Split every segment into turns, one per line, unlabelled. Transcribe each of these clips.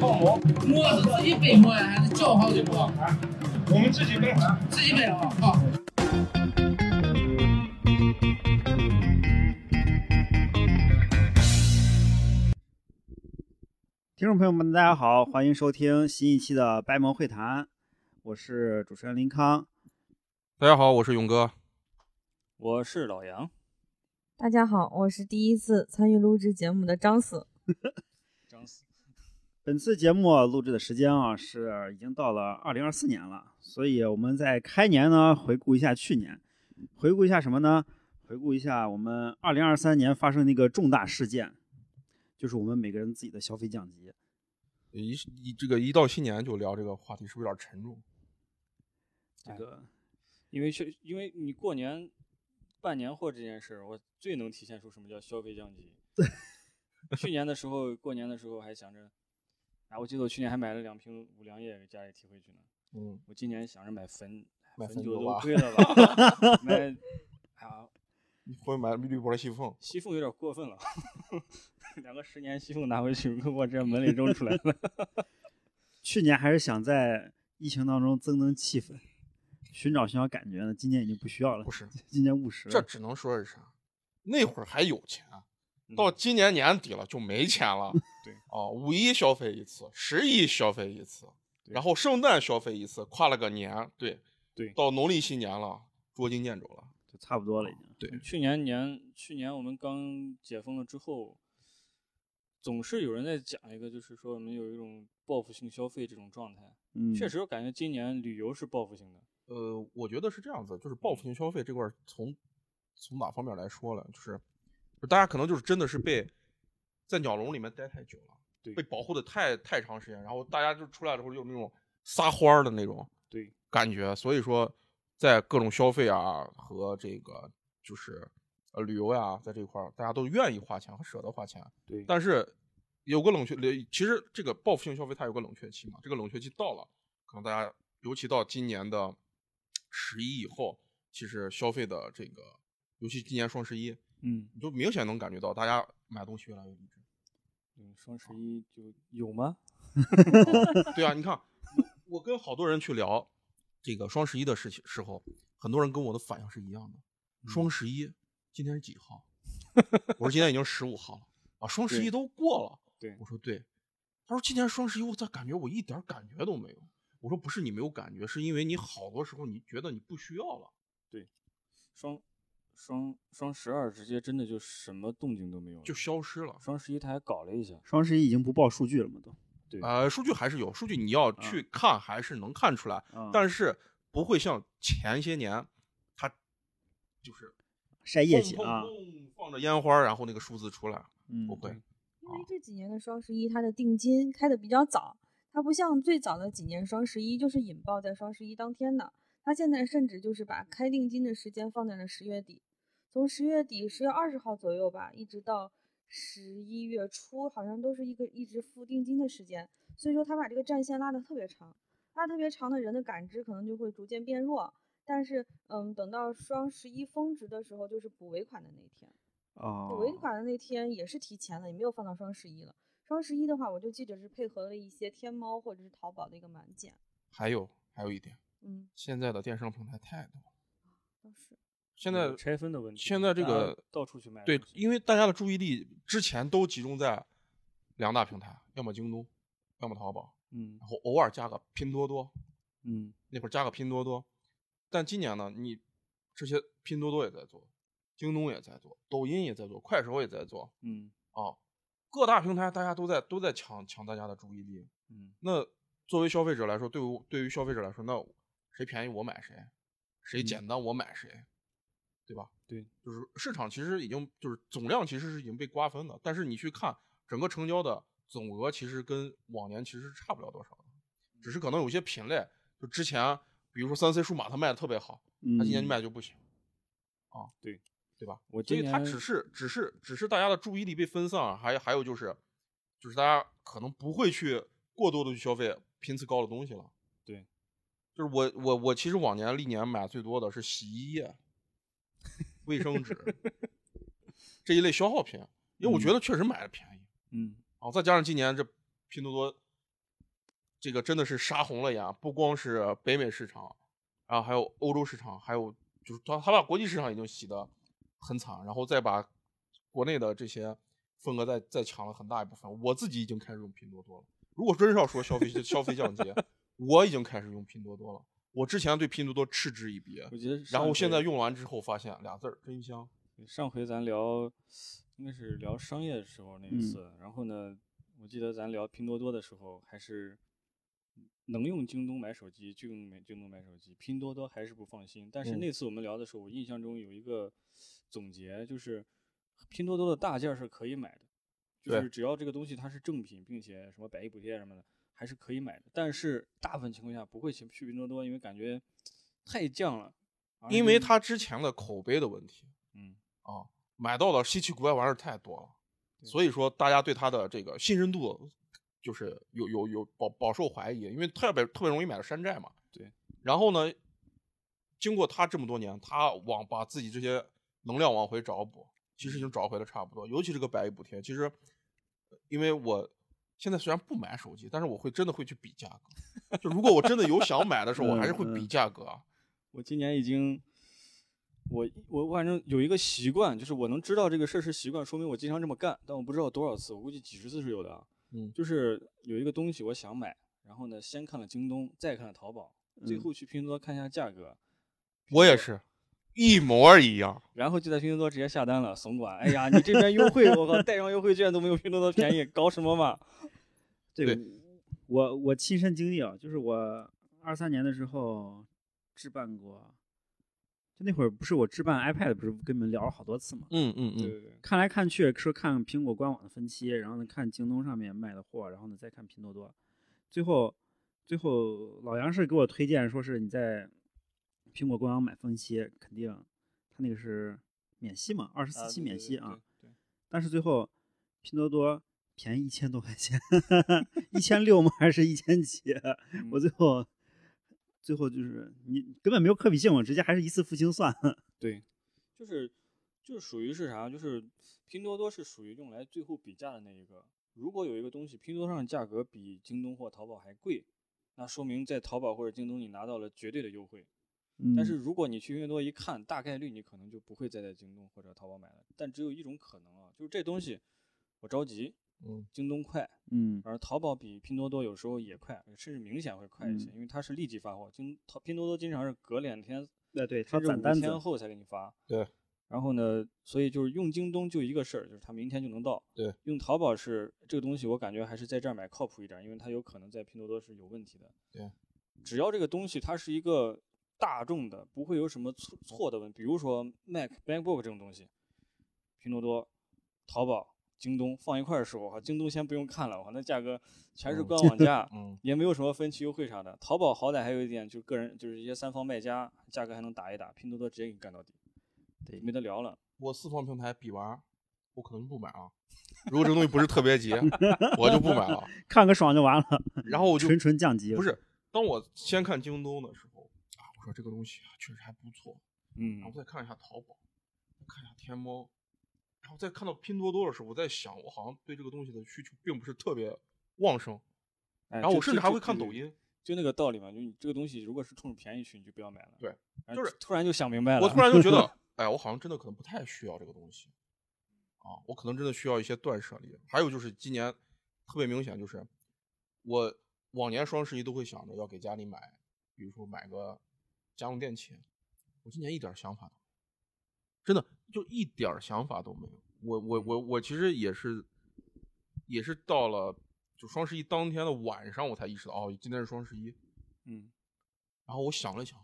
摸，
摸是自己背摸呀，还是叫好的摸？
我们自己背。
自己背啊，好。
听众朋友们，大家好，欢迎收听新一期的掰萌会谈，我是主持人林康。
大家好，我是勇哥。
我是老杨，
大家好，我是第一次参与录制节目的张四。
张四，
本次节目录制的时间啊，是已经到了二零二四年了，所以我们在开年呢，回顾一下去年，回顾一下什么呢？回顾一下我们二零二三年发生那个重大事件，就是我们每个人自己的消费降级。
一一这个一到新年就聊这个话题，是不是有点沉重？
这
哎
个
因为确，因为你过年办年货这件事儿，我最能体现出什么叫消费降级。去年的时候，过年的时候还想着，啊，我记得我去年还买了两瓶五粮液给家里提回去呢。
嗯，
我今年想着买汾，
买汾
汾酒
酒
都
吧
贵了吧？买，啊，
会买绿波的西凤，
西凤有点过分了， 两个十年西凤拿回去，给我这门里扔出来了。
去年还是想在疫情当中增增气氛，寻找寻找感觉呢，今年已经不需要了，
不是，
今年务实了。
这只能说是啥？那会儿还有钱，啊到今年年底了就没钱 了。
对，
哦，五一消费一次，十一消费一次，然后圣诞消费一次，跨了个年，对
对
到农历新年了，捉襟见肘了。
就差不多了，已经。
去年年去年我们刚解封了之后，总是有人在讲一个，就是说我们有一种报复性消费这种状态。
嗯，
确实，我感觉今年旅游是报复性的。
呃，我觉得是这样子，就是报
嗯
复性消费这块儿从从哪方面来说呢？就是就大家可能就是真的是被在鸟笼里面待太久了，
对
被保护的太太长时间，然后大家就出来之后就有那种撒欢儿的那种
对，
感觉，所以说在各种消费啊和这个就是呃旅游呀、在这块儿大家都愿意花钱和舍得花钱，
对
但是有个冷却，呃其实这个报复性消费它有个冷却期嘛，这个冷却期到了，可能大家尤其到今年的十一以后，其实消费的这个，尤其今年双十一，
嗯，
你就明显能感觉到大家买东西越来越理智。
嗯双十一就有吗？
对啊，你看，我我跟好多人去聊这个双十一的事情时候，很多人跟我的反应是一样的。
嗯
双十一今天是几 号？我说今天已经十五号了啊，双十一
对
都过了。
对
我说对。他说今年双十一，我咋感觉我一点感觉都没有？我说不是你没有感觉，是因为你好多时候你觉得你不需要了。
双双双十二直接真的就什么动静都没有了，
就消失了。
双十一他还搞了一下，
双十一已经不报数据了嘛，都。
对
呃，数据还是有，数据你要去看还是能看出来，
嗯
但是不会像前些年，它就是
晒业绩啊
砰，砰砰放着烟花，然后那个数字出来，
嗯
不，会。
因为这几年的双十一，它的定金开的比较早，它不像最早的几年双十一就是引爆在双十一当天的，它现在甚至就是把开定金的时间放在了十月底，从十月底十月二十号左右吧，一直到十一月初，好像都是一个一直付定金的时间，所以说它把这个战线拉得特别长，拉得特别长的人的感知可能就会逐渐变弱，但是嗯，等到双十一峰值的时候，就是补尾款的那一天。
哦，
嗯
尾款的那天也是提前了，也没有放到双十一了。双十一的话，我就记得是配合了一些天猫或者是淘宝的一个满减。
还有还有一点，
嗯，
现在的电商平台太多了，
倒是
现在
有拆分的问题，
现在这
大家
个
到处去买
对
东，西
因为大家的注意力之前都集中在两大平台，要么京东，要么淘宝，
嗯
然后偶尔加个拼多多，
嗯，
那会儿加个拼多多，但今年呢，你这些拼多多也在做，京东也在做，抖音也在做，快手也在做
嗯
啊，各大平台大家都在都在抢抢大家的注意力。
嗯，
那作为消费者来说，对于对于消费者来说，那谁便宜我买谁，谁
嗯
简单我买谁，对吧？
对，
就是市场其实已经就是总量其实是已经被瓜分的，但是你去看整个成交的总额，其实跟往年其实是差不了多少的，只是可能有些品类，就之前啊比如说三 C 数码它卖的特别好，它今年你
嗯
卖就不行，啊，
对
对吧？
我
所
今
以
年
它只是只是只是大家的注意力被分散，啊还还有就是就是大家可能不会去过多的去消费频次高的东西了。
对，
就是我我我其实往年历年买最多的是洗衣液、卫生 纸这一类消耗品，因为我觉得确实买的便宜
嗯
啊，再加上今年这拼多多这个真的是杀红了眼，不光是北美市场，然后还有欧洲市场，还有就是他他把国际市场已经洗得很惨，然后再把国内的这些份额再再抢了很大一部分。我自己已经开始用拼多多了。如果真是要说消费消费降级，我已经开始用拼多多了。我之前对拼多多嗤之以鼻，
我觉得
然后
上
现在
回
用完之后发现俩字儿真香。
嗯上回咱聊，应该是聊商业的时候那
嗯
一次。然后呢，我记得咱聊拼多多的时候，还是能用京东买手机就用美京东买手机，拼多多还是不放心。但是
嗯
那次我们聊的时候，我印象中有一个总结，就是拼多多的大件儿是可以买的，就
对
是只要这个东西它是正品，并且什么百亿补贴什么的，还是可以买的。但是大部分情况下不会去去拼多多，因为感觉太犟了。而
啊因为
且
他之前的口碑的问题
嗯。
啊，买到的稀奇古怪玩意儿太多了，
对
所以说大家对他的这个信任度就是有有有饱饱受怀疑，因为特别特别容易买到山寨嘛。
对，
然后呢，经过他这么多年，他往把自己这些能量往回找补，其实已经找回的差不多。尤其这个百亿补贴，其实呃因为我。现在虽然不买手机，但是我会真的会去比价格。就如果我真的有想买的时候，我还是会
嗯
比
嗯
价格啊。
我今年已经，我我我反正有一个习惯，就是我能知道这个事儿是习惯，说明我经常这么干，但我不知道多少次，我估计几十次是有的啊。
嗯
就是有一个东西我想买，然后呢，先看了京东，再看了淘宝，最
嗯
后去拼多多看一下价格，
我也是，一模一样。
然后就在拼多多直接下单了，怂管。哎呀，你这边优惠，我靠，带上优惠券都没有拼多多便宜，搞什么嘛？
这个我我亲身经历啊，就是我二三年的时候置办过，就那会儿不是我置办 iPad，不是跟你们聊了好多次嘛。
嗯嗯
对对对，
看来看去是看苹果官网的分期，然后呢看京东上面卖的货，然后呢再看拼多多，最后最后老杨是给我推荐说是你在苹果官网买分期，肯定他那个是免息嘛，二十四期免息啊。
对，
但是最后拼多多便宜一千多块钱， 一千六吗？还是一千几？啊我最后最后就是你根本没有可比性，我直接还是一次付清算。
对，就是就是属于是啥？就是拼多多是属于用来最后比价的那一个。如果有一个东西拼多多上的价格比京东或淘宝还贵，那说明在淘宝或者京东你拿到了绝对的优惠。但是如果你去拼多多一看，大概率你可能就不会再在京东或者淘宝买了。但只有一种可能啊，就是这东西我着急，
嗯，
京东快，
嗯
而淘宝比拼多多有时候也快，甚至明显会快一些，
嗯
因为它是立即发货。京淘拼多多经常是隔两天
呃对它
甚至
攒
五
单子
天后才给你发。
对。
然后呢，所以就是用京东就一个事儿，就是它明天就能到。
对。
用淘宝是这个东西，我感觉还是在这儿买靠谱一点，因为它有可能在拼多多是有问题的。
对。
只要这个东西它是一个大众的，不会有什么错错的问题，比如说 Mac、MacBook 这种东西，拼多多、淘宝、京东放一块儿说，我靠，京东先不用看了，我靠，那价格全是
嗯，
官网价
嗯
也没有什么分期优惠啥的。淘宝好歹还有一点，就是个人就是一些三方卖家，价格还能打一打。拼多多直接给你干到底，
对
没得聊了。
我四方平台比完，我可能就不买了。如果这个东西不是特别 急，我就不买了。
看个爽就完了，
然后我就
纯纯降级。
不是，当我先看京东的时候啊，我说这个东西啊确实还不错，
嗯
然后再看一下淘宝，再看一下天猫，然后再看到拼多多的时候，我在想，我好像对这个东西的需求并不是特别旺盛。
哎
然后
就
我甚至
就
还
就
会看
就
抖音，
就那个道理嘛，就你这个东西如果是冲着便宜去，你就不要买了。
对
然后
就是
突然就想明白了。
我突然 就觉得，哎，我好像真的可能不太需要这个东西啊，我可能真的需要一些断舍离。还有就是今年特别明显，就是我往年双十一都会想着要给家里买，比如说买个家用电器，我今年一点儿想法都没有，真的就一点儿想法都没有。我我我我其实也是也是到了就双十一当天的晚上，我才意识到哦，今天是双十一。
嗯
然后我想了想，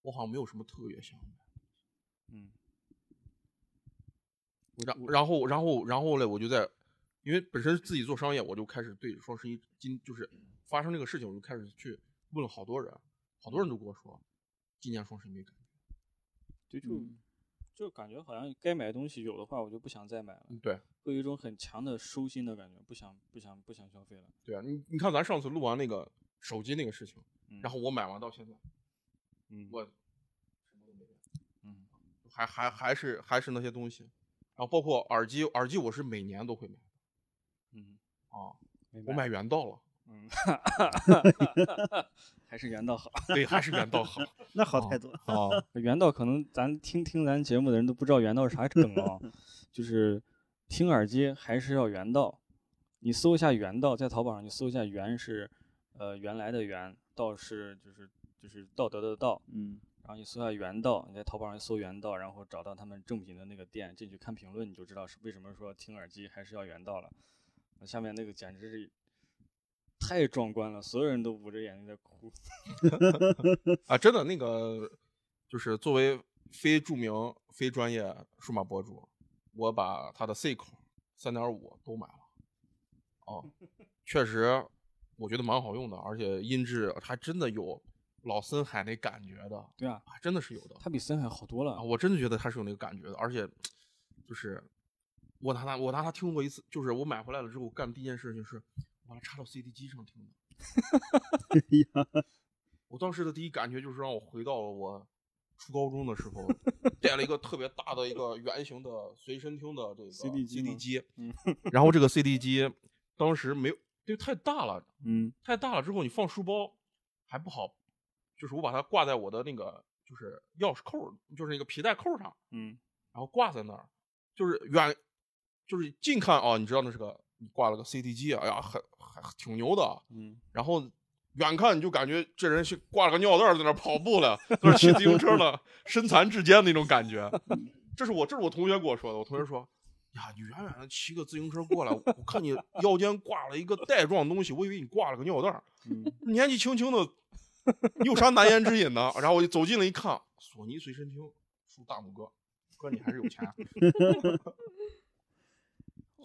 我好像没有什么特别想买。
嗯，
然然后然后然后嘞，我就在，因为本身自己做商业，我就开始对双十一今就是发生这个事情，我就开始去问了好多人，好多人都跟我说，今年双十一没感觉。
对，就就感觉好像该买的东西有的话，我就不想再买了，
对
会有一种很强的收心的感觉，不想不想不想消费了。
对啊，你你看咱上次录完那个手机那个事情，
嗯、
然后我买完到现在，
嗯
我什么都没买，
嗯
还还还是还是那些东西，然后包括耳机，耳机我是每年都会买
嗯，
啊，
没
我买原道了。
嗯 嗯，还是原道好。
对，还是原道好
那好太多。
啊。
原道可能咱听听咱节目的人都不知道原道是啥梗 啊，就是听耳机还是要原道。你搜一下原道，在淘宝上你搜一下原是呃原来的原，道是就是就是道德的道，
嗯，
然后你搜一下原道，你在淘宝上搜原道，然后找到他们正品的那个店，进去看评论，你就知道是为什么说听耳机还是要原道了。那下面那个简直是太壮观了，所有人都捂着眼睛在哭。
啊，真的那个就是作为非著名、非专业数码博主，我把它的 C 口、三点五都买了。哦，确实，我觉得蛮好用的，而且音质还真的有老森海那感觉的，
对啊，
还真的是有的。
它比森海好多
啊，
了。
我真的觉得它是有那个感觉的，而且就是我拿它，我拿它听过一次，就是我买回来了之后干的第一件事情是，我把它插到 CD 机上听的。我当时的第一感觉就是让我回到了我初高中的时候，带了一个特别大的一个圆形的随身听的这个
CD 机吗
机
嗯
然后这个 CD 机当时没有，因为太大了，
嗯，
太大了之后你放书包还不好，就是我把它挂在我的那个就是钥匙扣，就是那个皮带扣上，
嗯，
然后挂在那儿，就是远，就是近看啊、你知道那是个你挂了个 CD 机，哎呀，很很挺牛的，啊
嗯，
然后远看你就感觉这人是挂了个尿袋儿在那儿跑步了，在那儿骑自行车了，身残志坚那种感觉。这是我这是我同学给我说的，我同学说。呀，你远远的骑个自行车过来，我我看你腰间挂了一个带状东西，我以为你挂了个尿袋儿。
嗯
你年纪轻轻的，你有啥难言之隐呢？然后我就走近了一看，索尼随身听，竖大拇哥，哥你还是有钱。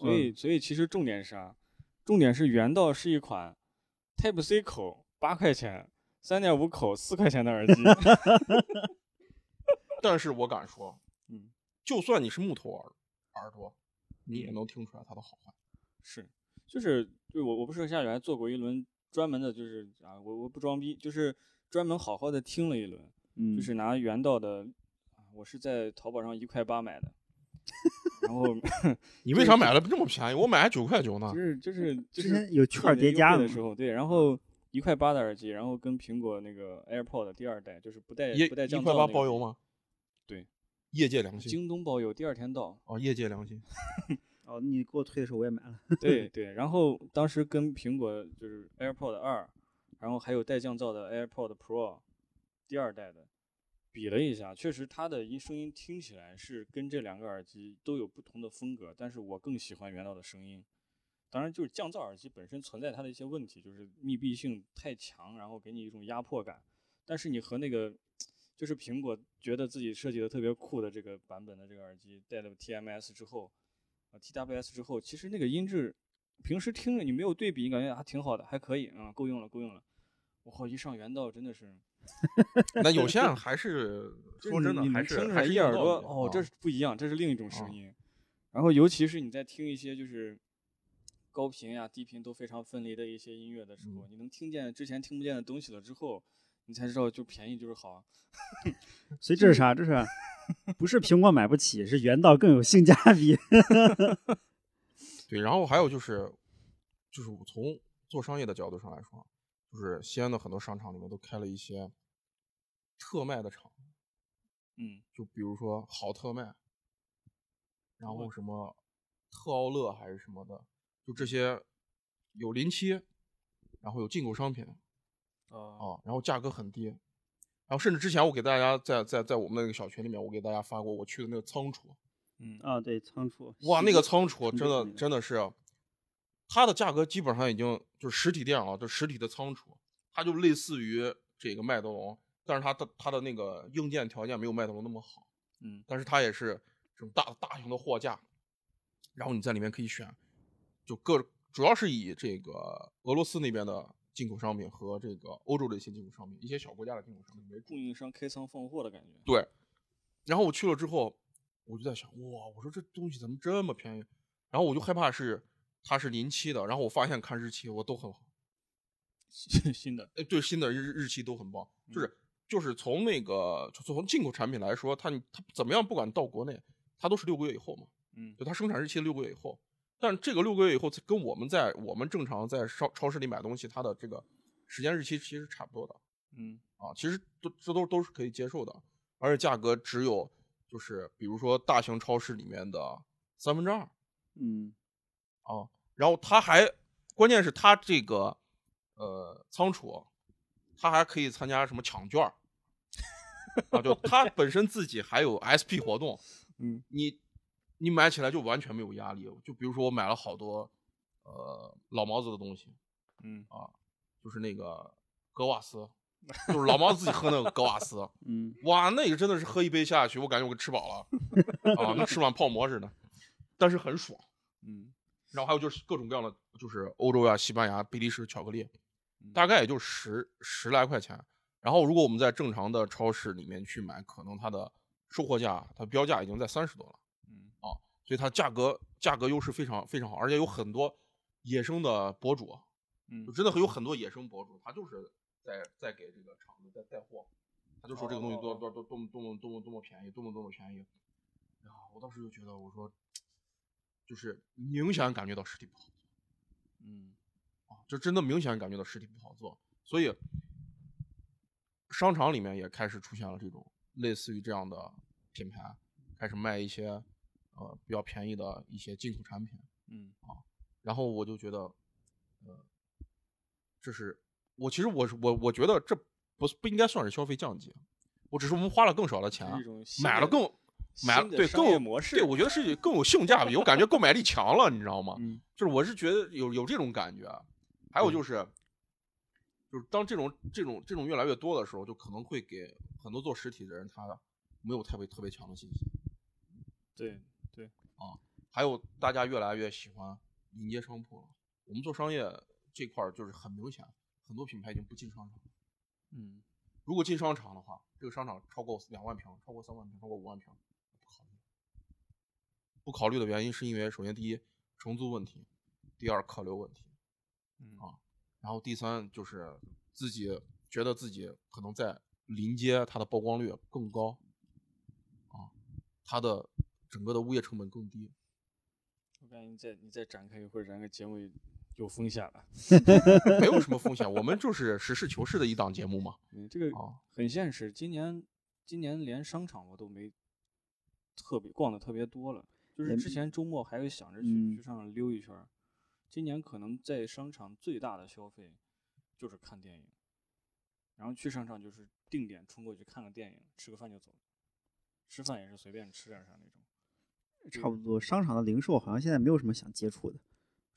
嗯
所以所以其实重点是啥？重点是原道是一款 Type C 口八块钱，三点五口四块钱的 耳机。
但是我敢说，
嗯，
就算你是木头耳耳朵，你也能听出来它的好坏。
是，就是就我我不是下雨还做过一轮专门的，就是啊，我我不装逼，就是专门好好的听了一轮，
嗯，
就是拿原道的，啊我是在淘宝上一块八 买的，然后
你为啥买了这么便宜？我买九块九呢
就。是就是就
啊之
是
前有
特
券儿
别
叠
优
加啊
惠的
嘛
时候，对，然后一块八的耳机，然后跟苹果那个 AirPod 的第二代，就是不带
一一
不带降
块
噪
八
那个
包邮吗？
对，
业界良心
京东包邮，第二天到。
哦，业界良 心。
哦，你给我推的时候我也买了。
对对，然后当时跟苹果就是 AirPod 二，然后还有带降噪的 AirPod Pro 第二代的比了一下，确实它的音声音听起来是跟这两个耳机都有不同的风格，但是我更喜欢原道的声音。当然，就是降噪耳机本身存在它的一些问题，就是密闭性太强，然后给你一种压迫感。但是你和那个就是苹果觉得自己设计的特别酷的这个版本的这个耳机，带了 TMS 之后，呃 TWS 之后，其实那个音质，平时听着你没有对比，你感觉还挺好的，还可以啊、够用了，够用了。我靠，一上原道真的是，
那有些人还 是
就是
说真的
你，你
还
能
是
听出
还
来
是
一
有
耳
道
朵
理的
哦
啊，
这是不一样，这是另一种
啊
声音。然后尤其是你在听一些就是高频呀、低频都非常分离的一些音乐的时
嗯
候，你能听见之前听不见的东西了之后，你才知道就便宜就是好啊。
所以这是啥？ 这是不是苹果买不起，是原道更有性价比。
对，然后还有就是，就是我从做商业的角度上来说，就是西安的很多商场里面都开了一些特卖的场，
嗯，
就比如说好特卖，然后什么特奥乐还是什么的，就这些有临期，然后有进口商品
哦，
啊，然后价格很低，然后甚至之前我给大家在在在我们那个小群里面，我给大家发过我去的那个仓储，
嗯
啊，对，仓储。
哇，那个仓储
成
真
本
的
那个
真的是，啊它的价格基本上已经就是实体店啊，就实体的仓储，它就类似于这个麦德龙，但是它的它的那个硬件条件没有麦德龙那么好，
嗯，
但是它也是这种大大型的货架，然后你在里面可以选，就各主要是以这个俄罗斯那边的进口商品和这个欧洲的一些进口商品，一些小国家的进口商品为主
供。应商开仓放货的感觉。
对，然后我去了之后，我就在想，哇，我说这东西怎么这么便宜？然后我就害怕是它是临期的，然后我发现看日期我都很好，
新 的，
哎，对，新的日日期都很棒，就是就是从那个就从进口产品来说，它它怎么样，不管到国内，它都是六个月以后嘛，
嗯
就它生产日期六个月以后。但这个六个月以后，跟我们在我们正常在超超市里买东西，它的这个时间日期其实差不多的
嗯，
啊，其实都这都都是可以接受的，而且价格只有就是比如说大型超市里面的三分之二，
嗯，
啊，然后他还关键是他这个呃仓储，他还可以参加什么抢券儿啊，就他本身自己还有 SP 活动，
嗯，
你你买起来就完全没有压力。就比如说我买了好多呃老毛子的东西，
嗯
啊，就是那个格瓦斯。就是老毛自己喝那个格瓦斯，
嗯，
哇，那个真的是喝一杯下去，我感觉我吃饱了啊，跟吃碗泡馍似的，但是很爽。
嗯，
然后还有就是各种各样的，就是欧洲呀、西班牙、比利时巧克力，
嗯
大概也就十十来块钱。然后如果我们在正常的超市里面去买，可能它的售货价、它标价已经在三十多了，
嗯
啊，所以它价格价格优势非常非常好，而且有很多野生的博主，
嗯
就真的有很多野生博主，他就是在在给这个厂子在带货，他就说这个东西
哦
多多多多么多么多么多么便宜，多么多么便宜。然后我当时就觉得，我说，就是明显感觉到实体不好
嗯，
啊，就真的明显感觉到实体不好做，所以商场里面也开始出现了这种类似于这样的品牌，开始卖一些呃比较便宜的一些进口产品。
嗯，
啊然后我就觉得，呃，这是我其实我是我我觉得这不是不应该算是消费降级，啊我只是我们花了更少的钱
是一种，新
买了
的
更买了
新的
对
商
更
业
有
模式
对我觉得 是更有性价比，我感觉购买力强了，你知道吗？
嗯
就是我是觉得有有这种感觉，啊还有就是。就是当这种这种这种越来越多的时候，就可能会给很多做实体的人他没有特别特别强的信心。啊
对，
还有大家越来越喜欢临街商铺了。我们做商业这块儿就是很明显，很多品牌已经不进商场了。
嗯，
如果进商场的话，这个商场超过两万平，超过三万平，超过五万平，不考虑。不考虑的原因是因为，首先第一，承租问题；第二，客流问题；
嗯
啊，然后第三就是自己觉得自己可能在临街它的曝光率更高，啊，它的整个的物业成本更低，
我感觉你再你再展开一会儿，咱这节目有风险了。
没有什么风险，我们就是实事求是的一档节目嘛。
嗯，这个
哦
很现实。今年今年连商场我都没特别逛的特别多了，就是
也
之前周末还会想着去、
嗯
去商场溜一圈儿，今年可能在商场最大的消费就是看电影，然后去商场就是定点冲过去看个电影，吃个饭就走了，吃饭也是随便吃点儿啥那种。
差不多，商场的零售好像现在没有什么想接触的。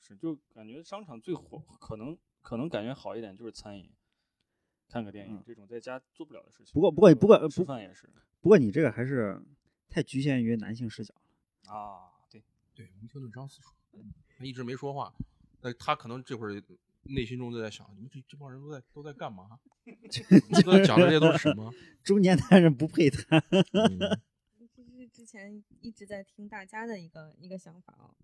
是，就感觉商场最火，可能可能感觉好一点就是餐饮，看个电影、
嗯
这种在家做不了的事情。
不过不过不过
吃
不
饭也是
不过你这个还是太局限于男性视角了。
啊，对，
对，我们听听张四说，他一直没说话，那他可能这会儿内心中都在想，你们这这帮人都在都在干嘛？ 你们都在讲的这些都是什么？
中年男人不配 谈。
嗯
这是之前一直在听大家的一个一个想法哦。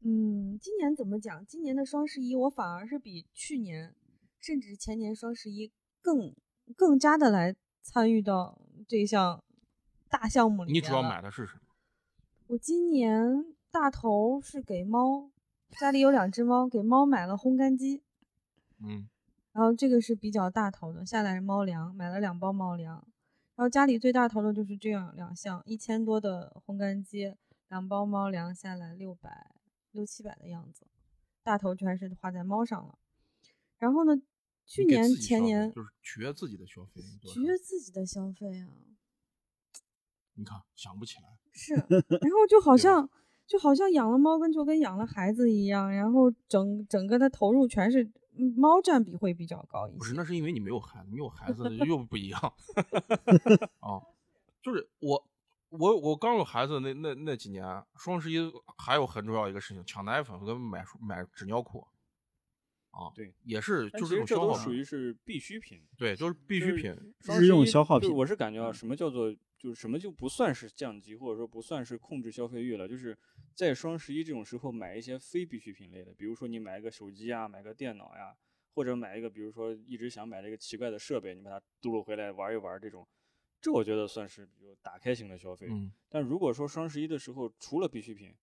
嗯，今年怎么讲？今年的双十一，我反而是比去年，甚至前年双十一更更加的来参与到这项大项目里
你
面。
主要买？的是什么？
我今年大头是给猫，家里有两只猫，给猫买了烘干机，
嗯，
然后这个是比较大头的，下来是猫粮，买了两包猫粮。然后家里最大头的就是这样两项，一千多的烘干机，两包猫粮下来六百六七百的样子，大头全是花在猫上了。然后呢，去
你给
年
自己消
前
费
年
就是取悦自己的消费，你多
取
少
悦自己的消费啊，
你看想不起来，
是，然后就好
对吧啊
像就好像养了猫跟就跟养了孩子一样，然后整整个的投入全是嗯猫占比会比较高一
不是，
些。
那是因为你没有孩子，你有孩子又不一样 啊。就是我，我我刚有孩子那那那几年，双十一还有很重要一个事情，抢奶粉跟买买纸尿裤啊，
对，
也是
但
就
其
这种
实这
消
都
耗
属
品，
于是必需品，
对，就是必需品。
双
日
十
用
一
消耗
就是
品
我是感觉啊，
嗯
什么叫做就是什么就不算是降级，或者说不算是控制消费欲了，就是在双十一这种时候买一些非必需品类的，比如说你买一个手机啊，买个电脑呀、或者买一个比如说一直想买的一个奇怪的设备，你把它嘟噜回来玩一玩这种，这我觉得算是比如打开型的消费。
嗯，
但如果说双十一的时候除了必需品，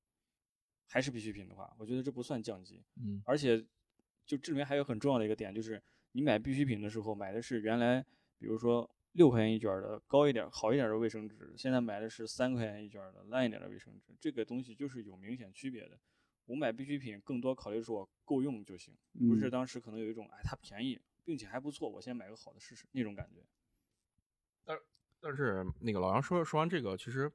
还是必需品的话，我觉得这不算降级。
嗯
而且就这里面还有很重要的一个点，就是你买必需品的时候买的是原来比如说六块钱一卷儿的高一点儿、好一点儿的卫生纸，现在买的是三块钱一卷儿的烂一点儿的卫生纸，这个东西就是有明显区别的。我买必需品更多考虑是我够用就行，不是
嗯
当时可能有一种哎它便宜，并且还不错，我先买个好的试试那种感觉。
但是那个老杨说说完这个，其实，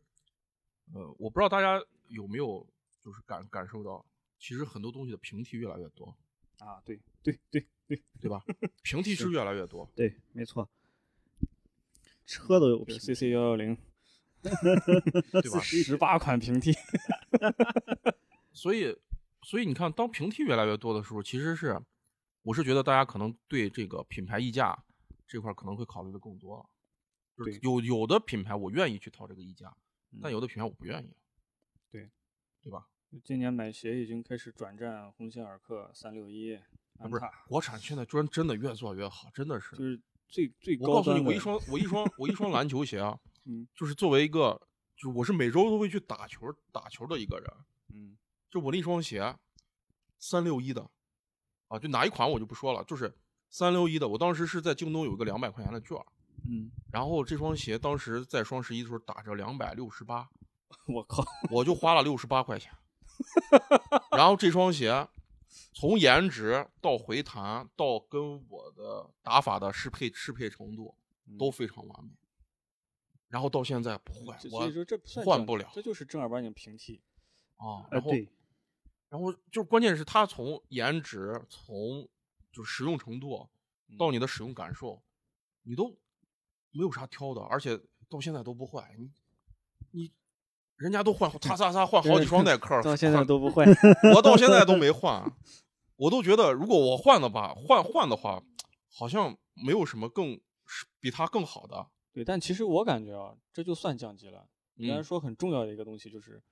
呃，我不知道大家有没有就是感感受到，其实很多东西的平替越来越多，
啊，对对对，
对 吧？平替是越来越多，
对，没错，车都有
比
屏
如 C C 幺幺零，
对吧？
十八款平替，
所以，所以你看，当平替越来越多的时候，其实是，我是觉得大家可能对这个品牌溢价这块儿可能会考虑的更多了。就是
对
有有的品牌我愿意去掏这个溢价，但
嗯
有的品牌我不愿意。
对，
对吧？
今年买鞋已经开始转战鸿星尔克、三六一、
啊，
安
不是
踏，，
国产现在专真的越做越好，真的是。
就是最最
我告
高
诉
端
你，
的。
我一双我一双我一双篮球鞋啊，
嗯
就是作为一个，就是我是每周都会去打球打球的一个人，
嗯
就我那双鞋，三六一的，啊，就哪一款我就不说了，就是三六一的。我当时是在京东有一个两百块钱的券儿，
嗯，
然后这双鞋当时在双十一的时候打折两百六十八，
我靠，
我就花了六十八块 钱。然后这双鞋，从颜值到回弹到跟我的打法的适配适配程度嗯都非常完美，然后到现在不坏
这，嗯所以说这不
我
算
换
降
不
级
了
这就是正儿八经平替。
啊。
呃，
然后
对，
然后就是关键是它从颜值，从就是使用程度
嗯
到你的使用感受，你都没有啥挑的，而且到现在都不坏。你你人家都 换，擦擦擦啊换好几双耐克儿，
到现在
换
都 不坏。
我到现在 都没换，我都觉得如果我换的吧，换换的话，好像没有什么更比它更好的。
对，但其实我感觉啊，这就算降级了。你刚才
嗯
说很重要的一个东西就是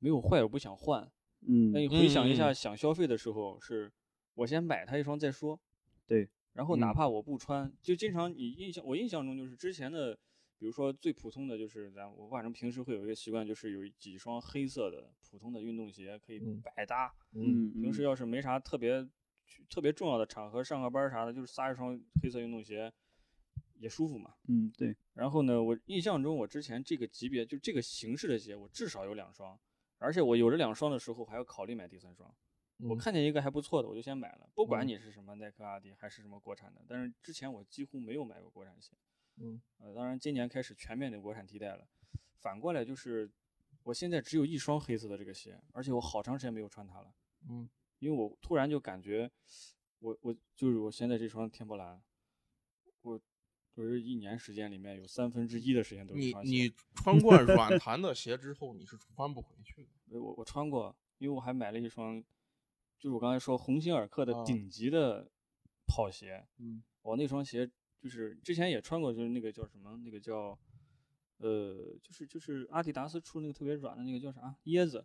没有坏，我不想换。那
嗯
你回想一
嗯嗯
下，
嗯
想消费的时候是，我先买它一双再说。
对，
然后哪
嗯
怕我不穿，就经常你印象，我印象中就是之前的，比如说最普通的就是咱我反正平时会有一个习惯，就是有几双黑色的普通的运动鞋可以
嗯
百搭。
嗯，
平时要是没啥特别去特别重要的场合，上个班儿啥的，就是撒一双黑色运动鞋也舒服嘛。
嗯对，
然后呢，我印象中我之前这个级别就这个形式的鞋，我至少有两双，而且我有了两双的时候还要考虑买第三双。我
嗯
看见一个还不错的，我就先买了，不管
嗯
你是什么耐克、阿迪还是什么国产的，但是之前我几乎没有买过国产鞋。
嗯，
呃，当然今年开始全面的国产替代了。反过来就是，我现在只有一双黑色的这个鞋，而且我好长时间没有穿它了。
嗯，
因为我突然就感觉，我我就是我现在这双天波蓝，我我这一年时间里面有三分之一的时间都是这
你
双鞋。
你穿惯软弹的鞋之后，你是穿不回去的。
呃我我穿过，因为我还买了一双，就是我刚才说鸿星尔克的
啊
顶级的跑鞋。
嗯，
我那双鞋就是之前也穿过，就是那个叫什么，那个叫呃，就是就是阿迪达斯出那个特别软的那个叫啥椰子，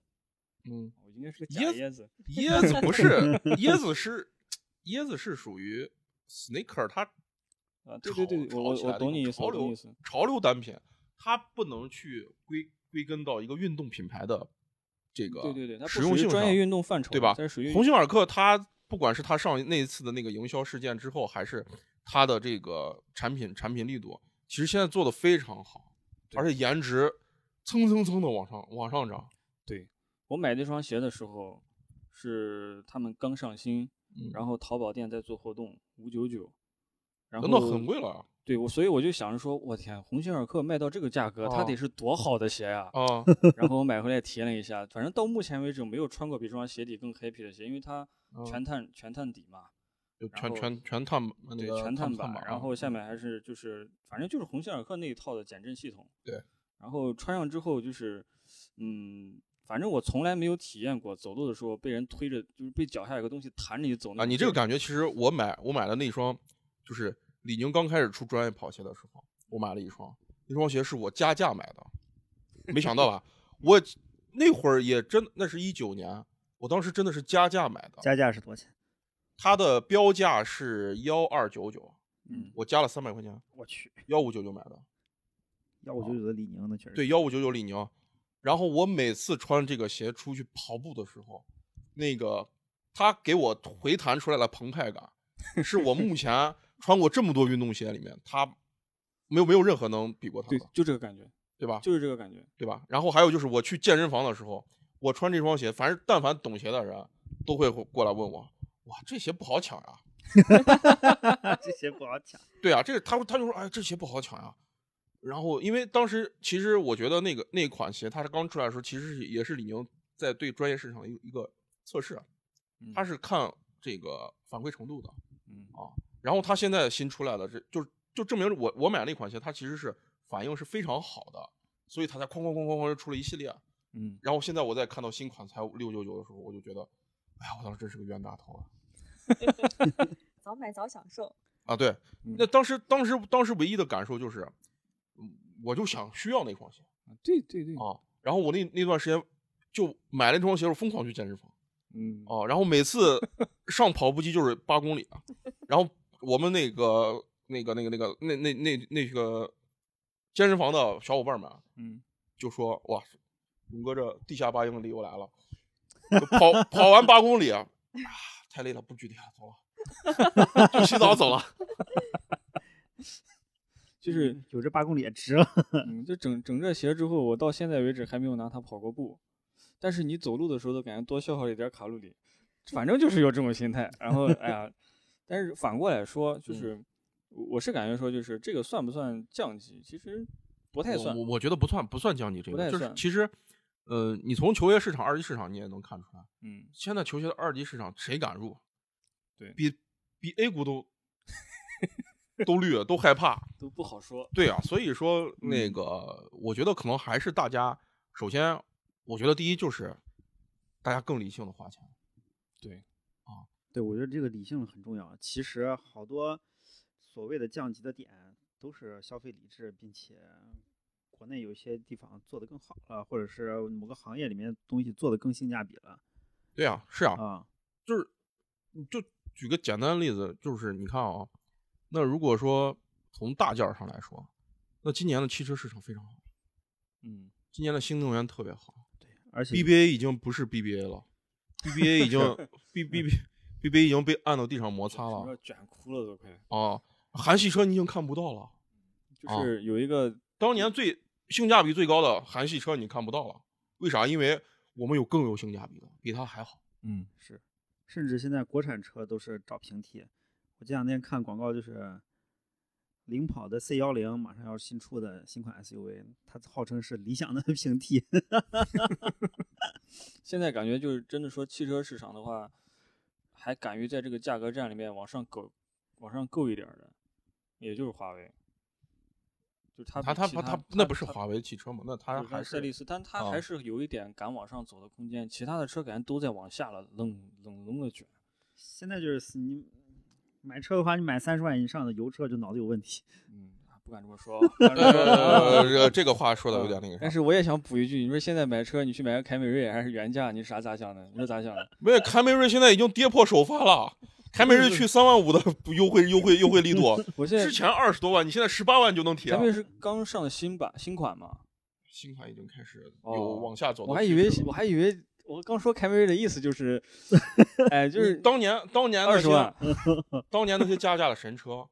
嗯，
我应该是个假
椰
椰子。
椰子不是椰子是椰子是属于 sneaker，它
啊，对对
炒
对，
炒
我我
起来
我
的
懂
一
你
个
意思，
潮
我懂
流
你意思。
潮流单品，它不能去归归根到一个运动品牌的这个
对对对，它不
实
属
用
于
性
专业
上
运动范畴
对
嘛
吧
它是属于
鸿星尔克它不管是它上那一次的那个营销事件之后，还是它的这个产品产品力度，其实现在做的非常好，而且颜值蹭蹭蹭的往上往上涨。
对我买这双鞋的时候，是他们刚上新，
嗯
然后淘宝店在做活动，五九九，然后
等等很贵了
对我，所以我就想着说，我天，鸿星尔克卖到这个价格，它
哦
得是多好的鞋呀、
啊！
然后我买回来体验了一下，反正到目前为止没有穿过比这双鞋底更 happy 的鞋，因为它
嗯
全碳、全碳底嘛，
就
然
全
后
全全碳那
对，
个
全碳
碳
板，
板啊
然后下面还是就是反正就是鸿星尔克那一套的减震系统。
对，
然后穿上之后就是，嗯，反正我从来没有体验过走路的时候被人推着，就是被脚下有个东西弹着你走那
啊，
种
你这个
劲儿
感觉其实我买我买的那双，就是李宁刚开始出专业跑鞋的时候，我买了一双，那双鞋是我加价买的，没想到吧？我那会儿也真，那是一九年，我当时真的是加价买的，
加价是多少钱？
它的标价是幺二九九，
嗯，
我加了三百块钱，
我去，
幺五九九买的，
幺五九九的李宁那确实
对，幺五九九李宁。然后我每次穿这个鞋出去跑步的时候，那个它给我回弹出来的澎湃感，是我目前穿过这么多运动鞋里面，它没有没有任何能比过它
对
的，，
就这个感觉，
对吧？
就是这个感觉。
对吧？然后还有就是我去健身房的时候，我穿这双鞋，反正但凡懂鞋的人啊都会过来问我，哇，这鞋不好抢啊 呀、
这些不好抢。
对啊，这个他他就说，哎，这鞋不好抢呀、然后因为当时其实我觉得那个那款鞋，它是刚出来的时候，其实是也是李宁在对专业市场的一个一个测试啊，
嗯
他是看这个反馈程度的。
嗯
然后它现在新出来的，这就是就证明我我买那款鞋，它其实是反应是非常好的，所以它才哐哐哐哐哐就出了一系列。啊
嗯，
然后现在我再看到新款才六九九的时候，我就觉得，哎呀，我当时真是个冤大头啊！
早买早享受。
啊，对，那当时当时当时唯一的感受就是，嗯我就想需要那双鞋
对对对，
啊。然后我那那段时间就买了那双鞋，我疯狂去健身房
嗯
哦
啊。然后每次上跑步机就是八公里啊。然后我们那个那个那个那个那那那那个健身房的小伙伴们啊
嗯，
就说：“哇，勇哥这地下八英里又来了，就跑跑完八公里啊，啊太累了，不举铁了，走了，就洗澡走了。” 嗯
就是
有这八公里也值了。
嗯，就整整这鞋之后，我到现在为止还没有拿它跑过步，但是你走路的时候都感觉多消耗了一点卡路里，反正就是有这种心态。然后哎呀，但是反过来说，就是我我是感觉说，就是这个算不算降级？其实不太
我
算
我，我觉得不算不算降级这
不
个，
太
就是
算
其实，呃，你从球鞋市场、二级市场你也能看出来，
嗯，
现在球鞋的二级市场谁敢入？
对
比比 A 股都都绿，都害怕。
都不好说。
对啊，所以 说
嗯
那个，我觉得可能还是大家，首先，我觉得第一就是大家更理性的花钱。
对，我觉得这个理性很重要。其实好多所谓的降级的点都是消费理智，并且国内有些地方做得更好了，或者是某个行业里面东西做得更性价比了
对啊，是啊，
啊。
就是嗯就举个简单的例子，就是你看啊，那如果说从大件儿上来说，那今年的汽车市场非常好。
嗯，
今年的新能源特别好
而且
，BBA 已经不是 BBA 了，BBA 已经 B B B BBA 已经被按到地上摩擦
整
了
个卷哭了都快，
啊，韩系车你已经看不到了，
就
啊
是有一个
当年最性价比最高的韩系车你看不到了，为啥？因为我们有更有性价比的，比它还好。
嗯
是，甚至现在国产车都是找平替。我这两天看广告，就是领跑的 C 幺零马上要新出的新款 SUV，它号称是理想的 平替。
现在感觉就是真的说汽车市场的话，还敢于在这个价格战里面往上够，往上够一点儿的，也就是华为。就是它
它
它
它它它那不是华为汽车嘛？那它
就是
还
跟
是
赛力斯，但它
啊。
还是有一点敢往上走的空间，其他的车感觉都在往下了，冷冷冷的卷。
现在就是你买车的话，你买三十万以上的油车就脑子有问题。
嗯，不敢这么 说 嗯
呃，呃这个话说的有点那个
但
啥，
是我也想补一句，你说现在买车，你去买个凯美瑞还是原价，你啥咋想的？你说咋想的？
没有凯美瑞现在已经跌破首发了，凯美瑞去三万五的优惠优惠优惠力度，
我现在
之前二十多万，你现在十八万就能提
凯
啊
美！瑞是刚上的新版新款嘛？
新款已经开始有
哦
往下走的
我还
趋
以为
势了
我还以为我刚说凯美瑞的意 思就是，哎，就
你
是
当年当年那
二十
些
万，
当年那些加价的神车，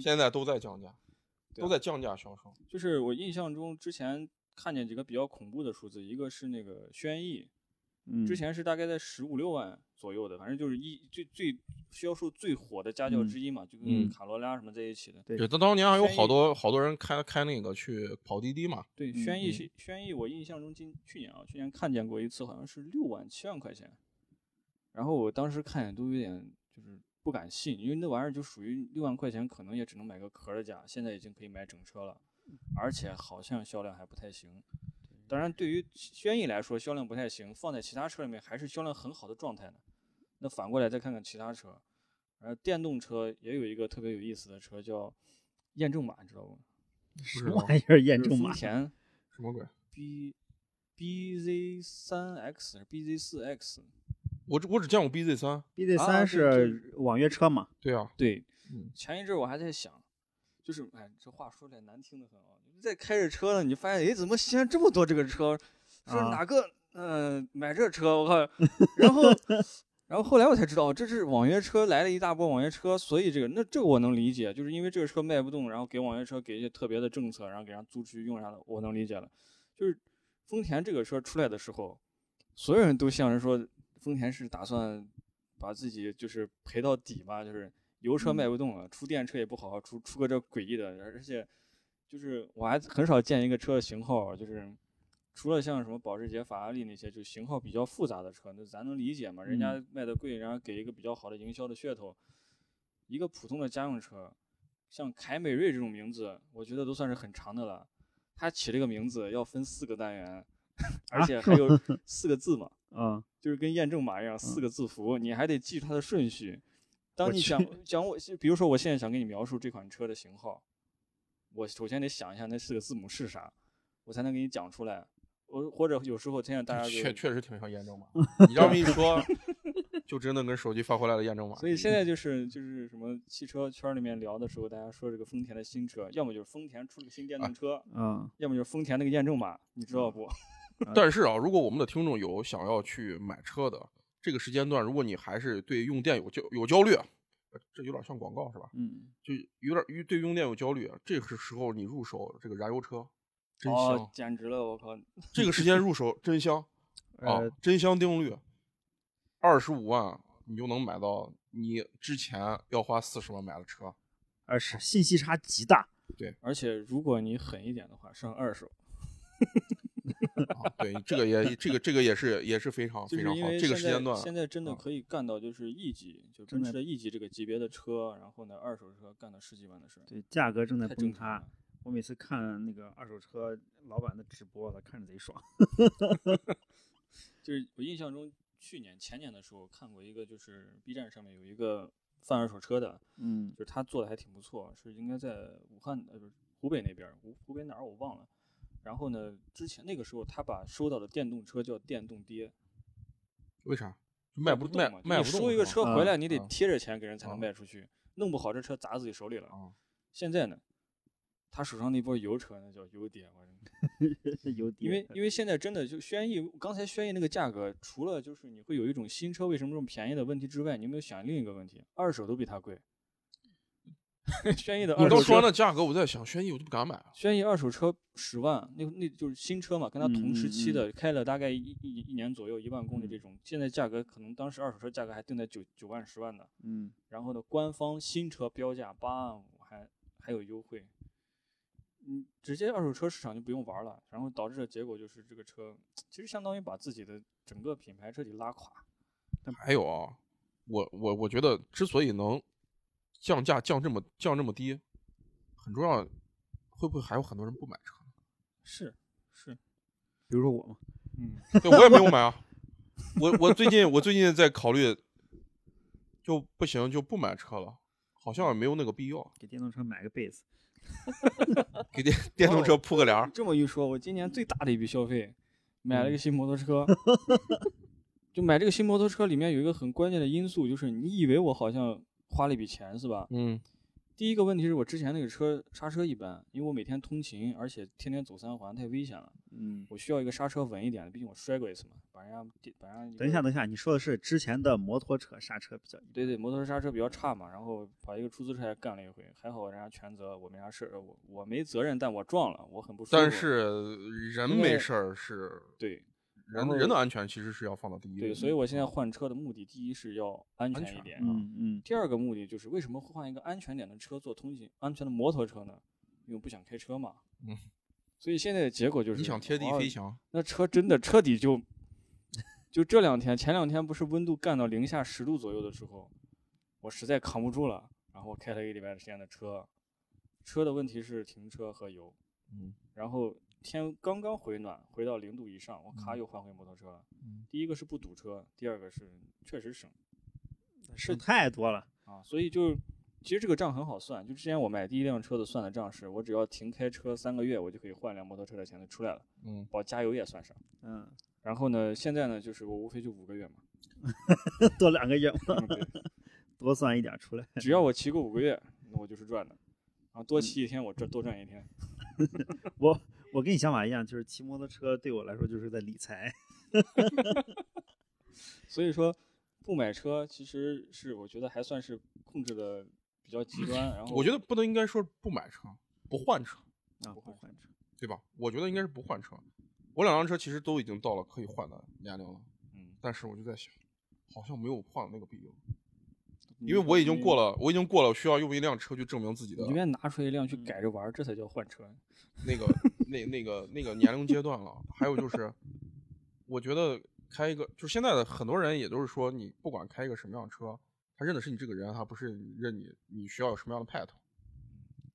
现在都在降价，
对啊
都在降价销售。
就是我印象中之前看见几个比较恐怖的数字，一个是那个轩逸，
嗯，
之前是大概在十五六万左右的，反正就是一最最销售最火的家轿之一嘛，就
嗯
跟卡罗拉什么在一起的。
对
对，他当年还有
轩逸
好多好多人开开那个去跑滴滴嘛，
对，
嗯
轩逸
嗯
是轩逸，我印象中今去年啊，去年看见过一次，好像是六万七万块钱，然后我当时看见都有点就是不敢信，因为那玩意儿就属于六万块钱，可能也只能买个壳儿的价，现在已经可以买整车了，而且好像销量还不太行。当然，对于轩逸来说销量不太行，放在其他车里面还是销量很好的状态呢。那反过来再看看其他车，然后电动车也有一个特别有意思的车叫验证码，你知道吗？
什
是
么
吗
玩意儿验
就是
证
丰
码？
田
什么鬼？
B B Z 三 X 还是 B Z 四 X，
我只我只见过 BZ 三，
BZ
啊
三
对
是网约车嘛？
对啊，
对，
嗯
前一阵儿我还在想，就是哎，这话说起来难听的很啊，你在开着车呢，你就发现哎，怎么西安这么多这个车？是
啊
哪个呃买这车，我靠，然后然后后来我才知道，这是网约车来了一大波网约车，所以这个那这个我能理解，就是因为这个车卖不动，然后给网约车给一些特别的政策，然后给人家租出去用啥的，我能理解了。就是丰田这个车出来的时候，所有人都像是说丰田是打算把自己就是赔到底吧，就是油车卖不动了，出电车也不好好出，出个这诡异的，而且就是我还很少见一个车的型号，就是除了像什么保时捷、法拉利那些，就型号比较复杂的车，那咱能理解嘛？人家卖的贵，然后给一个比较好的营销的噱头，一个普通的家用车，像凯美瑞这种名字，我觉得都算是很长的了。它起这个名字要分四个单元， 而且还有四个字嘛。
啊，
就是跟验证码一样，
嗯
四个字符，你还得记住它的顺序。当你想讲我，比如说我现在想给你描述这款车的型号，我首先得想一下那四个字母是啥，我才能给你讲出来。我或者有时候现在大家
确
就，
确实挺像验证码。你这么一说，就真的跟手机发回来的验证码。
所以现在就是就是什么汽车圈里面聊的时候，大家说这个丰田的新车，要么就是丰田出了个新电动车，
啊，
要么就是丰田那个验证码，你知
啊
道不？
但是啊，如果我们的听众有想要去买车的这个时间段，如果你还是对用电有焦有焦虑，呃这有点像广告是吧？
嗯，
就有点于对用电有焦虑，啊这个时候你入手这个燃油车，真香。
哦，简直了，我靠！
这个时间入手真 香
哦
啊
呃，，
真香定律，二十五万你就能买到你之前要花四十万买的车。
二是信息差极大，
而且如果你狠一点的话，上二手，
啊，对，这个也这个这个也是也是非常
就
啊非
是
常
因
好。
为
这个
现
时
在
间段，
现在真的
啊
可以干到就是 E 级，就
真
奔
的
驰的 E 级这个级别的车，然后呢，二手车干到十几万的事儿，
对，价格正在
太正
崩
常
塌
了。。
我每次看那个二手车老板的直播，我看着贼 爽。
就是我印象中去年前年的时候看过一个，就是 B 站上面有一个贩二手车的，
嗯
就是他做的还挺不错，是应该在武汉呃不是湖北那边儿，湖湖北哪儿我忘了。然后呢，之前那个时候他把收到的电动车叫电动爹，
为啥卖不
不
卖
动嘛就
卖
你
不动？
收一个车
吧
回
啊
来，你得
啊
贴着钱给人才能
啊
卖出去，弄不好这车砸自己手里了。
啊，
现在呢，他手上那波油车那叫油碟，我真的
有
因 为
点，
因为现在真的就轩逸，刚才轩逸那个价格，除了就是你会有一种新车为什么这么便宜的问题之外，你有没有想另一个问题？二手都比它贵。 轩逸的
你
二
刚
手
说完
车，
那价格，我在想，轩逸我都不敢买啊。
轩逸二手车十万，那那就是新车嘛，跟它同时期
嗯
的开了大概一一一年左右一万公里这种，现在价格可能当时二手车价格还定在九九万十万的，
嗯，
然后呢，官方新车标价八万五，还还有优惠。嗯，直接二手车市场就不用玩了，然后导致的结果就是这个车其实相当于把自己的整个品牌彻底拉垮。
还有啊，我我我觉得之所以能降价降这么降这么低，很重要，会不会还有很多人不买车？
是是，
比如说我嘛，
嗯，
对，我也没有买啊。我我最近我最近在考虑，就不行就不买车了，好像也没有那个必要，
给电动车买个贝斯，
给
哦
电电动车铺个帘儿。
这么一说，我今年最大的一笔消费，买了一个新摩托车。 就买这个新摩托车里面有一个很关键的因素，就是你以为我好像花了一笔钱是吧？
嗯，
第一个问题是我之前那个车刹车一般，因为我每天通勤，而且天天走三环，太危险了。
嗯，
我需要一个刹车稳一点的，毕竟我摔过一次嘛，把人家地把人家
等一下，
个
等一下，你说的是之前的摩托车刹车比较啊一
对对，摩托车刹车比较差嘛，然后把一个出租车也干了一回，还好人家全责，我没啥事儿，我我没责任，但我撞了，我很不舒服。
但是呃人
因为
没事儿是
对然
人
后
人的安全其实是要放到第一位的。嗯
对，所以我现在换车的目的，第一是要安全一点，
嗯嗯
第二个目的就是为什么会换一个安全点的车做通勤安全的摩托车呢？因为我不想开车嘛。
嗯。
所以现在的结果就是
你想贴地
哇
飞翔，
那车真
嗯
的彻底就，就这两天，前两天不是温度干到零下十度左右的时候，我实在扛不住了，然后开了一个礼拜的时间的车，车的问题是停车和油，
嗯，
然后天刚刚回暖，回到零度以上，我咔又换回摩托车了。
嗯
第一个是不堵车，第二个是确实省
嗯，省太多了，
啊，所以就其实这个账很好算，就之前我买第一辆车的算的账是，我只要停开车三个月，我就可以换辆摩托车的钱就出来了，
嗯，
包加油也算上。
嗯，
然后呢，现在呢，就是我无非就五个月嘛，
多两个月嘛，
嗯对
多算一点出来。
只要我骑
嗯
够五个月，那我就是赚的，然后多骑一天我赚多赚一天。
我我跟你想法一样，就是骑摩托车对我来说就是在理财。
所以说不买车其实是我觉得还算是控制的比较极端。 然后
我觉得不能应该说不买车，不换车，
啊，不
不换
换车，
对吧？我觉得应该是不换车。我两辆车其实都已经到了可以换的年龄了，
嗯，
但是我就在想，好像没有换那个必要，因为我已经过。了，我已经过了需要用一辆车去证明自己的
嗯你应该拿出一辆去改着玩儿，这才叫换
嗯
车。
那个那那个那个年龄阶段了。还有就是，我觉得开一个，就是现在的很多人也都是说，你不管开一个什么样的车，他认的是你这个人，他不是认你你需要有什么样的派头。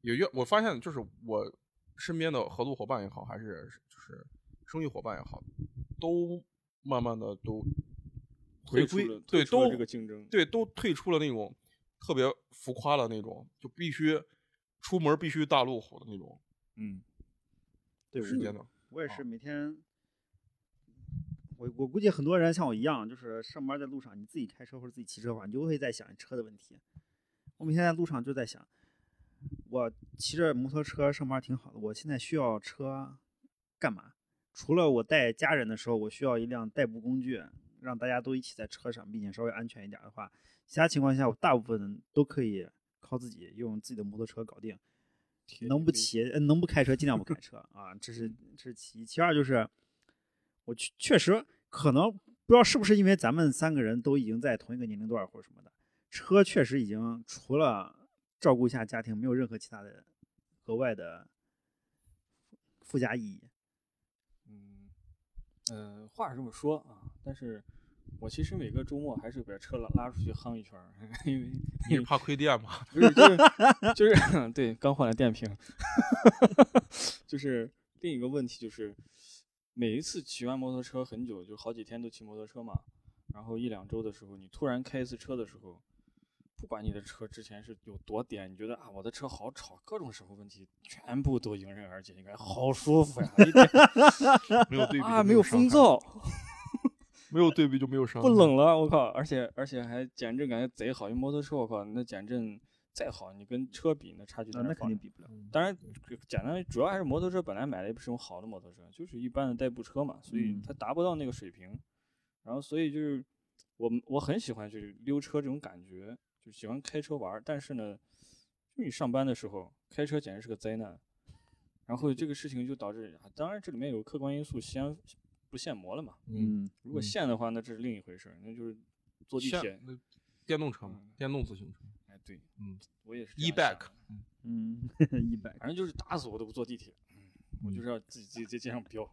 也越我发现，就是我身边的合作伙伴也好，还是就是生意伙伴也好，都慢慢的都回
退出
归
了，
对，
退出了
都
这个竞争
对，都退出了那种特别浮夸的那种，就必须出门必须大路虎的那种
嗯，
对，
时间的。
我也是每天，我我估计很多人像我一样，就是上班在路上，你自己开车或者自己骑车的话，你就会在想车的问题。我每天在路上就在想，我骑着摩托车上班挺好的，我现在需要车干嘛？除了我带家人的时候，我需要一辆代步工具，让大家都一起在车上，并且稍微安全一点的话，其他情况下我大部分都可以靠自己用自己的摩托车搞定。能不骑，呃能不开车尽量不开车啊，这是这是其一。其二就是，我确确实可能不知道是不是因为咱们三个人都已经在同一个年龄段或者什么的，车确实已经除了照顾一下家庭，没有任何其他的额外的附加意义。
嗯，呃，话是这么说啊，但是我其实每个周末还是把车拉拉出去夯一圈儿， 因为
你是怕亏电吗？
不是就是就是 对，刚换了电瓶，就是另一个问题就是，每一次骑完摩托车很久，就好几天都骑摩托车嘛，然后一两周的时候，你突然开一次车的时候，不管你的车之前是有多颠，你觉得啊我的车好吵，各种生活问题全部都迎刃而解，你感觉好舒服呀，一点
没有对比
啊
就
没有
伤
风
害，
噪，嗯
没有对比就没有伤害。
不冷了，我靠！而且而且还减震感觉贼好，因为摩托车我靠，那减震再好，你跟车比那差距在
啊，
哪
那
儿
肯
放
定
着？
比不了。
当然，简单主要还是摩托车本来买的也不是什么好的摩托车，就是一般的代步车嘛，所以
嗯
它达不到那个水平。然后所以就是我们我很喜欢就是溜车这种感觉，就喜欢开车玩儿。但是呢，就你上班的时候开车简直是个灾难。然后这个事情就导致，啊当然这里面有客观因素，限不限摩了嘛，
嗯，
如果限的话，那这是另一回事儿，那就是坐地
像
铁。嗯
那电动车嘛，电动自行车
哎，对，
嗯，
我也是这
，E
样想
，e-bike，
的
嗯， 一百
反正就是打死我都不坐地铁，
嗯
我就是要自己自己在街上飙。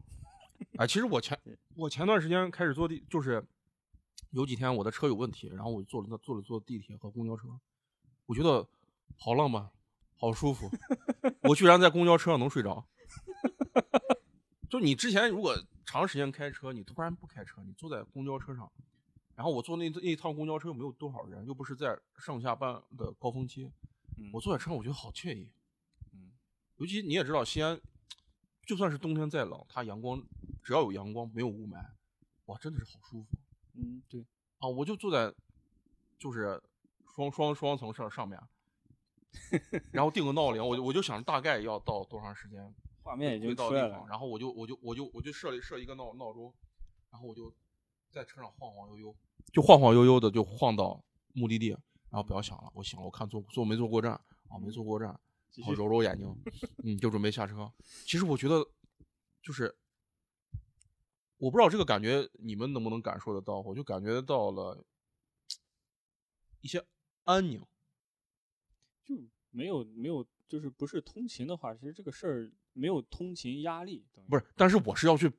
哎，其实我前我前段时间开始坐地，就是有几天我的车有问题，然后我坐了那坐了坐地铁和公交车，我觉得好浪漫，好舒服，我居然在公交车上能睡着。就你之前如果长时间开车，你突然不开车，你坐在公交车上，然后我坐那那一趟公交车又没有多少人，又不是在上下班的高峰期，
嗯
我坐在车上我觉得好惬意。
嗯，
尤其你也知道，西安就算是冬天再冷，它阳光只要有阳光，没有雾霾，哇，真的是好舒服
嗯，对，
啊！我就坐在就是双双双层上上面， 然后定个闹铃，我就我就想大概要到多长时间
画面已
回
经
到
出
地
来
方，
了。
然后我就我就我就我就设了设一个闹闹钟，然后我就在车上晃晃悠悠，就晃晃悠悠的就晃到目的地，然后不要想了，我醒了，我看坐坐没坐过站啊，
嗯
没坐过站，
继
然
续
哦后揉揉眼睛，嗯，就准备下车。其实我觉得就是。我不知道这个感觉你们能不能感受得到，我就感觉到了一些安宁。
就没有没有，就是不是通勤的话，其实这个事儿没有通勤压力，等于
不是，但是我是要去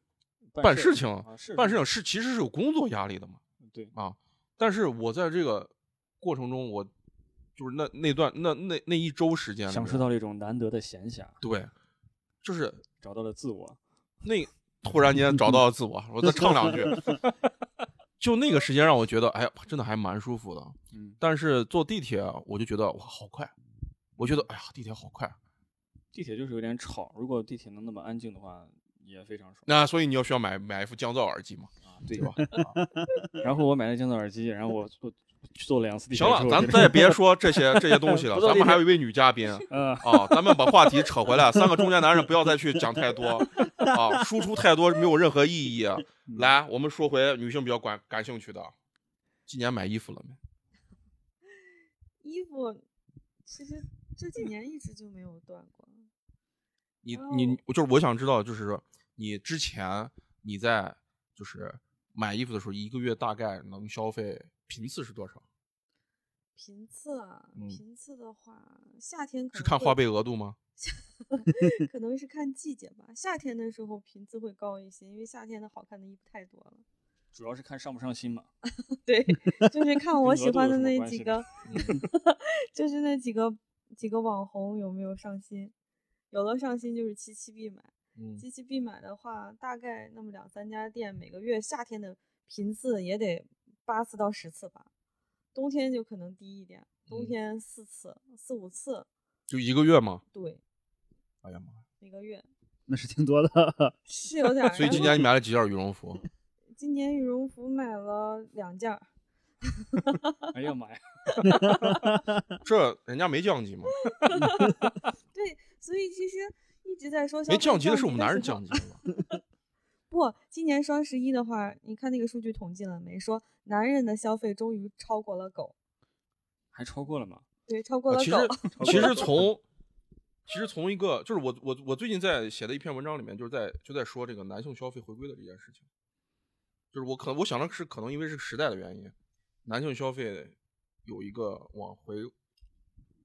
办
办事情，
啊，是
办事
是
情是其实是有工作压力的嘛。
对，
啊，但是我在这个过程中，我就是那那段那那那一周时间里
享受
面
到了一种难得的闲暇，
对，就是
找到了自我。
那突然间找到了自我，我再唱两 句，就那个时间让我觉得，哎呀，真的还蛮舒服的。
嗯，
但是坐地铁啊我就觉得哇，好快，我觉得哎呀，地铁好快。
地铁就是有点吵，如果地铁能那么安静的话，也非常爽。
那所以你要需要买买一副降噪耳机嘛，
对
对吧？啊
然后我买了降噪耳机，然后我我去坐了两次地铁
行
之
了，
后。
咱
这
再 别说这些这些东西了，
不坐
咱
地
们还
铁
有一位女嘉 宾啊、
嗯，
咱们把话题扯回来，三个中年男人不要再去讲太 多啊，输出太多没有任何意义。啊
嗯
来，我们说回女性比较感感兴趣的，今年买衣服了没？
衣服其实这
嗯
几年一直就没有断过。
你
哦
你就是我想知道，就是你之前你在就是买衣服的时候，一个月大概能消费频次是多少？
频次啊，
嗯
频次的话，夏天可
是
能
看
会
花呗额度吗？
可能是看季节吧。夏天的时候频次会高一些，因为夏天的好看的衣服太多了。
主要是看上不上心嘛。
对，就是看我
跟
喜
额度
欢
有
的
什么
那
关
几
系嗯
个， 就是那几个几个网红有没有上新，有了上新就是七七必买。
嗯，
七七必买的话，大概那么两三家店，每个月夏天的频次也得八次到十次吧，冬天就可能低一点，冬
嗯
天四次、四五次，
就一个月吗？
对，
哎呀妈呀！
每个月
那是挺多的。
是有点儿。
啊所以
然
今
后
年你买了几件羽绒 服？
今年羽绒服买了两件儿，
哎呀妈呀，
这人家没降级吗？
对，所以其实一直在说消
没
费
降级的是我们男人
时候
降级了吧？
不，今年双十一的话，你看那个数据统计了没？说男人的消费终于超过了狗，
还超过了嘛？
对，超过
啊
了
其
狗。
实其实从其实从一个就是我我我最近在写的一篇文章里面，就是在就在说这个男性消费回归的这件事情，就是我可能我想的是可能因为是时代的原因，男性消费有一个往回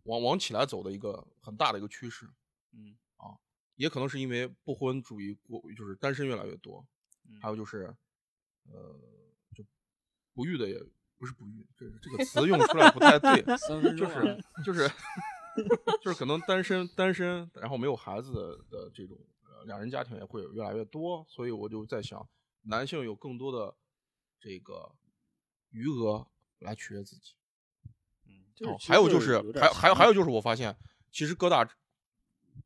往往起来走的一个很大的一个趋势，啊
嗯，
也可能是因为不婚主义过就是单身越来越多，还有就是呃就不育的也不是不育，这这个词用出来不太对。
三分
就
钟啊
是就是 就是可能单身单身，然后没有孩子的的这种呃两人家庭也会越来越多，所以我就在想，男性有更多的这个余额来取悦自己。
嗯，
哦
其实
还有就
就是有点
还还有还
钱
有就是我发现，其实各大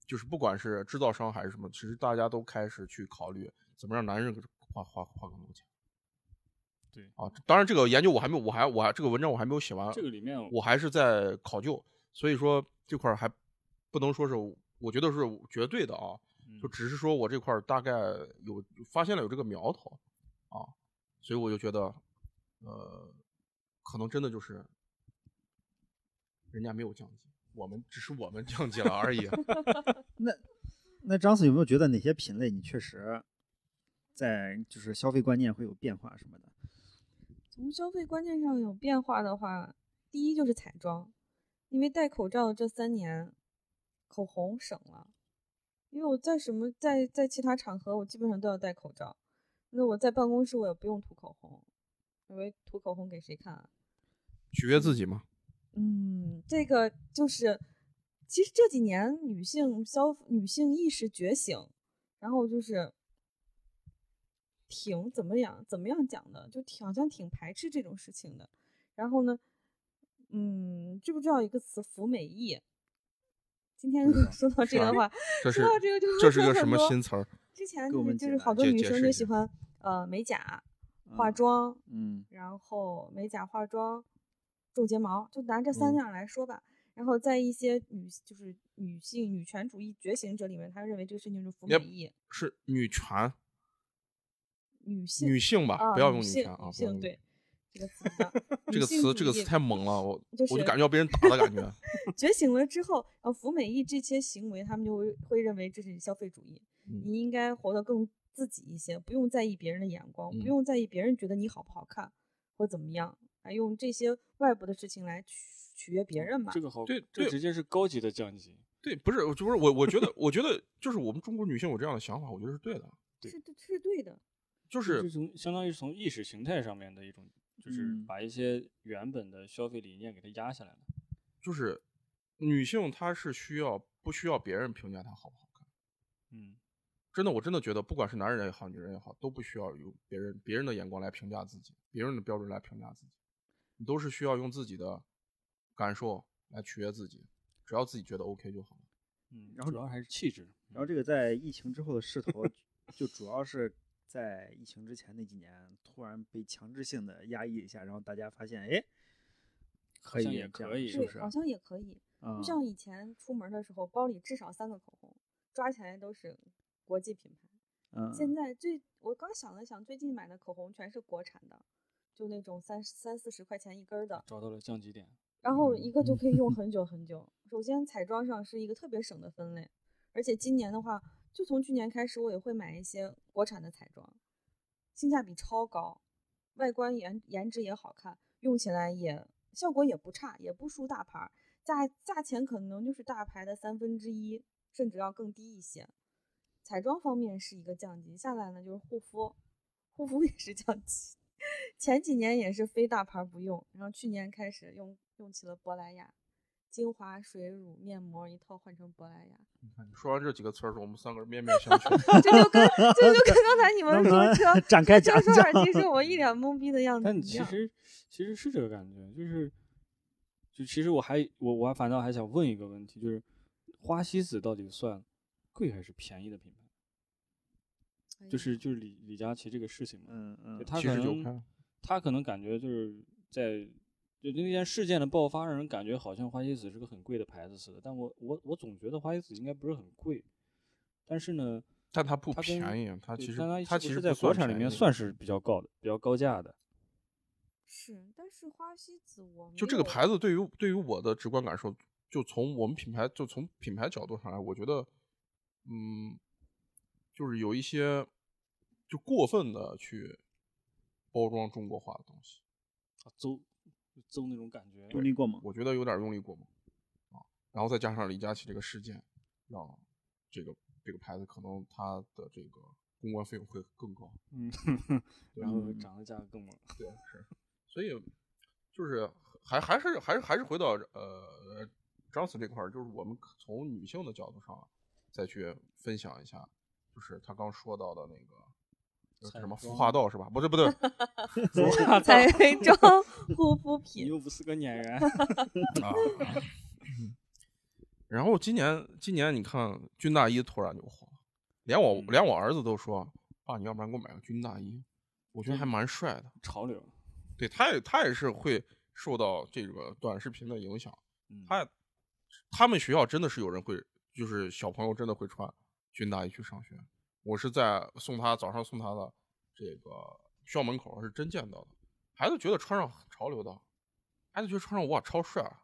就是不管是制造商还是什么，其实大家都开始去考虑怎么让男人花花花更多钱。
对
啊，当然这个研究我还没有，我还我还这个文章我还没有写完，
这个里面
嗯
我还是在考究，所以说这块儿还不能说是，我觉得是绝对的啊，就
嗯
只是说我这块儿大概有发现了有这个苗头啊，所以我就觉得，呃，可能真的就是人家没有降级，我们只是我们降级了而已。啊
那张思有没有觉得哪些品类你确实在就是消费观念会有变化什么的？
从消费观念上有变化的话，第一就是彩妆，因为戴口罩这三年，口红省了，因为我在什么在在其他场合我基本上都要戴口罩，那我在办公室我也不用涂口红，因为涂口红给谁看啊？
取悦自己 嘛，
嗯，这个就是，其实这几年女性消女性意识觉醒，然后就是挺怎么样怎么样讲的，就挺好像挺排斥这种事情的。然后呢，嗯，知不知道一个词“服美役”？今天如 果说到这个
啥
的话，
这是
说到这个就
这
会
是
有
个什
很
么
多
新词儿？
之前
给我
就是
们
就
解
是
答
好
一
多
下
女
解
生
释
就
一
喜
下
欢呃美甲、
嗯
化，妆，
嗯
然后美甲、化妆、种睫毛，就拿这三
嗯
样来说吧。然后在一些女就是女性女权主义觉醒者里面，他认为这个事情就是服美
Yep
役，
是女权，
女性
女性吧，
啊，
不要用
女
权
性
啊，
女
不要用
性
女
对这个词一样
这
女
个
性
词
主
这个
义
词太猛了，我
就是
我就感觉要被人打的感觉。
觉醒了之后，然后服美役这些行为，他们就会会认为这是消费主义，
嗯
你应该活得更自己一些，不用在意别人的眼光，
嗯
不用在意别人觉得你好不好看或怎么样，来用这些外部的事情来取取悦
嗯
别人嘛。
这个好，
对
这
对
直接是高级的降级。
对，不是，我就不是我，我觉得，我觉得就是我们中国女性有这样的想法，我觉得是对的，
对
是对是对的，
就
就是从相当于是从意识形态上面的一种，就是
嗯
把一些原本的消费理念给它压下来了。
就是女性她是需要不需要别人评价她好不好看？
嗯，
真的，我真的觉得，不管是男人也好，女人也好，都不需要用别人别人的眼光来评价自己，别人的标准来评价自己，你都是需要用自己的感受来取悦自己，只要自己觉得 OK 就好了。
嗯，
然后
主要还是气质。嗯
然后这个在疫情之后的势头，就主要是在疫情之前那几年突然被强制性的压抑一下，然后大家发现，哎，可以
像也
这样
可以
是不
对，
是？
好像也可以。
啊
就像以前出门的时候，包里至少三个口红，抓起来都是国际品牌。
嗯，
现在最我刚想了想，最近买的口红全是国产的，就那种三三四十块钱一根儿的，
找到了降级点，
然后一个就可以用很久很久。首先，彩妆上是一个特别省的分类，而且今年的话，就从去年开始，我也会买一些国产的彩妆，性价比超高，外观颜颜值也好看，用起来也效果也不差，也不输大牌儿，价价钱可能就是大牌的三分之一，甚至要更低一些。彩妆方面是一个降级，下来呢就是护肤，护肤也是降级。前几年也是非大牌不用，然后去年开始用用起了珀莱雅精华、水乳、面膜一套换成珀 莱雅，
说完这几个词儿的时候，我们三个人面面相觑。
这就跟这就跟刚才你
能
们
不
说
能
车
展开
车
讲
说
讲
耳机是我 一脸懵逼的样子
但
一
其
样。
实其实是这个感觉，就是就其实我还我我还反倒还想问一个问题，就是花西子到底算贵还是便宜的品牌？
哎呀
就是就是李李佳琦这个事情嘛，
嗯
就
嗯，
他可
79
能
块
他可能感觉就是在就那件事件的爆发，让人感觉好像花西子是个很贵的牌子似的。但我我我总觉得花西子应该不是很贵，但是呢，
但它不
它跟
便宜啊它
对
其实
但
它
它是不
其实
是
不
在国
算
产里
便
面
宜
算是比较高的、比较高价的。
是，但是花西子我
就
没
这个
有
牌子，对于对于我的直观感受，就从我们品牌，就从品牌角度上来，我觉得，嗯，就是有一些就过分的去包装中国化的东西，
啊，邹邹那种感觉，
用力过猛，
我觉得有点用力过猛啊。然后再加上李佳琦这个事件，让这个这个牌子可能它的这个公关费用会更高。
嗯，然
嗯
后涨的价格更猛。
对，是，所以就是还还是还是还是回到呃张 o 这块儿，就是我们可从女性的角度上再去分享一下，就是他刚说到的那个就是
彩
什么孵
妆
化道是吧？不是不 对，啊
彩妆护肤
你
品，
又不是个演 员，
啊。 然后今年今年你看军大衣突然就火了，连我
嗯
连我儿子都说爸，你要不然给我买个军大衣，我觉得还蛮帅的。
潮流，
对，他也他也是会受到这个短视频的影响。
嗯，
他他们学校真的是有人会，就是小朋友真的会穿军大衣去上学。我是在送他早上送他的这个学校门口是真见到的，孩子觉得穿上很潮流的，孩子觉得穿上哇超帅啊，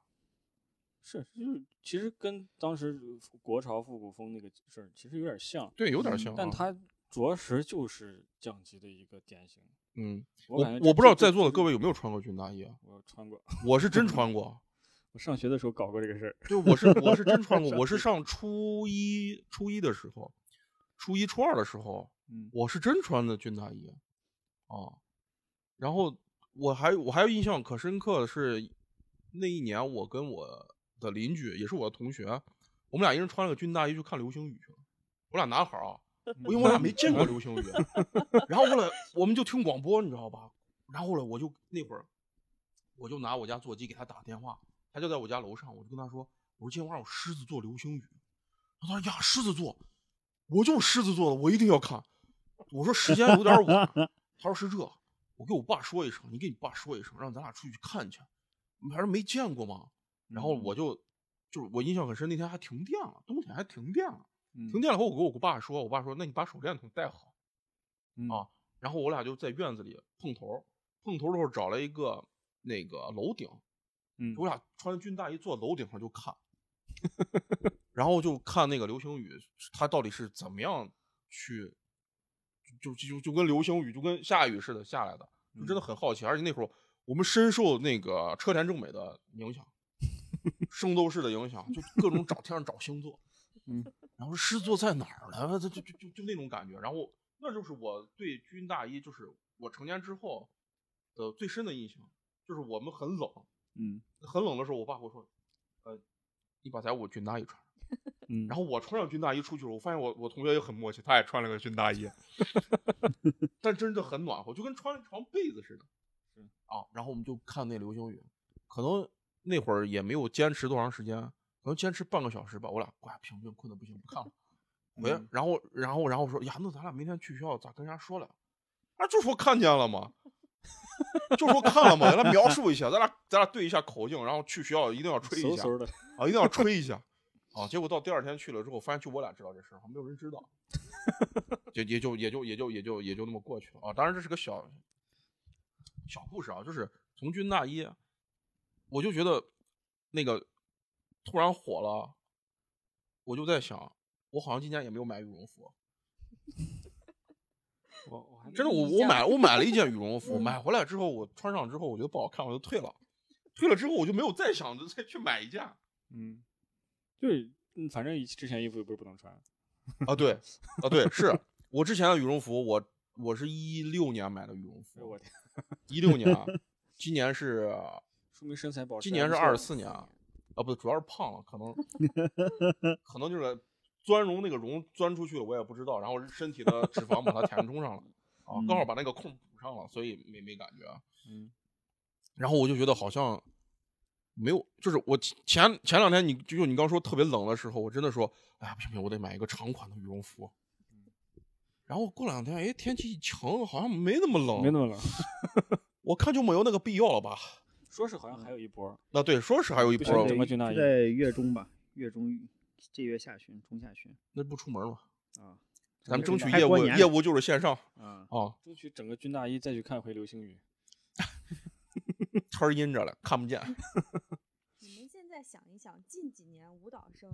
是就是其实跟当时国潮复古风那个事儿其实有点像，
对，有点像、啊
嗯但他着实就是降级的一个典型。
嗯，
我
我
感觉这
我不知道
这
在座的
这
各位有没有穿过军大衣啊？
我穿过，
我是真穿过，
我上学的时候搞过这个 事儿。
对，我是我是真穿过，我是上初一初一的时候，初一初二的时候，
嗯，
我是真穿的军大衣，啊，然后我还我还有印象可深刻的是，那一年我跟我的邻居也是我的同学，我们俩一人穿了个军大衣去看流星雨去了。我俩男孩儿啊，我因为我俩没见过流星雨， 然后我俩我们就听广播，你知道吧？然后呢，我就那会儿我就拿我家座机给他打电话，他就在我家楼上，我就跟他说，我说今天晚上有狮子座流星雨。他说呀，狮子座，我就是狮子座的，我一定要看。我说时间有点晚，他说是这，我给我爸说一声，你给你爸说一声，让咱俩出去看去。反正没见过嘛，然后我就就是我印象很深，那天还停电了，冬天还停电了。停
嗯
电了后，我跟我爸说，我爸说，那你把手电筒带好。
嗯
啊然后我俩就在院子里碰头儿，碰头儿的时候找了一个那个楼顶，
嗯，
我俩穿军大衣坐楼顶上就看， 然后就看那个流星雨，它到底是怎么样去，就就就就跟流星雨就跟下雨似的下来的，就
嗯
真的很好奇。而且那会儿我们深受那个车田正美的影 响，圣斗士的影响，就各种找天上找星座，
嗯，
然后狮子座在哪儿呢？就就就就就那种感觉。然后那就是我对军大衣，就是我成年之后的最深的印象，就是我们很冷。
嗯
很冷的时候，我爸会说：“呃，你把咱我军大衣穿上。”
嗯，
然
后
后我穿上军大衣出去了，我发现我我同学也很默契，他也穿了个军大衣， 但真的很暖和，就跟穿了一床被子似的。
是
啊，然后我们就看那流星雨，可能那会儿也没有坚持多长时间，可能坚持半个小时吧。我俩哇，平平困的不行，不看 了。回来
嗯，
然后然后然后我说呀，那咱俩明天去学校咋跟人家说来？啊，就说看见了嘛。就说看了嘛，给他描述一下，咱俩咱俩对一下口径，然后去学校一定要吹一
嗖
下
嗖的，
啊，一定要吹一下啊。结果到第二天去了之后，发现就我俩知道这事儿，没有人知道，也也就也就也就也就也就那么过去了啊。当然这是个小小故事啊，就是从军大一，我就觉得那个突然火了，我就在想，我好像今年也没有买羽绒服，
我我还
真的，我
你
我
想
买我买了一件羽绒服，
嗯
买回来之后我穿上之后我觉得不好看，我就退了。退了之后我就没有再想着再去买一件啊，
嗯，对，嗯反正之前衣服又不是不能穿，
对啊对，是我之前的羽绒服，我我是一六年买的羽绒
哎呦
服，
我天，
一六年啊，今年是
说明身材保持
今
还
年
不
是
错
二十四年啊，啊不，主要是胖了， 可能可能就是钻绒那个绒钻出去了，我也不知道，然后身体的脂肪把它填充 上了啊，刚好把那个空补上了，所以没没感觉啊。
嗯，
然后我就觉得好像没有，就是我前前前两天你就就你刚说特别冷的时候，我真的说，哎呀不行不行，我得买一个长款的羽绒服。
嗯
然后过两天，哎，天气一晴，好像没那么冷，
没那么冷。
我看就没有那个必要了吧？
说是好像还有一波，
那对，说是还有一
不
波
行，
儿
怎，么去那
就
里
在月中吧，月中这月下旬、中下旬
那不出门嘛，
啊，
咱们争取
还
业
过
务，
年
业
了
务就是线上
啊，
啊，
争取整个军大衣再去看回流星 雨。
天儿阴着了，看不见。
你们现在想一想，近几年舞蹈生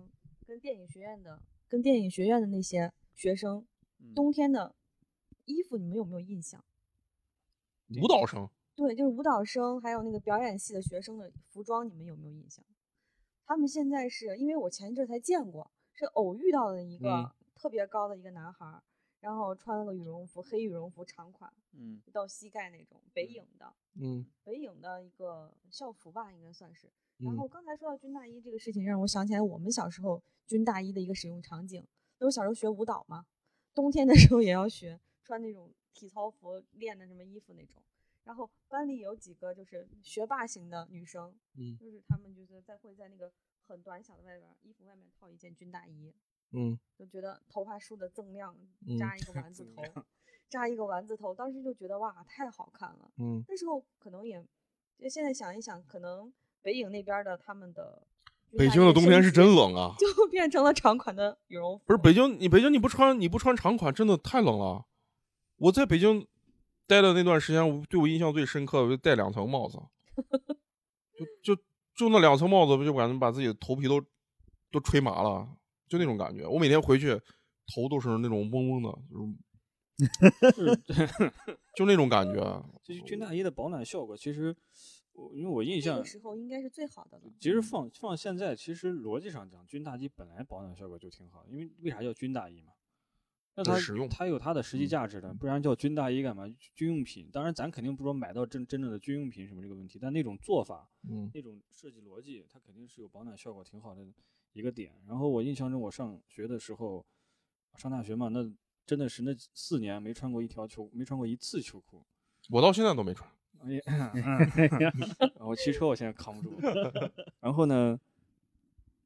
跟电影学院的跟电影学院的那些学生，
嗯
冬天的衣服你们有没有印象？
嗯
舞蹈生，
对，就是舞蹈生，还有那个表演系的学生的服装，你们有没有印象？他们现在是因为我前一阵儿才见过，是偶遇到了一
嗯
个特别高的一个男孩儿，然后穿了个羽绒服，黑羽绒服长款
嗯
到膝盖那种，北影的
嗯
北影的一个校服吧，应该算是。然后
嗯
刚才说到军大衣这个事情，让我想起来我们小时候军大衣的一个使用场景。因为我小时候学舞蹈嘛，冬天的时候也要学，穿那种体操服练的什么衣服那种。然后班里有几个就是学霸型的女生，
嗯
就是她们就是在会在那个很短小的外边儿衣服外面套一件军大衣，
嗯，
就觉得头发梳的锃亮
嗯，
扎一个丸子
锃
头
亮，
扎一个丸子头，当时就觉得哇，太好看了。
嗯，
那时候可能也，就现在想一想，可能北影那边儿的他们的军
北
大
京
衣
的冬
升
天是
级
真，冷啊，
就变成了长款的羽绒服。
不是北京，你北京你不穿你不穿长款，真的太冷了。我在北京待的那段时间，我对我印象最深刻的，我就戴两 层帽子，就就就那两层帽子，就感觉把自己的头皮都都吹麻了，就那种感觉。我每天回去头都是那种嗡嗡的，就是 就那种感觉。啊
就是军大衣的保暖效果，其实我因为我印
那
象
个，时候应该是最好的了。
其实放放现在，其实逻辑上讲，军大衣本来保暖效果就挺好，因为为啥叫军大衣嘛？那它
实用
它有它的实际
嗯
价值的，不然叫军大衣干嘛？军用品，当然咱肯定不说买到真真正的军用品什么这个问题，但那种做法，
嗯
那种设计逻辑，它肯定是有保暖效果挺好的一个点。然后我印象中，我上学的时候，上大学嘛，那真的是那四年没穿过一条秋，没穿过一次秋裤。
我到现在都没穿。
哎呀，我骑车我现在扛不住。 然后呢，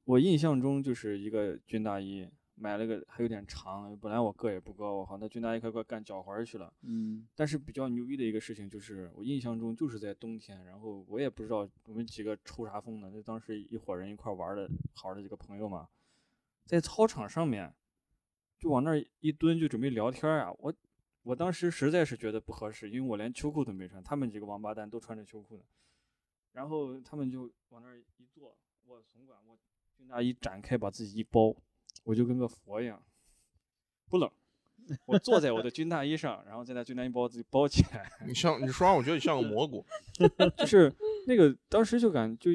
我印象中就是一个军大衣，买了个还有点长，本来我个也不高，我靠，那军大衣快给我干脚踝儿去了。
嗯
但是比较牛逼的一个事情就是，我印象中就是在冬天，然后我也不知道我们几个抽啥风呢，就当时一伙人一块玩儿的好的几个朋友嘛，在操场上面就往那儿一蹲就准备聊天儿啊，我我当时实在是觉得不合适，因为我连秋裤都没穿，他们几个王八蛋都穿着秋裤呢，然后他们就往那儿一坐，我总管我军大衣展开把自己一包，我就跟个佛一样，不冷。我坐在我的军大衣上，然后再拿军大衣包自己包起来，
你像你说完，我觉得你像个蘑菇。
就是那个当时就感就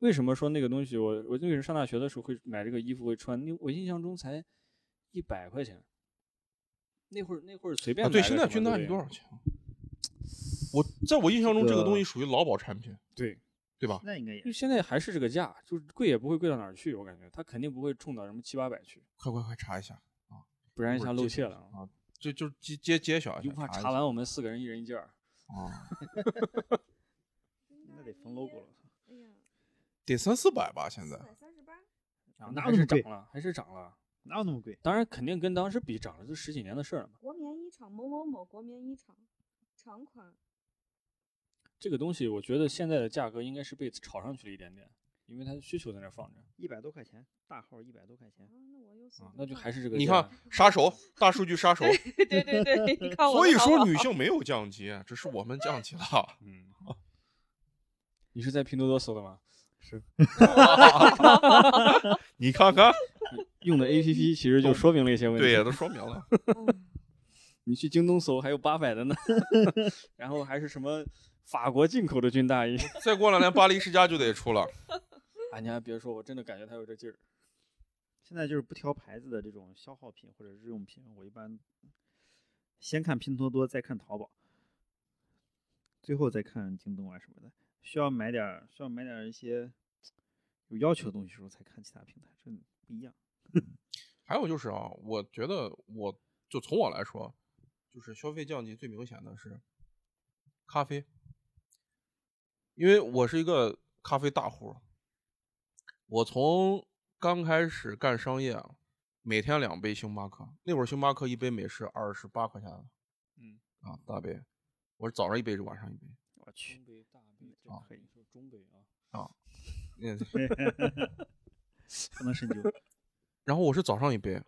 为什么说那个东西我我那个人上大学的时候会买这个衣服会穿，因为我印象中才一百块钱，那会儿那会儿随便、
啊，对，现在军大衣多？少钱？啊我在我印象中，这个东西属于劳保产品，
对，
对吧？
那应该也
因为现在还是这个价，就是贵也不会贵到哪儿去，我感觉它肯定不会冲到什么七八百去，
快快快查一下，
不然一
一会
下
儿
露
揭
怯
晓
了啊。
啊！就就揭揭揭晓一
就
下，
怕
一
查
下
完我们四个人一人一件儿，
啊，
那得封 logo 了。
哎呀，
得三四百吧，现
四
在
百三十八，
然后
那
啊还
么
是涨
贵
了，还是涨了。
哪有那么贵？
当然肯定跟当时比涨了，这十几年的事儿了嘛。
啊国棉衣厂某某某国棉衣厂，长款
这个东西，我觉得现在的价格应该是被炒上去了一点点，因为它的需求在那儿放着
一百多块钱，大号一百多块钱
啊，那我又死
啊
不，
那就
了
还是这个价。
你看杀手，大数据 杀手，
对对对，你看我
所
的
以
淘
说
宝
女性没有降级，啊只是我们降级了。
嗯，你是在拼多多搜的吗？
你看看，
用的 APP 其实就说明了一些问题。
哎哦对呀，都说明了。
嗯
你去京东搜还有八百 的呢，然后还是什么法国进口的军大 衣。
再过两年，巴黎世家就得出了。
啊，你还别说，我真的感觉它有这劲儿。
现在就是不挑牌子的这种消耗品或者日用品，我一般先看拼多多，再看淘宝，最后再看京东啊什么的。需要买点儿需要买点儿一些有要求的东西的时候，才看其他平台，真的不一样。
还有就是啊，我觉得我就从我来说，就是消费降级最明显的是咖啡，因为我是一个咖啡大户儿，我从刚开始干商业啊，每天两杯星巴克，那会儿星巴克一杯美式二十八块钱，
嗯
啊大杯，我是早上一杯，晚上一杯，
我 去，
杯、大杯
这啊可以，
中杯啊。
嗯，
不能深究。
然后我是早上一杯，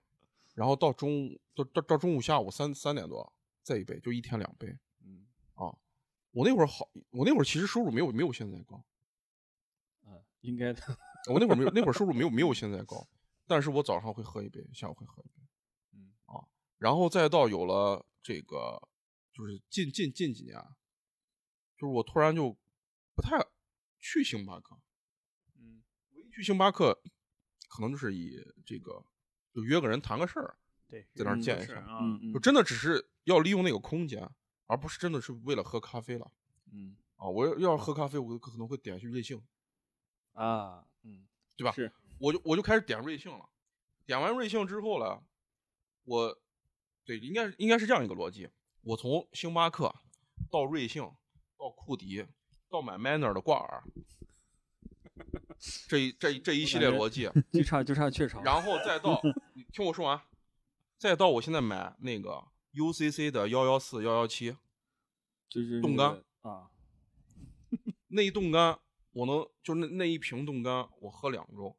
然后到中午到到到中午下午三三点多再一杯，就一天两杯。
嗯
啊，我那会儿好，我那会儿其实收入没有没有现在高，
嗯，应该的。
我那会儿没有那会儿收入没有没有现在高，但是我早上会喝一杯，下午会喝一杯，
嗯
啊，然后再到有了这个，就是近近近几年啊，就是我突然就不太去星巴克，
嗯，
唯一去星巴克可能就是以这个就约个人谈个事儿，
对，
在那儿
嗯
见
是
一下
啊，
嗯
就真的只是要利用那个空间，而不是真的是为了喝咖啡了
嗯
啊！我要要是喝咖啡，我可能会点去瑞幸，
啊， 嗯，
对吧
是，
我就我就开始点瑞幸了。点完瑞幸之后呢，我对应该应该是这样一个逻辑：我从星巴克到瑞幸，到库迪，到买 Manner 的挂耳，这一这一这一系列逻辑，
就差就差雀巢。
然后再到你听我说完，再到我现在买那个 UCC 的幺幺四幺幺七
就是
冻
那
干
个啊，
那一冻干，我能就那那一瓶冻干，我喝两周。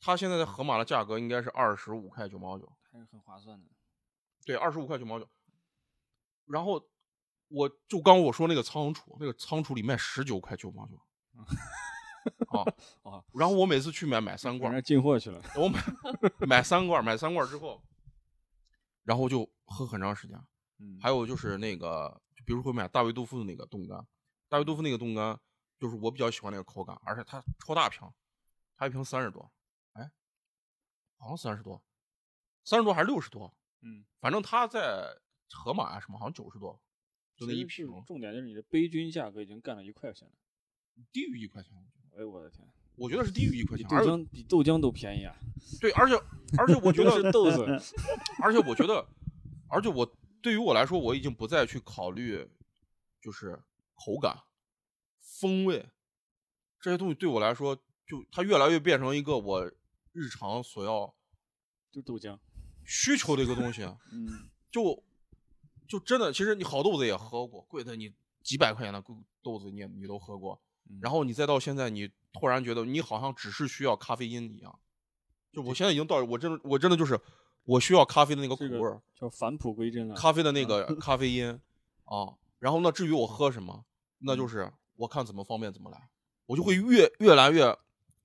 它现在在盒马的价格应该是二十五块九毛九，
还是很划算的。
对，二十五块九毛九。然后我就刚我说那个仓储，那个仓储里面十九块九毛九，啊
啊！
然后我每次去买买三
往
罐
那
儿
儿，进货去了。
我买买三罐儿，买三罐儿之后，然后就喝很长时间。
嗯，
还有就是那个，就比如会买大卫杜夫的那个冻干，大卫杜夫那个冻干就是我比较喜欢那个口感，而且它超大瓶，它一瓶三十多，哎，好像三十多，三十多还是六十多，
嗯，
反正它在盒马啊什么好像九十多，就那一
其实
瓶
是重点就是你的杯均价格已经干到一块钱了。
低于一块钱，
哎呦我的天，
我觉得是低于一块
比
钱，
豆
而且
浆比豆浆都便宜啊！
对，而且而且我觉得
是豆子。
而且我觉得，而且我对于我来说，我已经不再去考虑就是口感、风味这些东西，对我来说，就它越来越变成一个我日常所要
就豆浆，
需求的一个东 西。啊
嗯，
就就真的，其实你好豆子也喝过，贵的你几百块钱的豆子你也你都喝过，
嗯
然后你再到现在，你突然觉得你好像只是需要咖啡因一样。就我现在已经到，我真的我真的就是我需要咖啡的那个苦
这个
味儿。
叫返璞归真了。
咖啡的那个咖啡因啊。然后呢，至于我喝什么，那就是我看怎么方便怎么来，我就会越越来越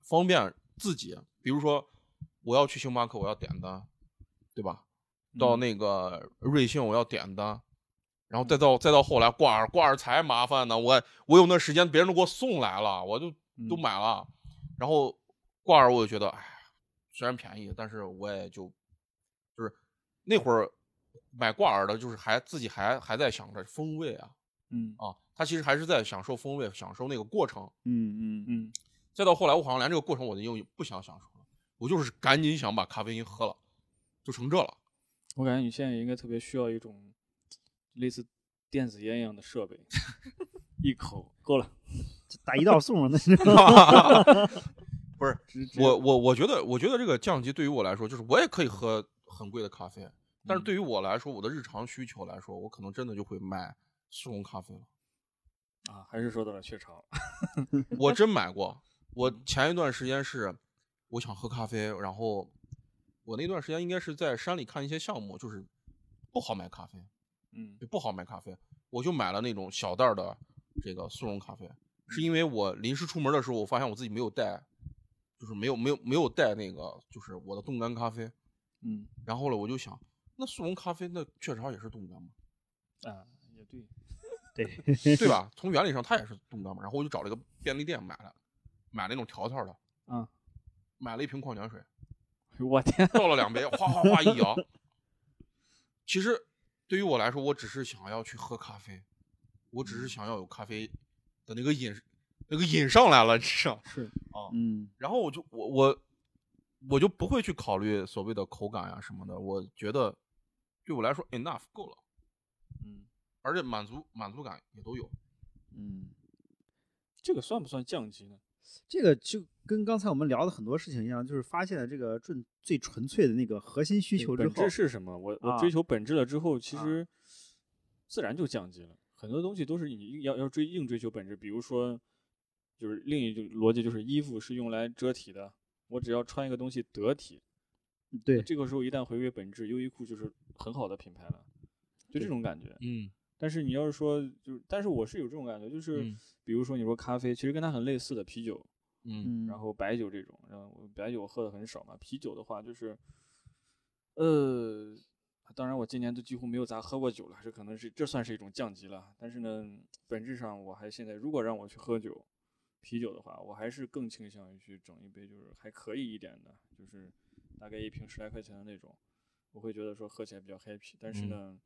方便自己。比如说，我要去星巴克，我要点单，对吧？到那个瑞幸，我要点单。然后再到再到后来挂耳挂耳才麻烦呢，我我有那时间，别人都给我送来了，我就都
嗯
买了，然后挂耳我就觉得，哎，虽然便宜，但是我也就就是那会儿买挂耳的，就是还自己还还在想着风味啊
嗯
啊，他其实还是在享受风味，享受那个过程。
嗯嗯嗯，
嗯，
再到后来，我好像连这个过程我都不想享受了，我就是赶紧想把咖啡因喝了，就成这了。
我感觉你现在应该特别需要一种类似电子烟一样的设备，一口够了。
就打胰岛素嘛，那是
不是我我我觉得我觉得这个降级对于我来说，就是我也可以喝很贵的咖啡，但是对于我来说，我的日常需求来说，我可能真的就会买速溶咖啡了。
啊，还是说到了雀巢，
我真买过。我前一段时间是我想喝咖啡，然后我那段时间应该是在山里看一些项目，就是不好买咖啡，
嗯
就不好买咖啡，我就买了那种小袋儿的这个速溶咖啡，是因为我临时出门的时候，我发现我自己没有带，就是没有没有没有带那个就是我的冻干咖啡，
嗯
然后呢，我就想，那速溶咖啡那雀巢也是冻干嘛，
啊，也对，
对吧？从原理上它也是冻干嘛，然后我就找了一个便利店买了，买了那种条条的，
嗯，
买了一瓶矿泉水，
哎我天，
倒了两杯，哗哗哗一摇。其实对于我来说，我只是想要去喝咖啡，我只是想要有咖啡的那个瘾，那个瘾上来了，你知道吗？
是
嗯，
然后我就我我我就不会去考虑所谓的口感呀、什么的，我觉得对我来说 enough 够了，
嗯
而且满足满足感也都有。
嗯，
这个算不算降级呢？
这个就跟刚才我们聊的很多事情一样，就是发现了这个最最纯粹的那个核心需求之
呃本
后
质，是什么？我
啊
我追求本质了之后，其
啊
实自然就降级了。很多东西都是你硬要要追硬追求本质，比如说，就是另一种逻辑就是衣服是用来遮体的，我只要穿一个东西得体。那
对，
这个时候一旦回归本质，优衣库就是很好的品牌了，就这种感觉。
嗯，
但是你要是说，就是，但是我是有这种感觉，就是、
嗯
比如说你说咖啡，其实跟它很类似的啤酒，
嗯
嗯，
然后白酒这种，然后我白酒喝的很少嘛，啤酒的话就是，呃，当然我今年都几乎没有咋喝过酒了，这可能是这算是一种降级了。但是呢，本质上我还现在如果让我去喝酒，啤酒的话，我还是更倾向于去整一杯就是还可以一点的，就是大概一瓶十来块钱的那种，我会觉得说喝起来比较 happy。但是呢，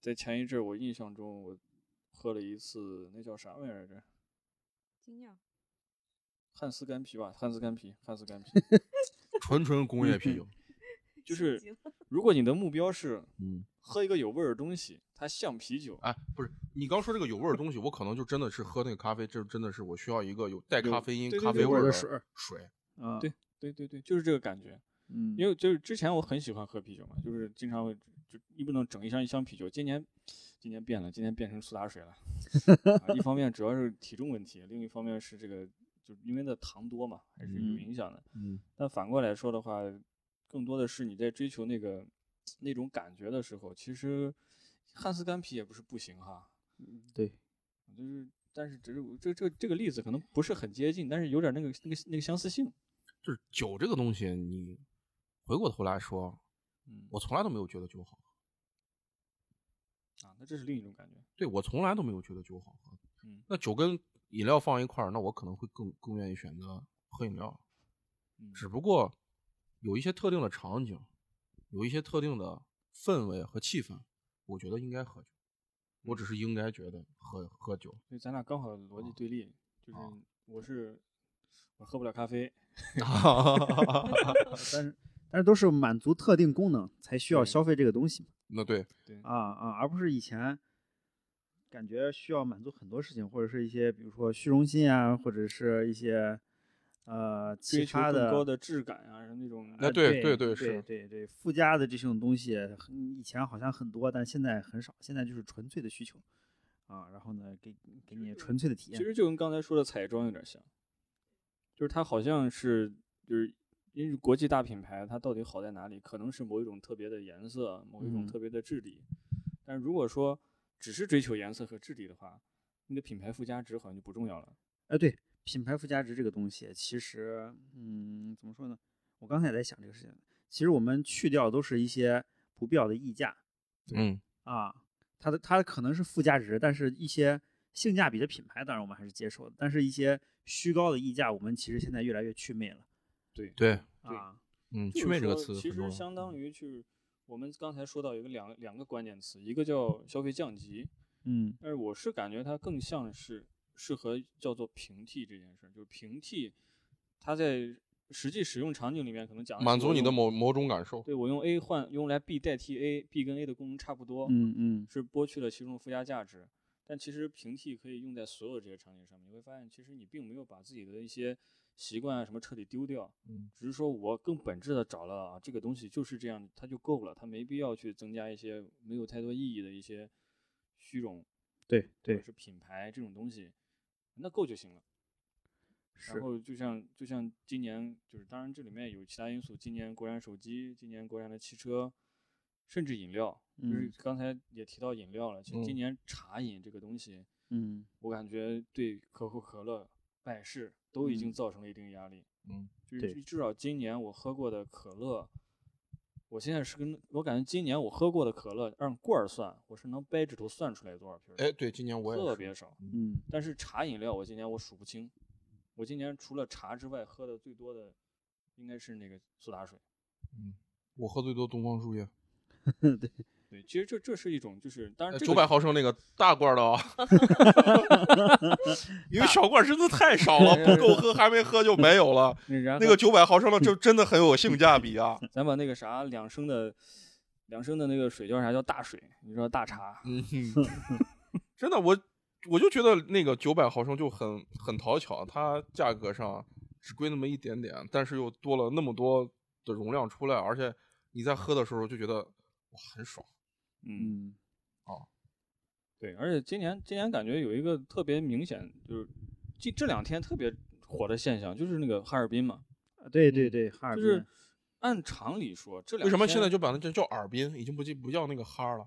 在前一阵儿我印象中我喝了一次那叫啥玩意儿来着？
精 酿
汉斯干啤吧，汉斯干啤，汉斯干啤，
纯纯工业啤酒。
就是如果你的目标是
嗯，
喝一个有味儿的东西，它像啤酒，
啊
哎，不是，你刚说这个有味儿的东西，我可能就真的是喝那个咖啡，这真的是我需要一个有带
有
咖啡因、
对对
咖
对
啡味
有
儿
味儿的
水
水儿
水。
啊，
对对对对，就是这个感觉。
嗯，
因为就是之前我很喜欢喝啤酒嘛，就是经常会就一不能整一箱一箱啤酒。今年今年变了，今年变成苏打水了。啊、一方面主要是体重问题，另一方面是这个就是因为那糖多嘛，还是有
嗯
影响的。
嗯
但反过来说的话，更多的是你在追求那个那种感觉的时候，其实汉斯干啤也不是不行哈。
对，
就是，但是只是我这这这个例子可能不是很接近，但是有点那个那个那个相似性。
就是酒这个东西，你回过头来说，
嗯，
我从来都没有觉得酒好喝，
啊，那这是另一种感觉。
对我从来都没有觉得酒好喝。
嗯
那酒跟饮料放一块儿，那我可能会更更愿意选择喝饮料。
嗯，
只不过有一些特定的场景，有一些特定的氛围和气氛，我觉得应该喝酒。
嗯
我只是应该觉得喝喝 酒，
所以咱俩刚好逻
哦
辑对立，就是
啊
我是我喝不了咖啡，
但是但是都是满足特定功能才需要
对
消费这个东西嘛，
那对，
对
啊啊，而不是以前感觉需要满足很多事情，或者是一些比如说虚荣心啊，或者是一些呃
追
其
求
他
更
的
高的质感啊，那种
那
啊
对
对
对是
对对对，附加的这种东西，嗯以前好像很多，但现在很少，现在就是纯粹的需求啊，然后呢，给给你纯粹的体验
其。实就跟刚才说的彩妆有点像，就是它好像是就是因为国际大品牌，它到底好在哪里？可能是某一种特别的颜色，某一种
嗯
特别的质地。但如果说只是追求颜色和质地的话，你的品牌附加值好像就不重要了。
哎，对，品牌附加值这个东西，其实，嗯，怎么说呢？我刚才也在想这个事情，其实我们去掉都是一些不必要的溢价
嗯，
啊，它的它可能是附加值，但是一些性价比的品牌，当然我们还是接受的，但是一些虚高的溢价，我们其实现在越来越祛魅了
对，
对，
对
啊，
嗯，
就是
趣味这个
说
词
其
很重要
实
嗯
相当于去我们刚才说到一个两两个关键词，一个叫消费降级，
嗯
但是我是感觉它更像是适合叫做平替这件事儿，就是平替，它在实际使用场景里面可能讲的是
满足
我
你的
用
某某种感受。
对我用 A 换用来 B 代替 A，B 跟 A 的功能差不多，
嗯嗯，
是剥去了其中的附加价值。但其实平替可以用在所有这些场景上面，你会发现其实你并没有把自己的一些习惯啊什么彻底丢掉，
嗯
只是说我更本质的找了啊这个东西就是这样，它就够了，它没必要去增加一些没有太多意义的一些虚荣
对
或者
对
是品牌这种东西，那够就行了。
是
然，后就像就像今年，就是当然这里面有其他因素，今年国产手机，今年国产的汽车，甚至饮料，就是
嗯
刚才也提到饮料了。其实今
嗯
年茶饮这个东西，
嗯
我感觉对可口可乐、百事都已经
嗯
造成了一定压力。
嗯，
就
对
是至少今年我喝过的可乐，我现在是跟我感觉今年我喝过的可乐按罐儿算，我是能掰指头算出来多少瓶儿，
哎，对，今年我也
特
是
别少。
嗯
但是茶饮料我今年我数不清，我今年除了茶之外喝的最多的应该是那个苏打水。
我喝最多东方树叶，
嗯对，
对，其实这这是一种就是，当然这
哎呃九
个
百毫升那个大罐的啊， 因为小罐真的太少 了，不够喝，还没喝就没有了。
嗯然后
那个九百毫升的，这真的很有性价比啊！
咱把那个啥两升的两升的那个水叫啥叫大水，你说大茶，
嗯，真的，我我就觉得那个九百毫升就很很讨巧，它价格上只贵那么一点点，但是又多了那么多的容量出来，而且你在喝的时候就觉得哇很爽。
嗯
嗯对，而且今年今年感觉有一个特别明显，就是这这两天特别火的现象，就是那个哈尔滨嘛，
啊对对对，哈尔
就
滨
是按常理说这两
为什么现在
天
就把它叫叫耳滨，已经不记不叫那个哈儿了？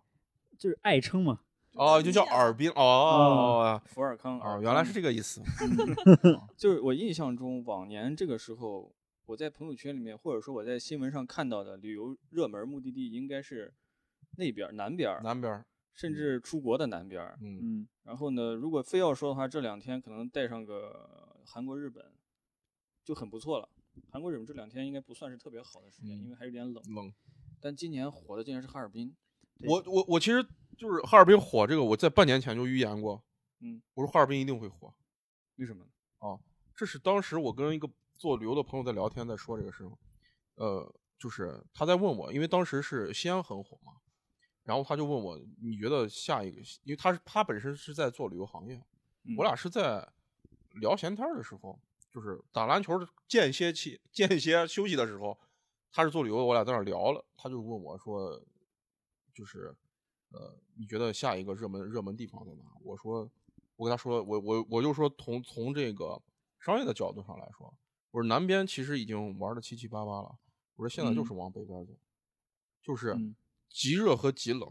就是爱称嘛，
哦，就叫耳滨哦
福尔康
哦，原来是这
个，
个意思。
就是我印象中往年这个时候，我在朋友圈里面或者说我在新闻上看到的旅游热门目的地应该是那边儿南边儿，
南边儿，
甚至出国的南边儿。
嗯，
嗯
然后呢，如果非要说的话，这两天可能带上个韩国、日本就很不错了。韩国、日本这两天应该不算是特别好的时间，
嗯
因为还有点冷。
冷。
但今年火的竟然是哈尔滨，
对
我我我其实就是哈尔滨火这个，我在半年前就预言过。
嗯，
我说哈尔滨一定会火。
为什么呢？
这是当时我跟一个做旅游的朋友在聊天，在说这个事情。呃，就是他在问我，因为当时是西安很火嘛，然后他就问我，你觉得下一个，因为他是他本身是在做旅游行业，
嗯
我俩是在聊闲天儿的时候，就是打篮球儿间歇期、间歇休息的时候，他是做旅游的，我俩在那儿聊了，他就问我说，就是呃，你觉得下一个热门热门地方在哪？我说，我跟他说，我我我就说从从这个商业的角度上来说，我说南边其实已经玩的七七八八了，我说现在就是往北边走，就是
嗯
极热和极冷，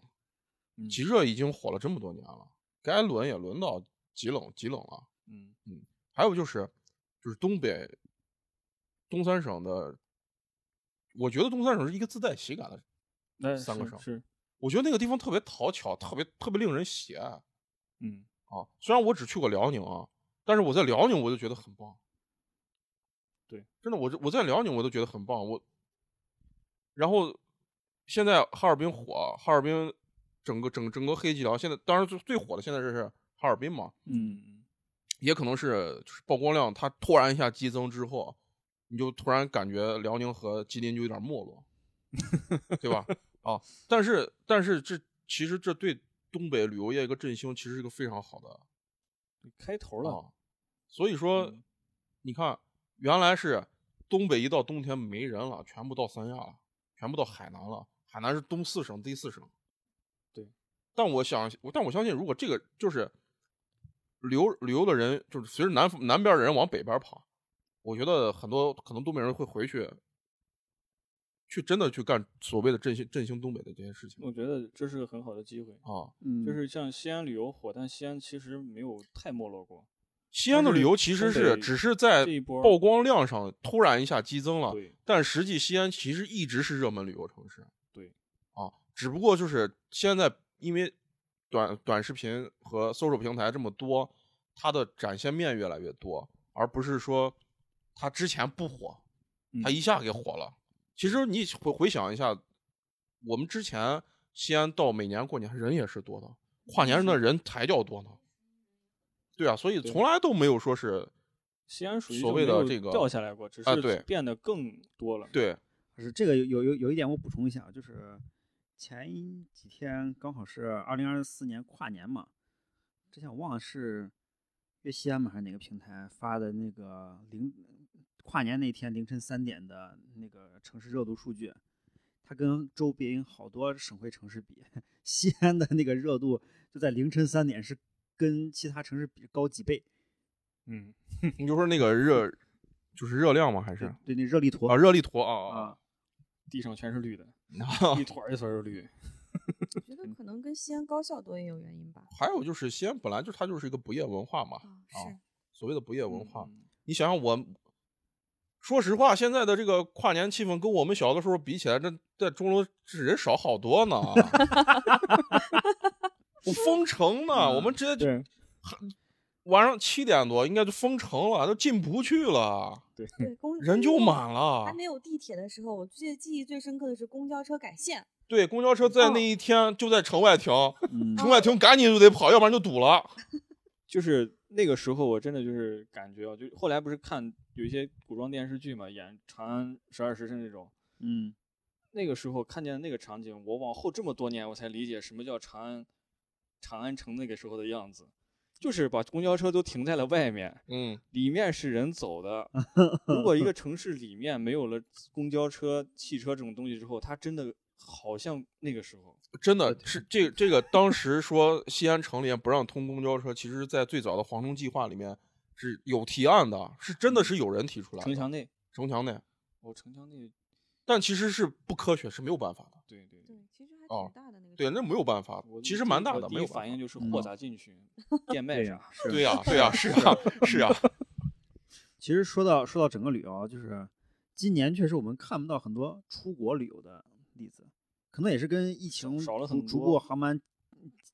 嗯
极热已经火了这么多年了，该轮也轮到极冷极冷了。
嗯
还有就是，就是东北东三省的，我觉得东三省是一个自带喜感的，
那
三个
是
省
是
我觉得那个地方特别讨巧，特别特别令人喜爱
嗯
啊。虽然我只去过辽宁啊，但是我在辽宁我就觉得很棒。
对，
真的，我这我在辽宁我都觉得很棒。我，然后现在哈尔滨火，哈尔滨整个整整个黑吉辽现在当然最最火的现在这是哈尔滨嘛，
嗯嗯
也可能是就是曝光量它突然一下激增之后，你就突然感觉辽宁和吉林就有点没落，对吧？ 啊，但是但是这其实这对东北旅游业一个振兴，其实是一个非常好的
对开头了，
啊。所以说，
嗯
你看原来是东北一到冬天没人了，全部到三亚了，全部到海南了，海南是东四省第四省。
对，
但我想，但我相信，如果这个就是旅游旅游的人，就是随着南南边的人往北边跑，我觉得很多可能东北人会回去，去真的去干所谓的振兴振兴东北的这些事情
我觉得这是个很好的机会。
啊。
嗯，
就是像西安旅游火，但西安其实没有太没落过。
西安的旅游其实
但是
是
东北
只是在
这一波
曝光量上突然一下激增了，
对，
但实际西安其实一直是热门旅游城市。
对，
啊，只不过就是现在因为短短视频和搜索平台这么多，它的展现面越来越多，而不是说它之前不火，它
嗯
一下给火了。其实你回回想一下，我们之前西安到每年过年人也是多的，跨年的人才叫多呢。对啊，所以
嗯对
从来都没有说是
西安属于
所
就
谓
没
的
有
这个
掉下来过，只
啊对
是变得更多了。
对，
是这个有有有有一点我补充一下，啊就是前几天刚好是二零二四年跨年嘛，之前我忘了是粤西安嘛还是哪个平台发的那个凌跨年那天凌晨三点的那个城市热度数据，它跟周边好多省会城市比，西安的那个热度就在凌晨三点是跟其他城市比高几倍，
嗯，
你就说那个热，就是热量吗？还是
对对，那热力图
啊热力图啊啊
啊，
地上全是绿的，
啊！
一坨儿一坨儿是绿。
我觉得可能跟西安高校多也有原因吧。
还有就是西安本来就它就是一个不夜文化嘛，
啊，
啊
是，
所谓的不夜文化。
嗯
你想想我，说实话，现在的这个跨年气氛跟我们小的时候比起来，这在钟楼这人少好多呢。我封城呢，我们直接就
对
晚上七点多应该就封城了，都进不去了，
对，
对，公
人就满。
还
哦
了。
没有地铁的时候，我记得记忆最深刻的是公交车改线，
对，公交车在那一天就在城外停，
嗯，
城外停赶紧就得跑，要不然就堵了。
就是那个时候，我真的就是感觉啊，就后来不是看有一些古装电视剧嘛，演《长安十二时辰》这种，
嗯，
那个时候看见那个场景，我往后这么多年我才理解什么叫长安，长安城那个时候的样子，就是把公交车都停在了外面，
嗯，
里面是人 走的。如果一个城市里面没有了公交车、汽车这种东西之后，它真的好像那个时候，
真的是这个这个，当时说西安城里面不让通公交车，其实在最早的黄忠计划里面是有提案的，是真的是有人提出来的
嗯城墙内，
城墙内，
哦，城墙内，
但其实是不科学，是没有办法的。
对对对。
对，其实还
哦
挺大的那个。
对，那没有办 法
我，
其实蛮大
我
的，
第
没
一
有
反应
就
就是
嗯
货砸 进去，变卖
对
上
呀。是
对 呀，对呀，是呀，是呀，
其实说到说到整个旅游啊，就是今年确实我们看不到很多出国旅游的例子，可能也是跟疫情
少了
逐
很
逐步
多
航班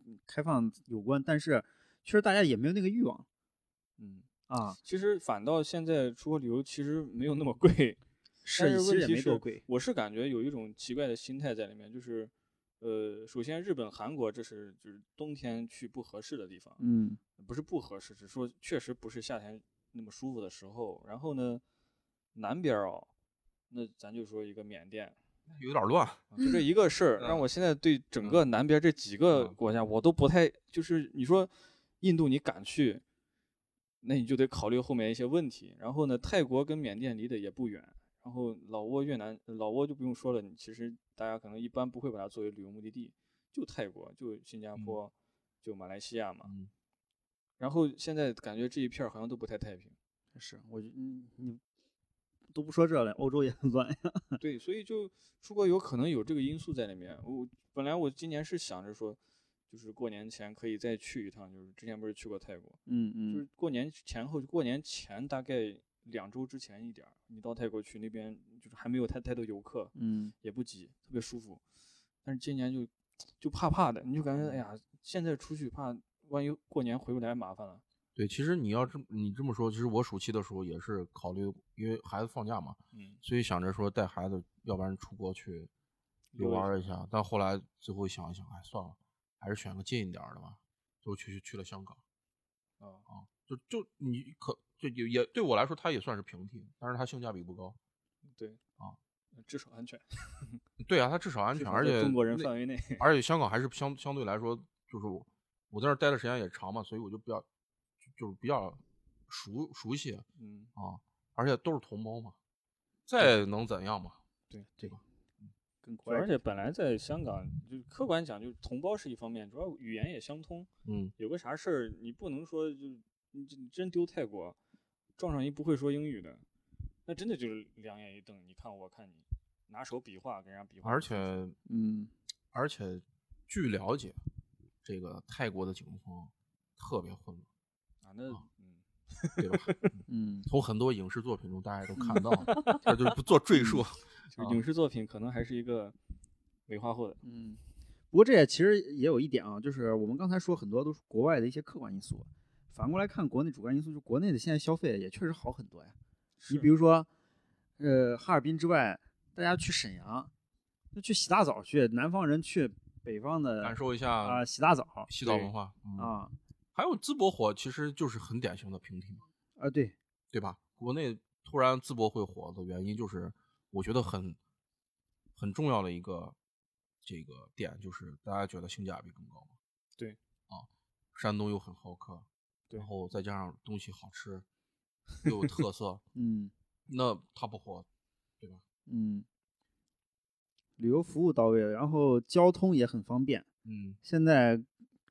嗯开放有关，但是确实大家也没有那个欲望
嗯，
啊，
其实反倒现在出国旅游其实没有那么 贵，但
其实
问
也
题
没多
是
贵，
我是感觉有一种奇怪的心态在里面，就是，呃，首先日本、韩国这是就是冬天去不合适的地方，
嗯
不是不合适，只是说确实不是夏天那么舒服的时候。然后呢，南边儿哦，那咱就说一个缅甸，
有点乱。
啊就这一个事儿，让我现在对整个南边这几个
嗯
国家我都不太，就是你说印度你敢去，那你就得考虑后面一些问题。然后呢，泰国跟缅甸离得也不远，然后老挝、越南，老挝就不用说了，你其实大家可能一般不会把它作为旅游目的地，就泰国、就新加坡、就马来西亚嘛。
嗯
然后现在感觉这一片儿好像都不太太平。
是，我觉
嗯
你你都不说这了，欧洲也很 乱呀，
对，所以就出国游可能有这个因素在里面。我本来我今年是想着说，就是过年前可以再去一趟，就是之前不是去过泰国，
嗯
就
嗯
是过年前后，过年前大概两周之前一点儿，你到泰国去那边就是还没有太太多游客，
嗯，
也不挤，特别舒服。但是今年就就怕怕的，你就感觉哎呀，现在出去怕万一过年回不来麻烦了。
对，其实你要这么你这么说，其实我暑期的时候也是考虑，因为孩子放假嘛，
嗯，
所以想着说带孩子，要不然出国去游
游一
玩儿一下。但后来最后想一想，哎，算了，还是选个近一点儿的吧，就去去了香港。
啊、
就就你可就也也对我来说，它也算是平替，但是它性价比不高。
对
啊，
至少安全，
对啊，它至少安
至
全，
少
而
在
且
中国人
那
范围内
而且香港还是相相对来说，就是我我在那儿待的时间也长嘛，所以我就比较就就是比较熟熟悉
嗯。
啊，而且都是同胞嘛，再能怎样嘛？
跟国
而
外
且本来在香港，就客观讲，就是同胞是一方面，主要语言也相通。
嗯，
有个啥事儿，你不能说就你真真丢泰国，撞上一不会说英语的，那真的就是两眼一瞪，你看我看你，拿手比划跟人家比划。
而且
嗯
而且据了解，这个泰国的警方特别混乱，
啊，那嗯，
对吧？
嗯
从很多影视作品中大家都看到了，这就不做赘述。啊
就是影视作品可能还是一个美化后的。
嗯，不过这也其实也有一点啊，就是我们刚才说很多都是国外的一些客观因素，反过来看国内主观因素，就国内的现在消费也确实好很多呀。你比如说，呃，哈尔滨之外，大家去沈阳，就去洗大澡去，南方人去北方的
感受
啊、
一下
洗大澡
西藏
对
文化，嗯
啊
还有淄博火，其实就是很典型的平替嘛。
啊对，
对吧？国内突然淄博会火的原因，就是我觉得很很重要的一个这个点，就是大家觉得性价比更高嘛。
对，
啊，山东又很好客，
对
然后再加上东西好吃，又有 特色，
嗯
那它不火，对吧？
嗯，旅游服务到位，然后交通也很方便。
嗯，
现在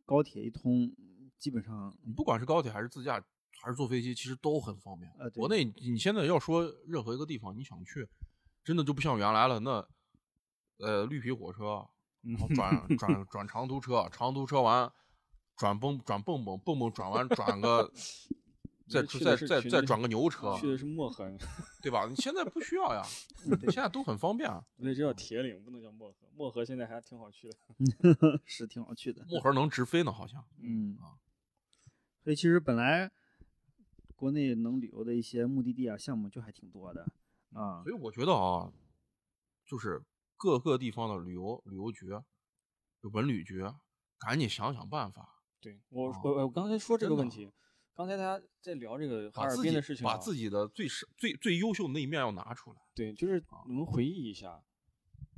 高铁一通，基本上
你不管是高铁还是自驾还是坐飞机，其实都很方便。
呃对
国内你现在要说任何一个地方你想去，真的就不像原来了。那呃，绿皮火车，然后 转转转长途车，长途车完转蹦转蹦蹦蹦蹦转完转个。再
你去
再
的是
再
群
再
力
转个牛车，
去的是嗯漠 河，
对吧？你现在不需要 呀，现在都很方便啊。
那就叫铁岭，不能叫漠河。漠河现在还挺好去的。
是挺好去的。
漠河能直飞呢，好像。
嗯
啊，
所以其实本来国内能旅游的一些目的地啊、项目就还挺多的啊。
嗯所以我觉得啊，就是各个地方的旅游旅游局、文旅局，赶紧想想办法，
对我
哦
我我刚才说这
真
个
的
问题，刚才大家在聊这个
把
哈尔
自
滨
己
的事情啊，
把自己的最是最最优秀的那一面要拿出来。
对，就是
啊
我们回忆一下，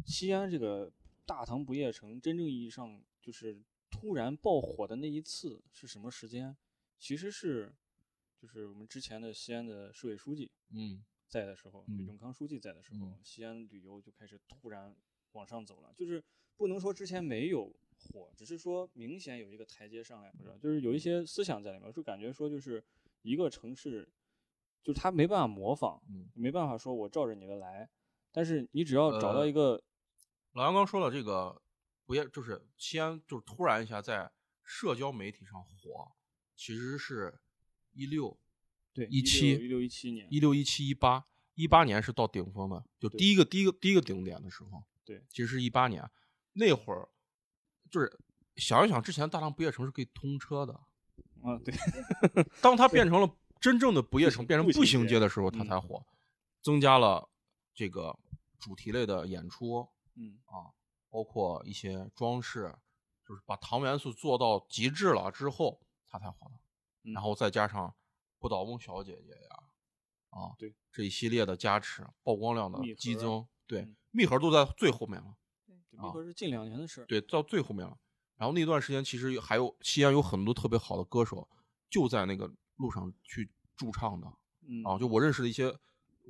西安这个大唐不夜城真正意义上就是突然爆火的那一次是什么时间？其实是就是我们之前的西安的市委书记
嗯，
在的时候，就
嗯
永康书记在的时候，
嗯
西安旅游就开始突然往上走了。就是不能说之前没有火，只是说明显有一个台阶上来，不知道就是有一些思想在里面，就感觉说就是一个城市，就是它没办法模仿，
嗯
没办法说我照着你的来，但是你只要
呃
找到一个，
老杨刚说了这个，不也就是西安，就是突然一下在社交媒体上火，其实是一六
对
一七
一六一七年，
一六一七一八一八年是到顶峰的，就
对
第一个第一个第一个顶点的时候。
对，
其实是一八年那会儿，就是想一想之前大唐不夜城是可以通车的，
啊对，
当它变成了真正的不夜城，
行
变成
步
步
行
行
街
街的时候，它
嗯
才火，增加了这个主题类的演出，啊
嗯
包括一些装饰，就是把唐元素做到极致了之后，它才火的。
嗯
然后再加上不倒翁小姐姐呀，啊，
对
这一系列的加持，曝光量的
密
激
盒
增，对
嗯，
密盒都在最后面了，
对那会
哦
儿是近两年的事儿，
对，到最后面了。然后那段时间其实还有西安有很多特别好的歌手，就在那个路上去驻唱的，
嗯
啊，就我认识的一些，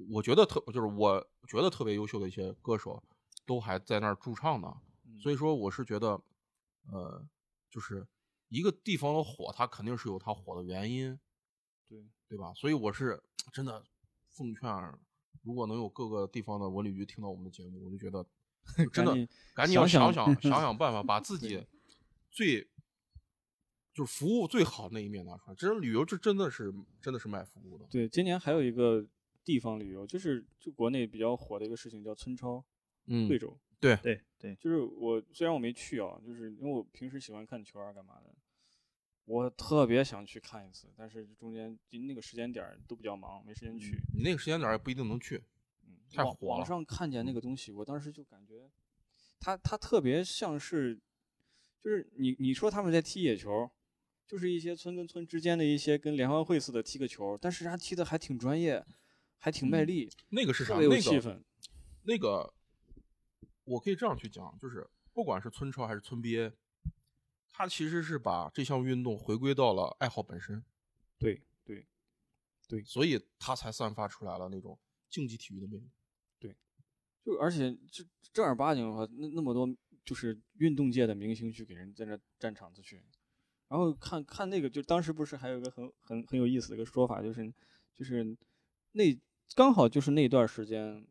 我觉得特就是我觉得特别优秀的一些歌手，都还在那儿驻唱呢。
嗯
所以说，我是觉得，呃，就是一个地方的火，它肯定是有它火的原因，
对
对吧？所以我是真的奉劝，如果能有各个地方的文旅局听到我们的节目，我就觉 得真的
赶紧
赶紧要
想
想
想
想想想办 法，把自己最。就是服务最好的那一面拿出来，真的旅游这真的是真的是卖服务的。
对，今年还有一个地方旅游，就是就国内比较火的一个事情叫村超，
嗯
贵州。
对对，
就是我虽然我没去啊，就是因为我平时喜欢看球啊干嘛的，我特别想去看一次，但是中间就那个时间点儿都比较忙，没时间去。
嗯你那个时间点儿也不一定能去。
嗯，
太
网
火了嗯
网上看见那个东西，我当时就感觉它它特别像是，就是你你说他们在踢野球，就是一些村跟村之间的一些跟联欢会似的踢个球，但是人家踢的还挺专业，还挺
嗯
卖力，
那个是啥？
特别有气氛。
那个那个，我可以这样去讲，就是不管是村超还是村 BA，它其实是把这项运动回归到了爱好本身，
对对
所以它才散发出来了那种竞技体育的魅力。
就而且这正儿八经的话，那那么多就是运动界的明星去给人在那占场子去，然后看看那个，就当时不是还有一个很很很有意思的一个说法，就是就是那刚好就是那段时间，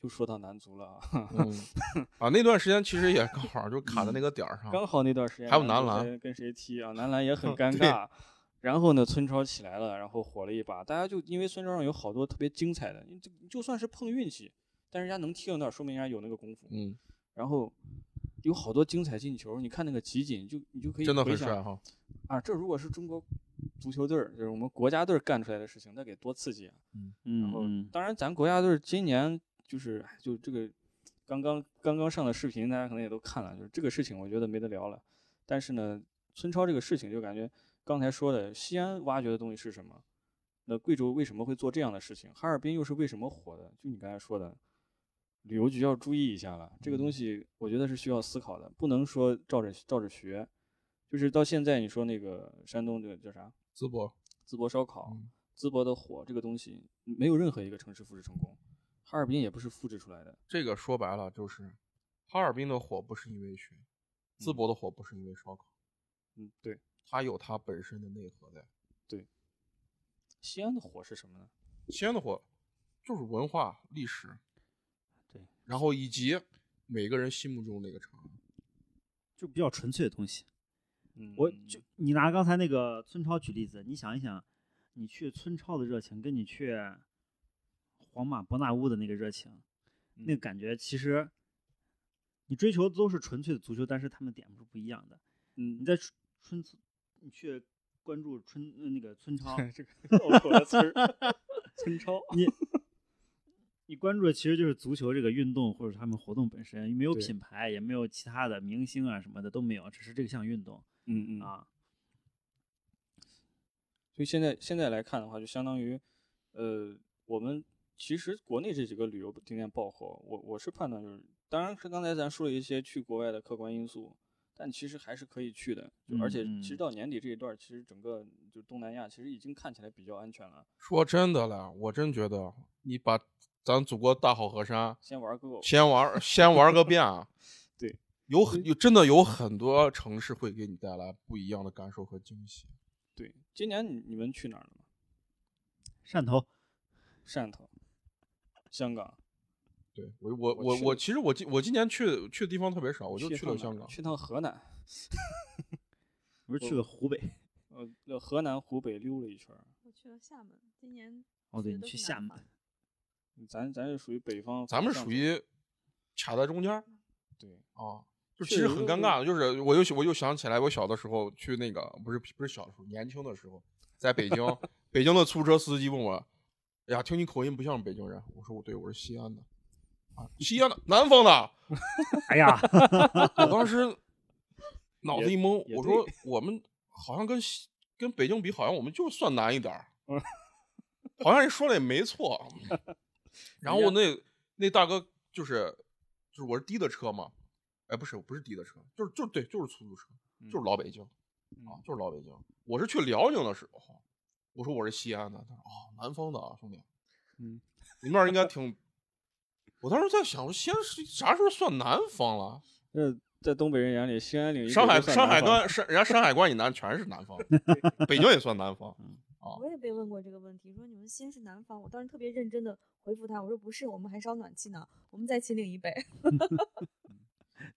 就说到男足了啊，
嗯，啊，那段时间其实也刚好就卡在那个点儿上。
嗯刚好那段时间
啊还有
足
男篮
在跟谁踢啊，男篮 也很尴尬。然后呢，村超起来了，然后火了一把，大家就因为村超上有好多特别精彩的，你就就算是碰运气，但人家能踢到那儿，说明人家有那个功夫。
嗯，
然后有好多精彩进球，你看那个集锦，就你就可以
真的
回
很
想
帅哈。
啊！这如果是中国足球队儿，就是我们国家队儿干出来的事情，那得多刺激啊！然
嗯
后，
嗯
当然咱国家队儿今年就是哎就这个刚刚刚刚上的视频，大家可能也都看了，就是这个事情我觉得没得聊了。但是呢，村超这个事情就感觉刚才说的，西安挖掘的东西是什么？那贵州为什么会做这样的事情？哈尔滨又是为什么火的？就你刚才说的，旅游局要注意一下了。这个东西我觉得是需要思考的，不能说照着照着学。就是到现在你说那个山东这个叫啥
淄博，
淄博烧烤
嗯、
淄博的火这个东西，没有任何一个城市复制成功，哈尔滨也不是复制出来的。
这个说白了就是，
嗯
哈尔滨的火不是因为雪，淄博的火不是因为烧烤。
嗯，对，
它有它本身的内核在。
西安的火是什么呢？
西安的火就是文化历史，
对，
然后以及每个人心目中那个长安。
就比较纯粹的东西。
嗯，
我就你拿刚才那个村超举例子，你想一想，你去村超的热情，跟你去皇马伯纳乌的那个热情，那
嗯
个感觉，其实你追求的都是纯粹的足球，但是他们点是不一样的。
嗯，
你在春春村，你去关注春呃那个村超
这个绕口的词儿，村超，
你你关注的其实就是足球这个运动或者他们活动本身，没有
对
品牌，也没有其他的明星啊什么的都没有，只是这项运动
嗯嗯
啊。
所以现在现在来看的话，就相当于，呃，我们其实国内这几个旅游景点爆火，我我是判断就是，当然是刚才咱说了一些去国外的客观因素，但其实还是可以去的，就而且
嗯嗯
其实到年底这一段儿，其实整个就东南亚其实已经看起来比较安全了，
说真的了，我真觉得你把咱祖国大好河山
先玩够，。
先玩儿先玩儿个遍啊
对，
有很有真的有很多城市会给你带来不一样的感受和惊喜。
对，今年你你们去哪儿了吗？
汕头，
汕头、香港，
对我我
我
我
去
我其实我今我今年去去的地方特别少，我就
去
去了
趟哪
香
儿
港。
去趟河南，
我是去了湖北。
呃，呃河南、湖北溜了一圈儿，
我去了厦门，今年
哦，对，
去
你
的都
去
是
厦
南
门
方，
咱咱是属于北方，
咱们
北上
属
广
于卡在中间儿
嗯对。
啊，就
确
其实
实
很
是
尴尬的，就是我又我又想起来，我小的时候去那个不是不是小的时候，年轻的时候，在北 京，北京的出租车司机问我，哎呀，听你口音不像北京人，我说我对，我是西安的，啊，西安的，南方的，
哎 呀，
我当时脑子一懵
也，
我说我们好像跟西跟北京比，好像我们就算难一点儿
嗯，
好像人说的也没 错。然后那那大哥就是就是我是滴的车嘛，哎不是不是滴的车，就是就是对就是出租车，
嗯
就是老北京啊，就是老北京。我是去辽宁的时候，我说我是西安的，他说哦南方的啊兄弟，
嗯，
你们那儿应该挺。 我当时在想，我西安是啥时候算南方了？
那在东北人眼里，西安岭以
山
北
海
就算
山海
南方
关山人家山海关以南全是 南方，北京也算南方。啊
我也被问过这个问题，说你们西安是南方，我当时特别认真的回复他，我说不是，我们还烧暖气呢，我们在秦岭以北。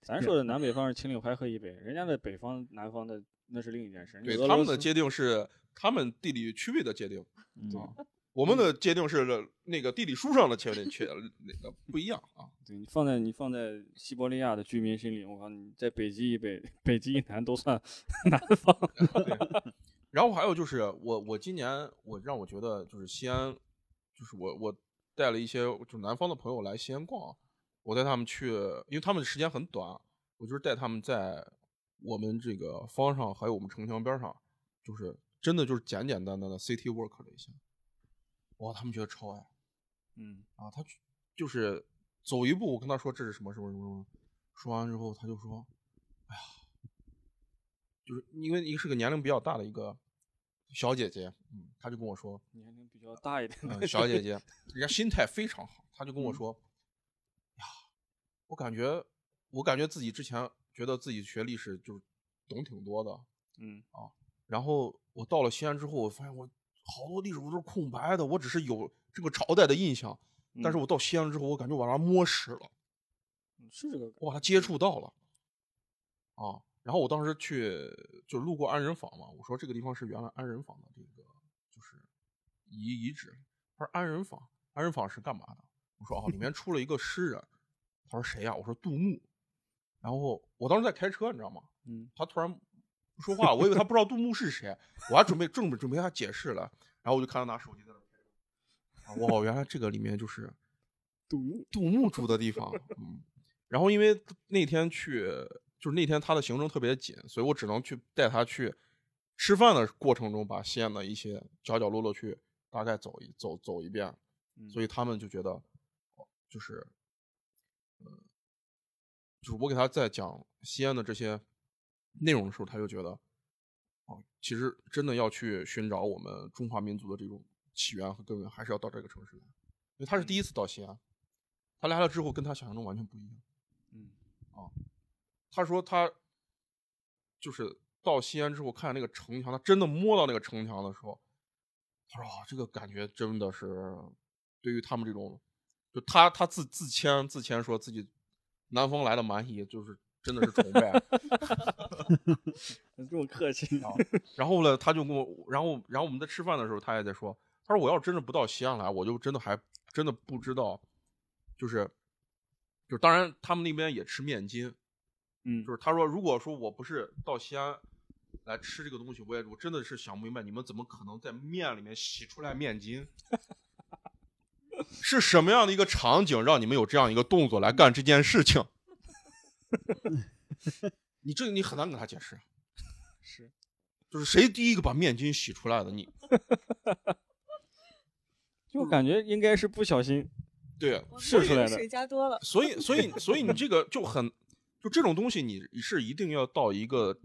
咱说的南北方是秦岭淮河以北，人家的北方、南方的那是另一件事。
对
你俄
他
罗
们
斯
的界定是他们地理区位的界定，
嗯
啊我们的界定是那个地理书上的界定，确那个不一样啊。
对你放在你放在西伯利亚的居民心里，我告诉你，在北极以北、北极以南都算南方。
对，然后还有就是我我今年我让我觉得就是西安，就是我我带了一些就南方的朋友来西安逛，我带他们去，因为他们时间很短，我就是带他们在我们这个方上还有我们城墙边上，就是真的就是简简单单的 city walk 了一下，哇，他们觉得超爱。
嗯，
啊，他去就是走一步，我跟他说这是什么什么什么什么，说完之后他就说，哎呀，就是因为一个是个年龄比较大的一个小姐姐，嗯，她就跟我说，
年龄比较大一点的、
嗯，小姐姐，人家心态非常好，她就跟我说，哎呀，我感觉我感觉自己之前觉得自己学历史就是懂挺多的，
嗯，
然后我到了西安之后，我发现我好多历史我都是空白的，我只是有这个朝代的印象，
嗯
但是我到西安之后，我感觉我把它摸实了，
嗯是这个
我把它接触到了，啊，然后我当时去就路过安仁坊嘛，我说这个地方是原来安仁坊的这个就是遗遗址，他说安仁坊，安仁坊是干嘛的？我说哦，里 面出了一个诗人，他说谁呀、我说杜牧，然后我当时在开车，你知道吗？
嗯，
他突然不说话，我以为他不知道杜牧是谁，我还准备正准备给他解释了，然后我就看他拿手机在那拍照，啊哇，原来这个里面就是
杜牧。
杜牧住的地方，嗯，然后因为那天去，就是那天他的行程特别紧，所以我只能去带他去吃饭的过程中，把西安的一些角角落落去大概走一走走一遍，所以他们就觉得，就是，呃，就是我给他在讲西安的这些内容的时候，他就觉得，哦，其实真的要去寻找我们中华民族的这种起源和根源，还是要到这个城市来，因为他是第一次到西安，他来了之后跟他想象中完全不一样。
嗯，
他说他就是到西安之后看那个城墙，他真的摸到那个城墙的时候，他说啊，这个感觉真的是对于他们这种，就他他自自谦自谦说自己南方来的蛮夷，就是真的是崇拜。
这么客气
啊然后呢，他就跟我，然后然后我们在吃饭的时候，他也在说，他说我要真的不到西安来，我就真的还真的不知道，就是就是当然他们那边也吃面筋，
嗯
就是他说如果说我不是到西安来吃这个东西，我也我真的是想不明白你们怎么可能在面里面洗出来面筋。是什么样的一个场景让你们有这样一个动作来干这件事情？ 你这个你很难跟他解释。啊
是，
就是谁第一个把面筋洗出来的？你
就感觉应该是不小心，
对，啊
我
试
们
出来的
水加多了，
所以所以所以你这个就很，就这种东西，你是一定要到一个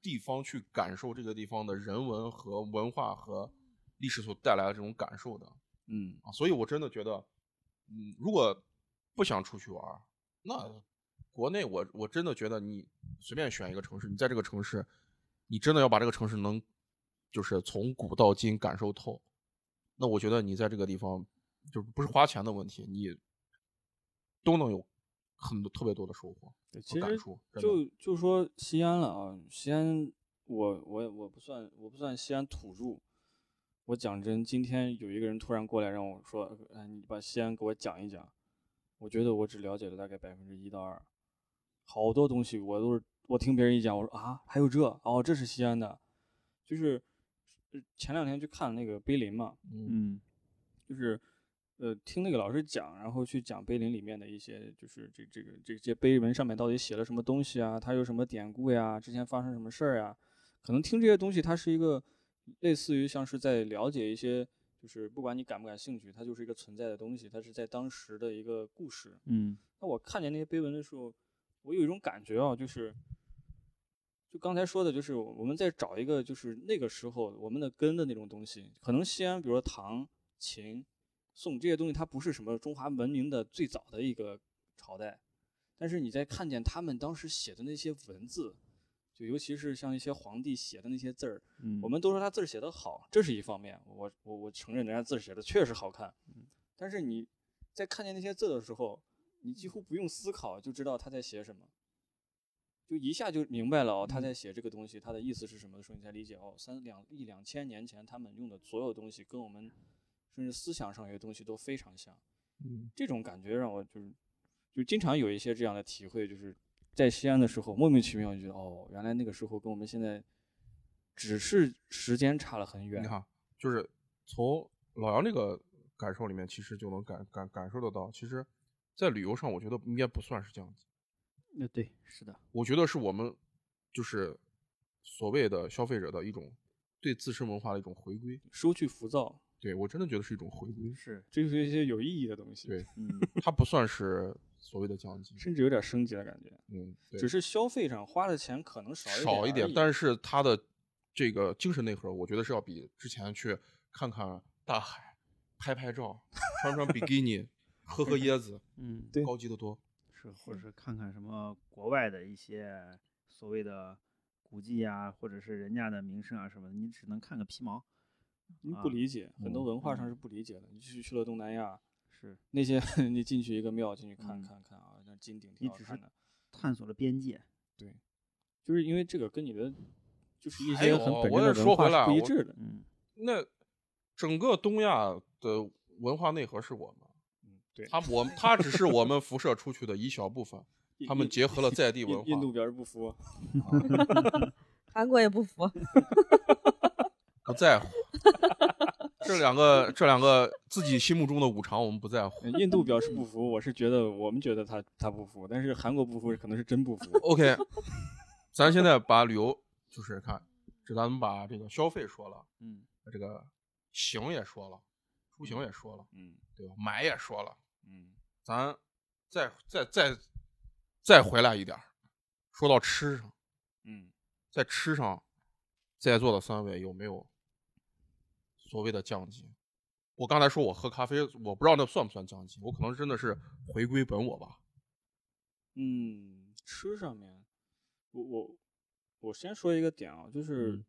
地方去感受这个地方的人文和文化和历史所带来的这种感受的
嗯，
啊。所以我真的觉得，嗯，如果不想出去玩儿，那
嗯
国内我我真的觉得你随便选一个城市，你在这个城市，你真的要把这个城市能就是从古到今感受透，那我觉得你在这个地方就不是花钱的问题，你都能有很多特别多的收获
对其
和感
实
触。真的
就就说西安了啊，西安我我我不算我不算西安土著，我讲真，今天有一个人突然过来让我说，哎，你把西安给我讲一讲，我觉得我只了解了大概百分之一到二，好多东西我都是我听别人一讲，我说啊还有这哦这是西安的，就是呃前两天去看那个碑林嘛，
嗯
嗯
就是呃听那个老师讲，然后去讲碑林里面的一些，就是这这个这些碑文上面到底写了什么东西啊，它有什么典故呀，之前发生什么事儿呀，可能听这些东西，它是一个类似于像是在了解一些，就是不管你感不感兴趣，它就是一个存在的东西，它是在当时的一个故事。
嗯
那我看见那些碑文的时候，我有一种感觉啊，就是，就刚才说的，就是我们在找一个就是那个时候我们的根的那种东西。可能西安，比如说唐、秦、宋这些东西，它不是什么中华文明的最早的一个朝代，但是你在看见他们当时写的那些文字，就尤其是像一些皇帝写的那些字儿，
嗯，
我们都说他字儿写得好，这是一方面，我我我承认人家字儿写的确实好看，但是你在看见那些字的时候，你几乎不用思考就知道他在写什么，就一下就明白了哦，他在写这个东西，他的意思是什么的时候，你才理解哦，三两一两千年前他们用的所有东西跟我们甚至思想上有些东西都非常像，
嗯
这种感觉让我就是就经常有一些这样的体会，就是在西安的时候莫名其妙就觉得哦，原来那个时候跟我们现在只是时间差了很远
你。看，就是从老杨这个感受里面，其实就能感感感受得到，其实，在旅游上，我觉得应该不算是降级。
那呃对是的，
我觉得是我们就是所谓的消费者的一种对自身文化的一种回归。
收去浮躁，
对我真的觉得是一种回归，
是
追求一些有意义的东西，
对
嗯
它不算是所谓的降级。
甚至有点升级的感觉。
嗯，对
只是消费上花的钱可能少一
少一
点而
点
已，，
但是它的这个精神内核，我觉得是要比之前去看看大海、拍拍照、穿穿比基尼、喝喝椰子
嗯
对
高级得多。
是，或者是看看什么国外的一些所谓的古迹呀、或者是人家的名胜啊什么的，你只能看个皮毛。
你不理解，很多
嗯
文化上
嗯
是不理解的。你去去了东南亚，
是
那些 你进去一个庙进去看
嗯
看看啊，那金顶挺
你
好
只是
看的，
探索了边界，
就是因为这个跟你的就是一
还
些
有啊
很本
我也
身的
说
文
回
化
来
是不一
我
致的。
嗯，
那整个东亚的文化内核是我们，
嗯，对，
它我它只是我们 辐射出去的一小部分，
印
他们
印
结合了在地
印
文化。
印度表示不服，
韩国也不服。
不在乎。 这两个，这两个自己心目中的五常，我们不在乎
呃。印度表示不服，我是觉得我们觉得他他不服，但是韩国不服可能是真不服。
OK，咱现在把旅游就是看，这咱们把这个消费说了，
嗯，
这个行也说了，出行也说了，
嗯
对吧？买也说了，
嗯，
咱再再再再回来一点儿，说到吃上，
嗯，
在吃上，在座的三位有没有所谓的降级？我刚才说我喝咖啡，我不知道那算不算降级，我可能真的是回归本我吧。
嗯，吃上面，我我我先说一个点啊，就是
嗯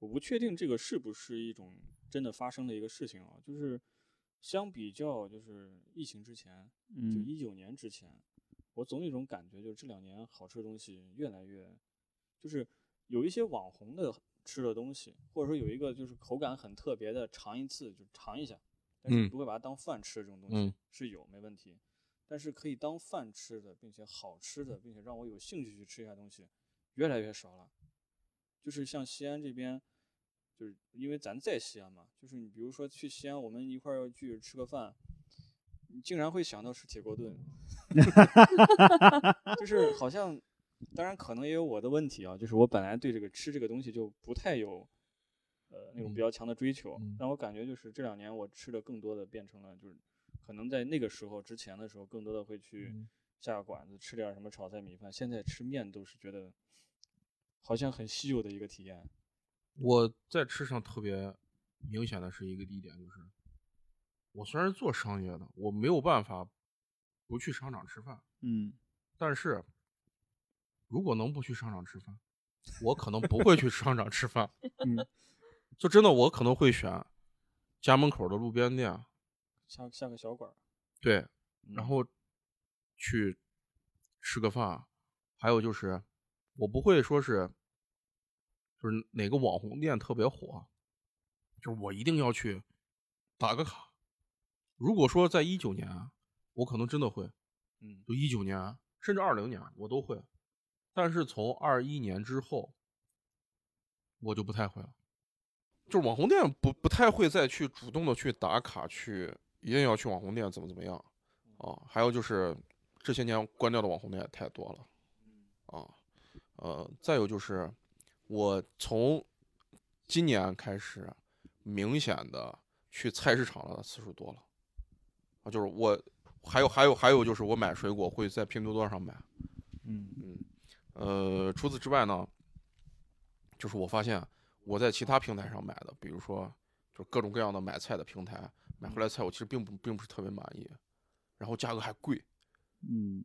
我不确定这个是不是一种真的发生的一个事情啊，就是相比较就是疫情之前，就
嗯
一九年之前，我总有一种感觉，就是这两年好吃的东西越来越，就是有一些网红的吃的东西，或者说有一个就是口感很特别的，尝一次就尝一下，但是
嗯
不会把它当饭吃的这种东西、
嗯
是有没问题，但是可以当饭吃的，并且好吃的，并且让我有兴趣去吃一下东西，越来越少了。就是像西安这边，就是因为咱在西安嘛，就是你比如说去西安，我们一块儿要去吃个饭，你竟然会想到是铁锅炖，就是好像，当然可能也有我的问题啊，就是我本来对这个吃这个东西就不太有，呃，那种比较强的追求
嗯，
但我感觉就是这两年我吃的更多的变成了就是，可能在那个时候之前的时候，更多的会去
嗯
下个馆子吃点儿什么炒菜米饭，现在吃面都是觉得好像很稀有的一个体验。
我在吃上特别明显的是一个第一点，就是我虽然是做商业的，我没有办法不去商场吃饭，
嗯，
但是如果能不去商场吃饭，我可能不会去商场吃饭。
嗯，
就真的我可能会选家门口的路边店，
下下个小馆儿，
对，
嗯
然后去吃个饭。还有就是，我不会说是就是哪个网红店特别火，就是我一定要去打个卡。如果说在一九年，啊我可能真的会，
嗯
就一九年啊甚至二零年我都会，但是从二一年之后，我就不太会了。就是网红店不不太会再去主动的去打卡，去一定要去网红店怎么怎么样啊？还有就是这些年关掉的网红店也太多了啊，呃，再有就是我从今年开始明显的去菜市场的次数多了啊，就是我还有还有还有就是我买水果会在拼多多上买，
嗯
呃，除此之外呢，就是我发现我在其他平台上买的，比如说就是各种各样的买菜的平台，买回来菜我其实并不并不是特别满意，然后价格还贵。
嗯，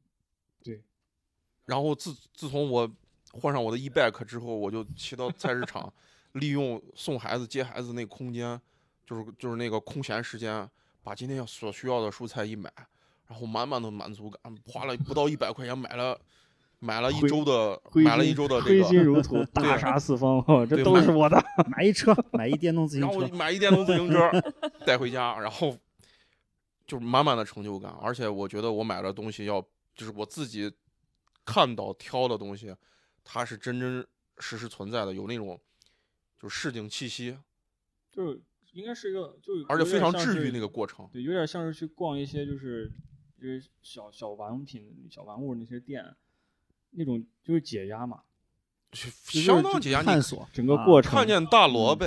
然后自自从我换上我的 e bike 之后，我就骑到菜市场，利用送孩子接孩子那空间，就是就是那个空闲时间，把今天要所需要的蔬菜一买，然后满满的满足感，花了不到一百块钱买了买了一
挥
周的
挥
买了一
金
周的这
挥金
个。
如 土，
大杀四方啊，这
对
都
卖
是我的。
买一车，买一电动自行
然后我
车
就，买一电动自行车 带回家，然后就是满满的成就感。而且我觉得我买的东西要就是我自己看到挑的东西，它是真真实实存在的，有那种就是市井气息，
就是应该是一个，就是
而且
有
非
点
常
像
治
是
愈那个过程。
对，有点像是去逛一些就是就是小小玩品、小玩物那些店，那种就是解压嘛，
相当解压，
探
你
索
整个
啊
过程。
看见
嗯
大萝卜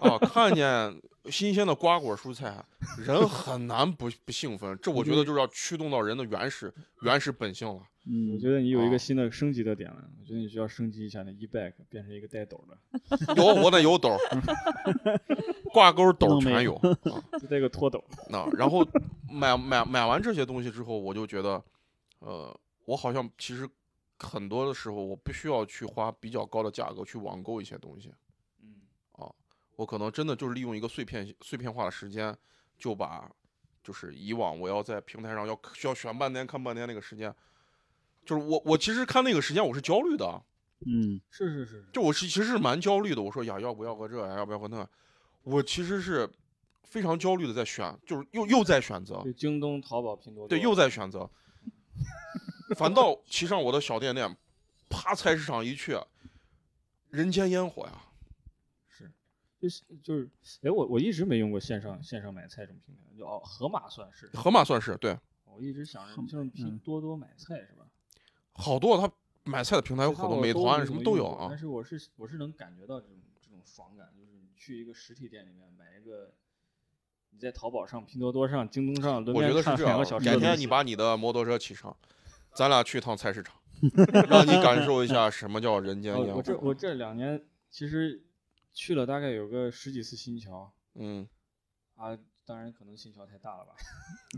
啊，看见新鲜的瓜果蔬菜，人很难不不兴奋。这我觉得就是要驱动到人的原始原始本性了。
我
嗯，
觉得你有一
哦
个新的升级的点了，我觉得你需要升级一下那 e bike，变成一个带斗的，
有我那有斗儿，挂钩斗儿
弄没
全
有
有啊。
就带个拖斗。
那然后买买买完这些东西之后，我就觉得，呃，我好像其实很多的时候我不需要去花比较高的价格去网购一些东西，啊
嗯，
我可能真的就是利用一个碎片碎片化的时间，就把就是以往我要在平台上要需要选半天看半天那个时间，就是我我其实看那个时间我是焦虑的，
嗯
是是是，
就我 是其实是蛮焦虑的。我说呀，要不要个这呀，要不要个那？我其实是非常焦虑的，在选，就是又又在选择
就，京东、淘宝、拼多多，
对，又在选择。反倒骑上我的小电电，啪，菜市场一去，人间烟火呀！
是，就是就是，哎，我我一直没用过线上线上买菜这种平台，就哦，盒马算是，
盒马算是对，
我一直想着
盒马
就是拼
嗯
多多买菜是吧？
好多他买菜的平台有
其他
好多
我
美团什
没怎
么
么
都
用
有
过
啊
但。是我是我是能感觉到这种这种爽感，就是你去一个实体店里面买一个，你在淘宝上、拼多多上、京东上轮
我觉
边
得是
看
这
两
样
个
啊，
小时
改
的
天
东
你
西。
把你的摩托车骑上，咱俩去趟菜市 场，让你感受一下什么叫人间
呃
烟
我这
火。
我这两年其实去了大概有个十几次新桥
嗯，
啊，当然可能新桥太大了吧。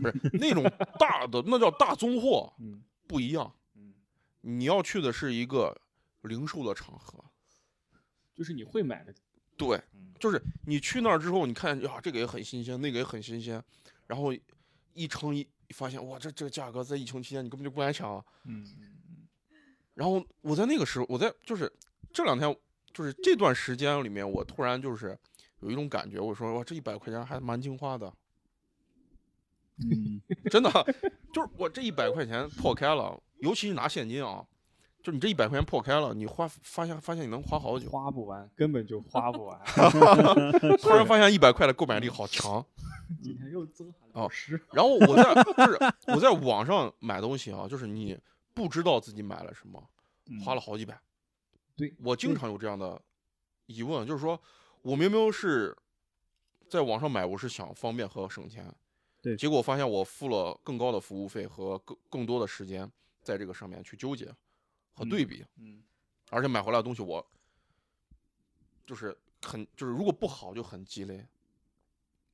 不是那种大的，那叫大宗货，
嗯
不一样。
嗯，
你要去的是一个零售的场合，
就是你会买的，
对，
嗯，
就是你去那儿之后，你看呀，这个也很新鲜，那个也很新鲜，然后一称一发现，哇，这这个价格在疫情期间你根本就不敢想啊。
嗯，
然后我在那个时候，我在就是这两天，就是这段时间里面，我突然就是有一种感觉，我说哇，这一百块钱还蛮精花的，
嗯，
真的，就是我这一百块钱破开了，尤其是拿现金啊，就是你这一百块钱破开了，你花发现发现你能花好久，
嗯花不完，根本就花 不完。
突然发现一百块的购买力好强。
今天又增了
哦
十，
然后我在就是我在网上买东西啊，就是你不知道自己买了什么，花了好几百。
嗯对
我经常有这样的疑问，就是说我明明是在网上买，我是想方便和省钱，
对
结果我发现我付了更高的服务费和更更多的时间在这个上面去纠结和对比，
嗯，
而且买回来的东西我就是很就是如果不好就很鸡肋，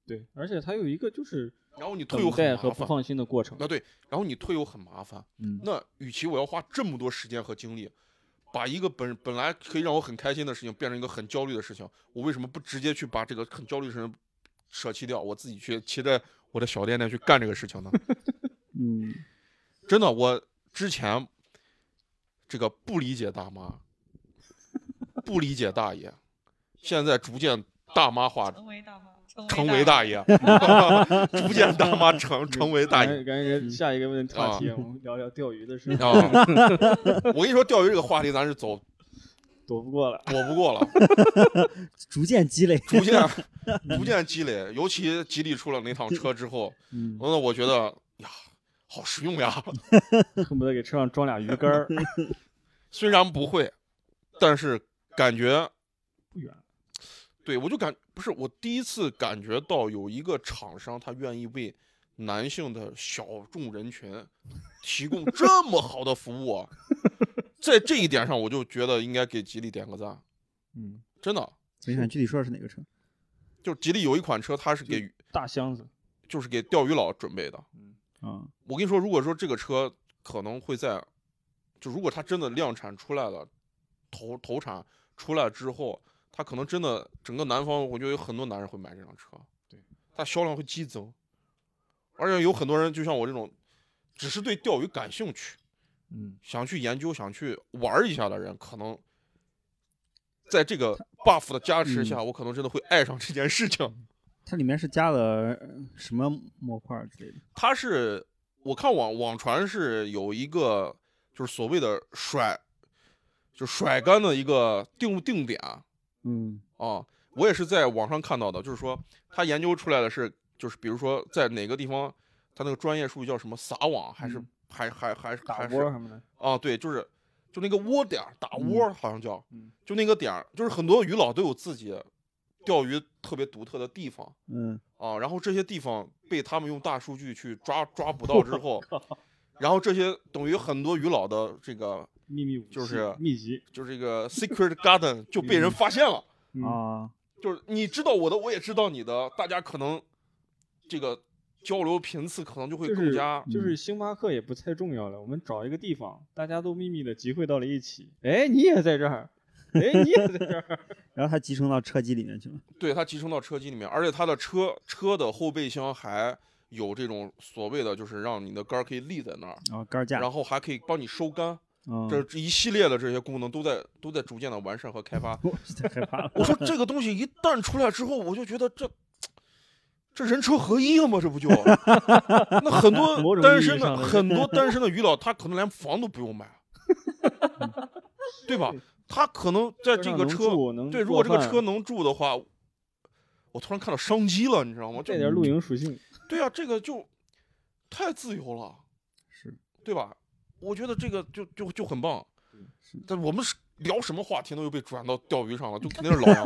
对，而且它有一个就是
然后你退
等
又
待
很
和
麻
不
烦。
放心的过
啊
程
那。对，然后你退又很麻烦。
嗯
那与其我要花这么多时间和精力，把一个本本来可以让我很开心的事情变成一个很焦虑的事情，我为什么不直接去把这个很焦虑的事情舍弃掉，我自己去骑着我的小电电去干这个事情呢？
嗯，
真的，我之前这个不理解大妈，不理解大爷，现在逐渐大妈化，
成为大妈，
成
为
为
大
大爷， 逐渐大妈成成为大
感
爷
觉。感觉下一个问话题，
啊
我们聊聊钓鱼的事，
啊！我跟你说，钓鱼这个话题咱是走
躲不过了。
躲不过了，
逐渐积累，
逐 渐逐渐积累，尤其吉利出了那趟车之 后，
嗯
那我觉得呀，好实用呀。
恨不得给车上装俩鱼竿 儿，
虽然不会，但是感觉
不远。
对我就感不是我第一次感觉到有一个厂商他愿意为男性的小众人群提供这么好的服 务啊，在这一点上我就觉得应该给吉利点个赞，
嗯，
真的。
没想具体说的是哪个车？
就是吉利有一款车，它是给
大箱子，
就是给钓鱼佬准备的，
啊，
我跟你说，如果说这个车可能会在，就如果它真的量产出来了，投投产出来之后，它可能真的整个南方，我觉得有很多男人会买这辆车，
对，
它销量会激增，而且有很多人就像我这种，只是对钓鱼感兴趣，
嗯，
想去研究、想去玩儿一下的人，可能在这个 buff 的加持下，我可能真的会爱上这件事情。
它里面是加了呃什么模块儿之类的？
它是我看网网传是有一个就是所谓的甩，就甩杆的一个定定点啊。
嗯
我也是在网上看到的，就是说他研究出来的是，就是比如说在哪个地方，他那个专业术语叫什么撒网，还是、
嗯
还还还是
打
还
窝
是
什么的，
啊？对，就是就那个窝点儿打窝儿好像叫，
嗯
就那个点儿，就是很多渔佬都有自己钓鱼特别独特的地方。
嗯，
啊，然后这些地方被他们用大数据去抓抓捕到之后，然后这些等于很多渔佬的这个
秘密武器，
就是
秘籍。
就是这个 secret garden 就被人发现了，
嗯
啊，
就是你知道我的，我也知道你的，大家可能这个交流频次可能就会
就
更
是
加
就是星巴克也不太重要了，我们找一个地方，大家都秘密的集会到了一起。哎，你也在这儿，哎，你也在这儿，
然后它集成到车机里面去了。
对它集成到车机里面，而且它的车车的后备箱还有这种所谓的就是让你的杆儿可以立在那儿，
啊，杆儿架，
然后还可以帮你收杆，
嗯
这这一系列的这些功能都在都在逐渐的完善和开发。
我实在害怕了。
我说这个东西一旦出来之后，我就觉得这这人车合一了吗？这不就 那很
某
多
种
单
意
身
义
的
上的
很多单身的渔佬，他可能连房都不用 买，对吧？他可能在 这个
能
车
住能
对，如果这
做
个
饭
车能住的话，我突然看到商机了，你知道吗？
带
这
点露营属性，
对啊，这个就太自由了，
是
对吧？我觉得这个就就就很棒
是。
但我们是聊什么话题呢？又被转到钓鱼上了，就肯定是老 杨。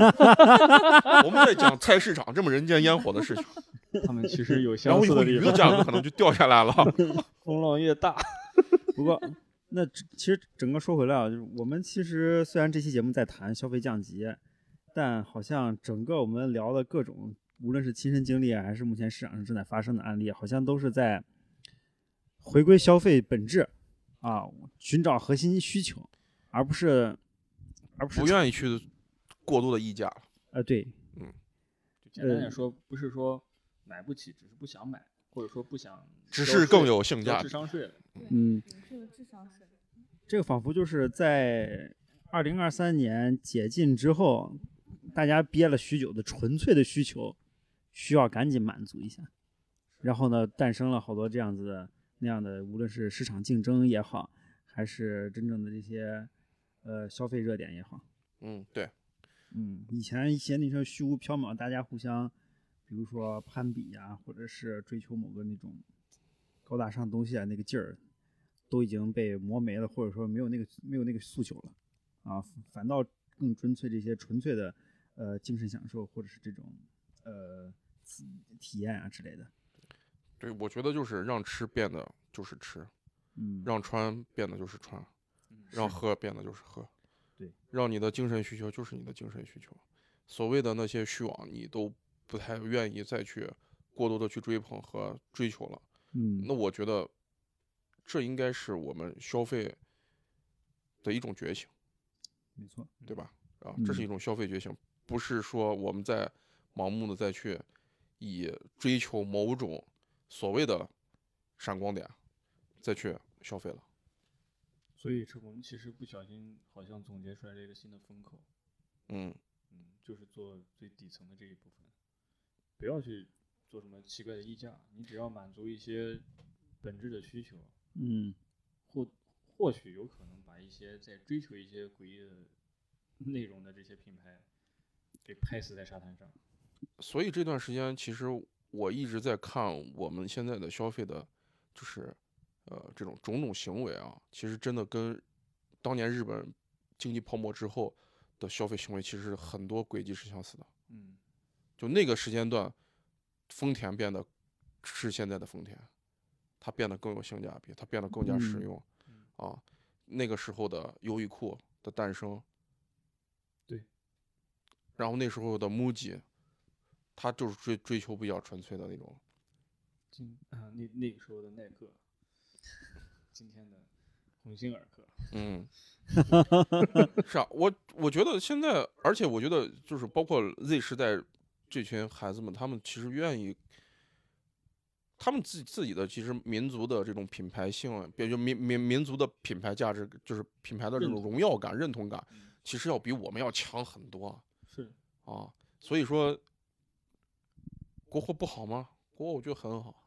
我们在讲菜市场这么人间烟火的 事情，
他们其实有
嗯 然
相
后
似的
鱼的
地方，
价格可能就掉下来了。
风浪越大，
不过，那这其实整个说回来啊，就是我们其实虽然这期节目在谈消费降级，但好像整个我们聊的各种，无论是亲身经历啊还是目前市场上正在发生的案例，好像都是在回归消费本质啊，寻找核心需求，而不是 而不是
不愿意去过度的溢价。
啊，对，
就简单
嗯
点说，不是说买不起，只是不想买，或者说不想
只
交
是更
税
有性
交
价
智
比
商税了。
嗯，
这个智商
啊
税。
这个仿佛就是在二零二三年解禁之后，大家憋了许久的纯粹的需求，需要赶紧满足一下。然后呢，诞生了好多这样子的那样的，无论是市场竞争也好，还是真正的这些呃消费热点也好，
嗯，对，
嗯，以前一些那种虚无缥缈，大家互相，比如说攀比呀、或者是追求某个那种高大上的东西啊，那个劲儿都已经被磨没了，或者说没有那个没有那个诉求了啊，反倒更纯粹这些纯粹的呃精神享受或者是这种呃体体验啊之类的，
对，我觉得就是让吃变得就是吃，
嗯，
让穿变得就是穿，让喝变得就是喝，
对，
让你的精神需求就是你的精神需求，所谓的那些虚妄，你都不太愿意再去过度的去追捧和追求了。
嗯
那我觉得，这应该是我们消费的一种觉醒，
没错，
对吧？啊，
嗯
这是一种消费觉醒，不是说我们在盲目的再去以追求某种所谓的闪光点再去消费了。
所以这我们其实不小心好像总结出来了一个新的风口，
嗯，
嗯，就是做最底层的这一部分，不要去做什么奇怪的溢价，你只要满足一些本质的需求，
嗯
或或许有可能把一些在追求一些诡异的内容的这些品牌给拍死在沙滩上。
所以这段时间其实我一直在看我们现在的消费的，就是呃这种种种行为啊，其实真的跟当年日本经济泡沫之后的消费行为，其实很多轨迹是相似的。
嗯，
就那个时间段，丰田变得是现在的丰田，它变得更有性价比，它变得更加实
嗯
用、
嗯
啊。那个时候的优衣库的诞生，
对，
然后那时候的 MUJI，它就是追追求比较纯粹的那种，
今啊那那个时候的耐克，今天的鸿星尔克，
嗯， 是啊，我我觉得现在，而且我觉得就是包括 Z 时代这群孩子们，他们其实愿意，他们自己自己的其实民族的这种品牌性啊，别就民民民族的品牌价值，就是品牌的这种荣耀感、认同感，其实要比我们要强很多啊
是
啊。所以说，国货不好吗？国货我觉得很好。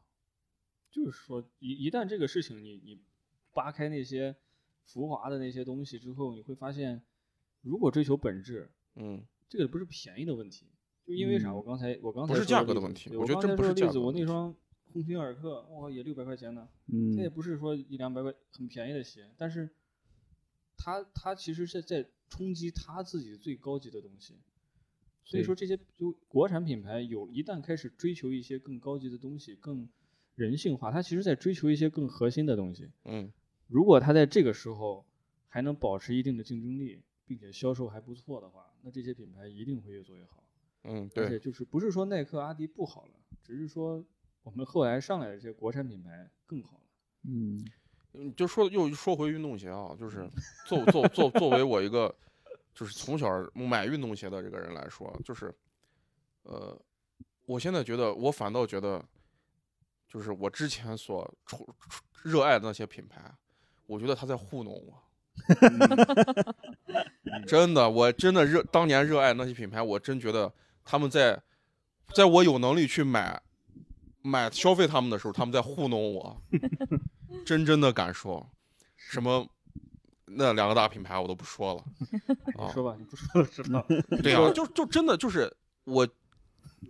就是说，一一旦这个事情你你扒开那些浮华的那些东西之后，你会发现，如果追求本质，
嗯，
这个不是便宜的问题，就因为啥？
嗯
我刚才我刚才
不是
说
价格的
例
问
子
题
对
我
我
觉得
刚
真
才
不
说
是
的
价
例
格
子，我
问
那
题
双鸿星尔克，哇，也六百块钱呢，
嗯
它也不是说一两百块很便宜的鞋，但是它它其实是在冲击它自己最高级的东西。所以
对
说这些就国产品牌有一旦开始追求一些更高级的东西，更人性化，它其实在追求一些更核心的东西。
嗯，
如果它在这个时候还能保持一定的竞争力，并且销售还不错的话，那这些品牌一定会越做越好。
嗯，
而且
对，
就是不是说耐克、阿迪不好了，只是说我们后来上来的这些国产品牌更好了。
嗯
嗯，就说又说回运动鞋啊，就是作作作作为我一个就是从小买运动鞋的这个人来说，就是呃，我现在觉得我反倒觉得，就是我之前所出出热爱的那些品牌，我觉得他在糊弄我。 真的，我真的热当年热爱那些品牌，我真觉得他们在在我有能力去买买消费他们的时候，他们在糊弄我。真真的感受，什么那两个大品牌我都不说了
你
啊，
说吧，你不说了知道。
对啊，就就真的就是我，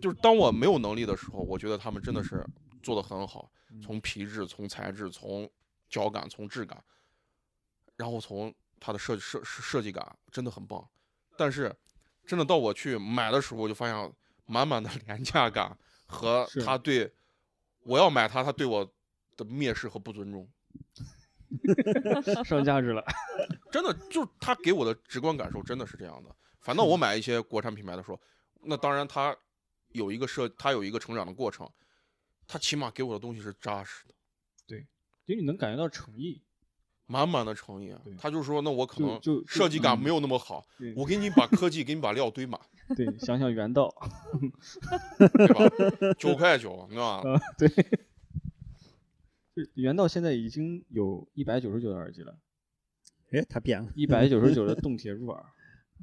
就是当我没有能力的时候，我觉得他们真的是做的很好，从皮质、从材质、从脚感、从质感，然后从它的设设设设计感真的很棒。但是真的到我去买的时候，我就发现满满的廉价感和
是
他对我要买它，他对我的蔑视和不尊重。
上价值 了。
真的就是他给我的直观感受真的是这样的。反
嗯
倒我买一些国产品牌的时候，那当然它有一个设，它有一个成长的过程，它起码给我的东西是扎实的，
就你能感觉到诚意，
满满的诚意啊
对。
他就说，那我可
就
能
就就
设计感
嗯
没有那么好
对，
我给你把科技，给你把料堆满，
对，想想原道，
对吧？九块九，你知道吧？
对， 就原道现在已经有一百九十九的耳机了，
哎，他变了，
一百九十九的动铁入 耳。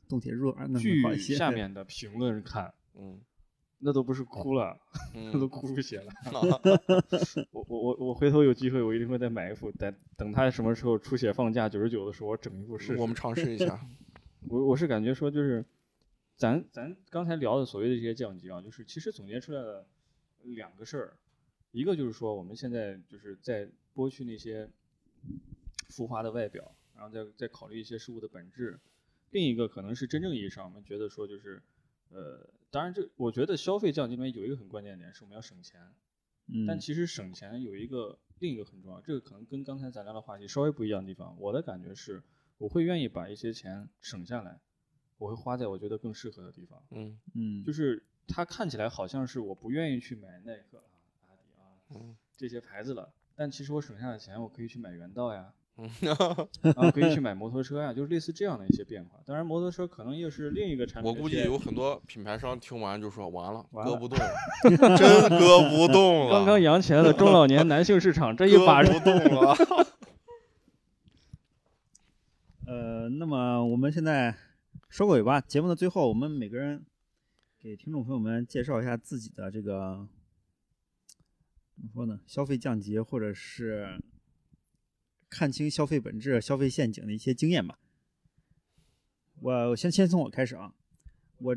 动铁入耳，那能
据
好一些。
下面的评论看，
嗯
那都不是哭了，那都
嗯，
哭出 血了。我我我我回头有机会，我一定会再买一副，等等它什么时候出血放价九十九的时候，我整一副试试。
我们尝试一 下。
我我是感觉说就是，咱咱刚才聊的所谓的这些降级啊，就是其实总结出来的两个事儿，一个就是说我们现在就是在剥去那些浮华的外表，然后再再考虑一些事物的本质；另一个可能是真正意义上我们觉得说就是，呃，当然这我觉得消费降级里面有一个很关键的点是我们要省钱，
嗯，
但其实省钱有一个另一个很重要，这个可能跟刚才咱聊的话题稍微不一样的地方。我的感觉是，我会愿意把一些钱省下来，我会花在我觉得更适合的地方。
嗯
嗯，
就是是它看起来好像是我不愿意去买耐克啊、阿迪啊
嗯
这些牌子了，但其实我省下的钱，我可以去买原道呀，
嗯，
然后可以去买摩托车呀，就是类似这样的一些变化。当然，摩托车可能又是另一个产品
我
的
估计
线
有很多品牌商听完就说完了，
完
割
了
不动了， 真割不动了，
刚刚扬起来的中老年男性市场，这一把
割不动 了。
呃，那么我们现在收个尾吧。节目的最后，我们每个人给听众朋友们介绍一下自己的这个怎么说呢？消费降级，或者是看清消费本质、消费陷阱的一些经验吧。我我先先从我开始啊，我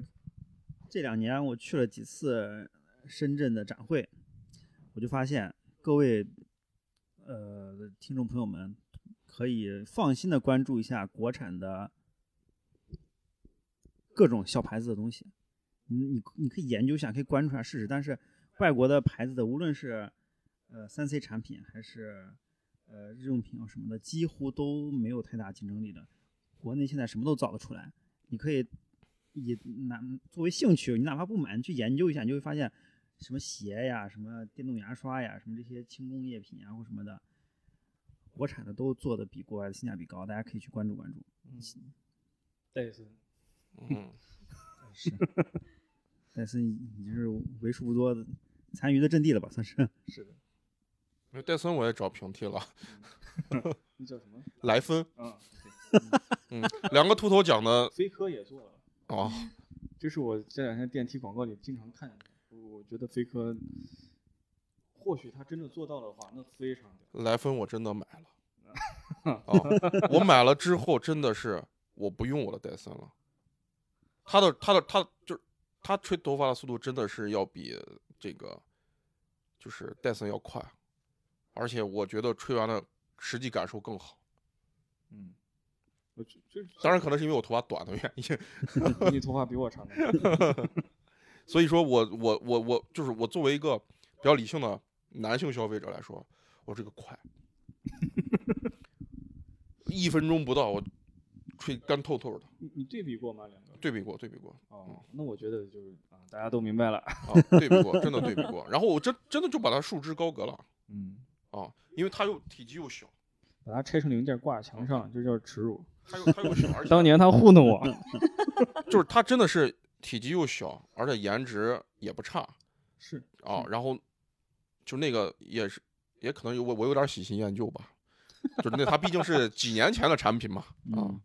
这两年我去了几次深圳的展会，我就发现各位呃听众朋友们可以放心的关注一下国产的各种小牌子的东西，你你你可以研究一下，可以关注一下试试。但是外国的牌子的，无论是呃三 C 产品还是呃日用品啊什么的，几乎都没有太大竞争力的。国内现在什么都造得出来，你可以以哪作为兴趣，你哪怕不买，你去研究一下，你就会发现什么鞋呀、什么电动牙刷呀、什么这些轻工业品啊或什么的，国产的都做的比国外的性价比高，大家可以去关注关注。
戴森。
嗯，
是，但是你就是为数不多的残余的阵地了吧，算是。
是的，
因为戴森我也找平替了，
那叫什么？
莱芬，
啊，
嗯，两个秃头讲的
飞科也做了，
啊，
这是我这两天电梯广告里经常看见的。我觉得飞科，或许他真的做到的话，那非常屌。
莱芬我真的买了，啊，我买了之后真的是我不用我的戴森了，它的它的它就是它吹头发的速度真的是要比这个就是戴森要快，而且我觉得吹完的实际感受更好。
嗯，我就就是，
当然可能是因为我头发短的原因，
你头发比我长。
所以说我我我我就是我作为一个比较理性的男性消费者来说，我这个快，一分钟不到我吹干透透的，
你你对比过吗？两个？
对比过对比过
哦，那我觉得就是啊，大家都明白了。
啊，对比过，真的对比过。然后我真真的就把它束之高阁了
嗯，
啊，因为它又体积又小，
把它拆成零件挂墙上，这叫耻辱。
它又它又小，而且
当年他糊弄我，
就是它真的是体积又小，而且颜值也不差
是
啊。然后就那个也是，也可能有我我有点喜新厌旧吧。就是那，它毕竟 是几年前的产品嘛，啊，
嗯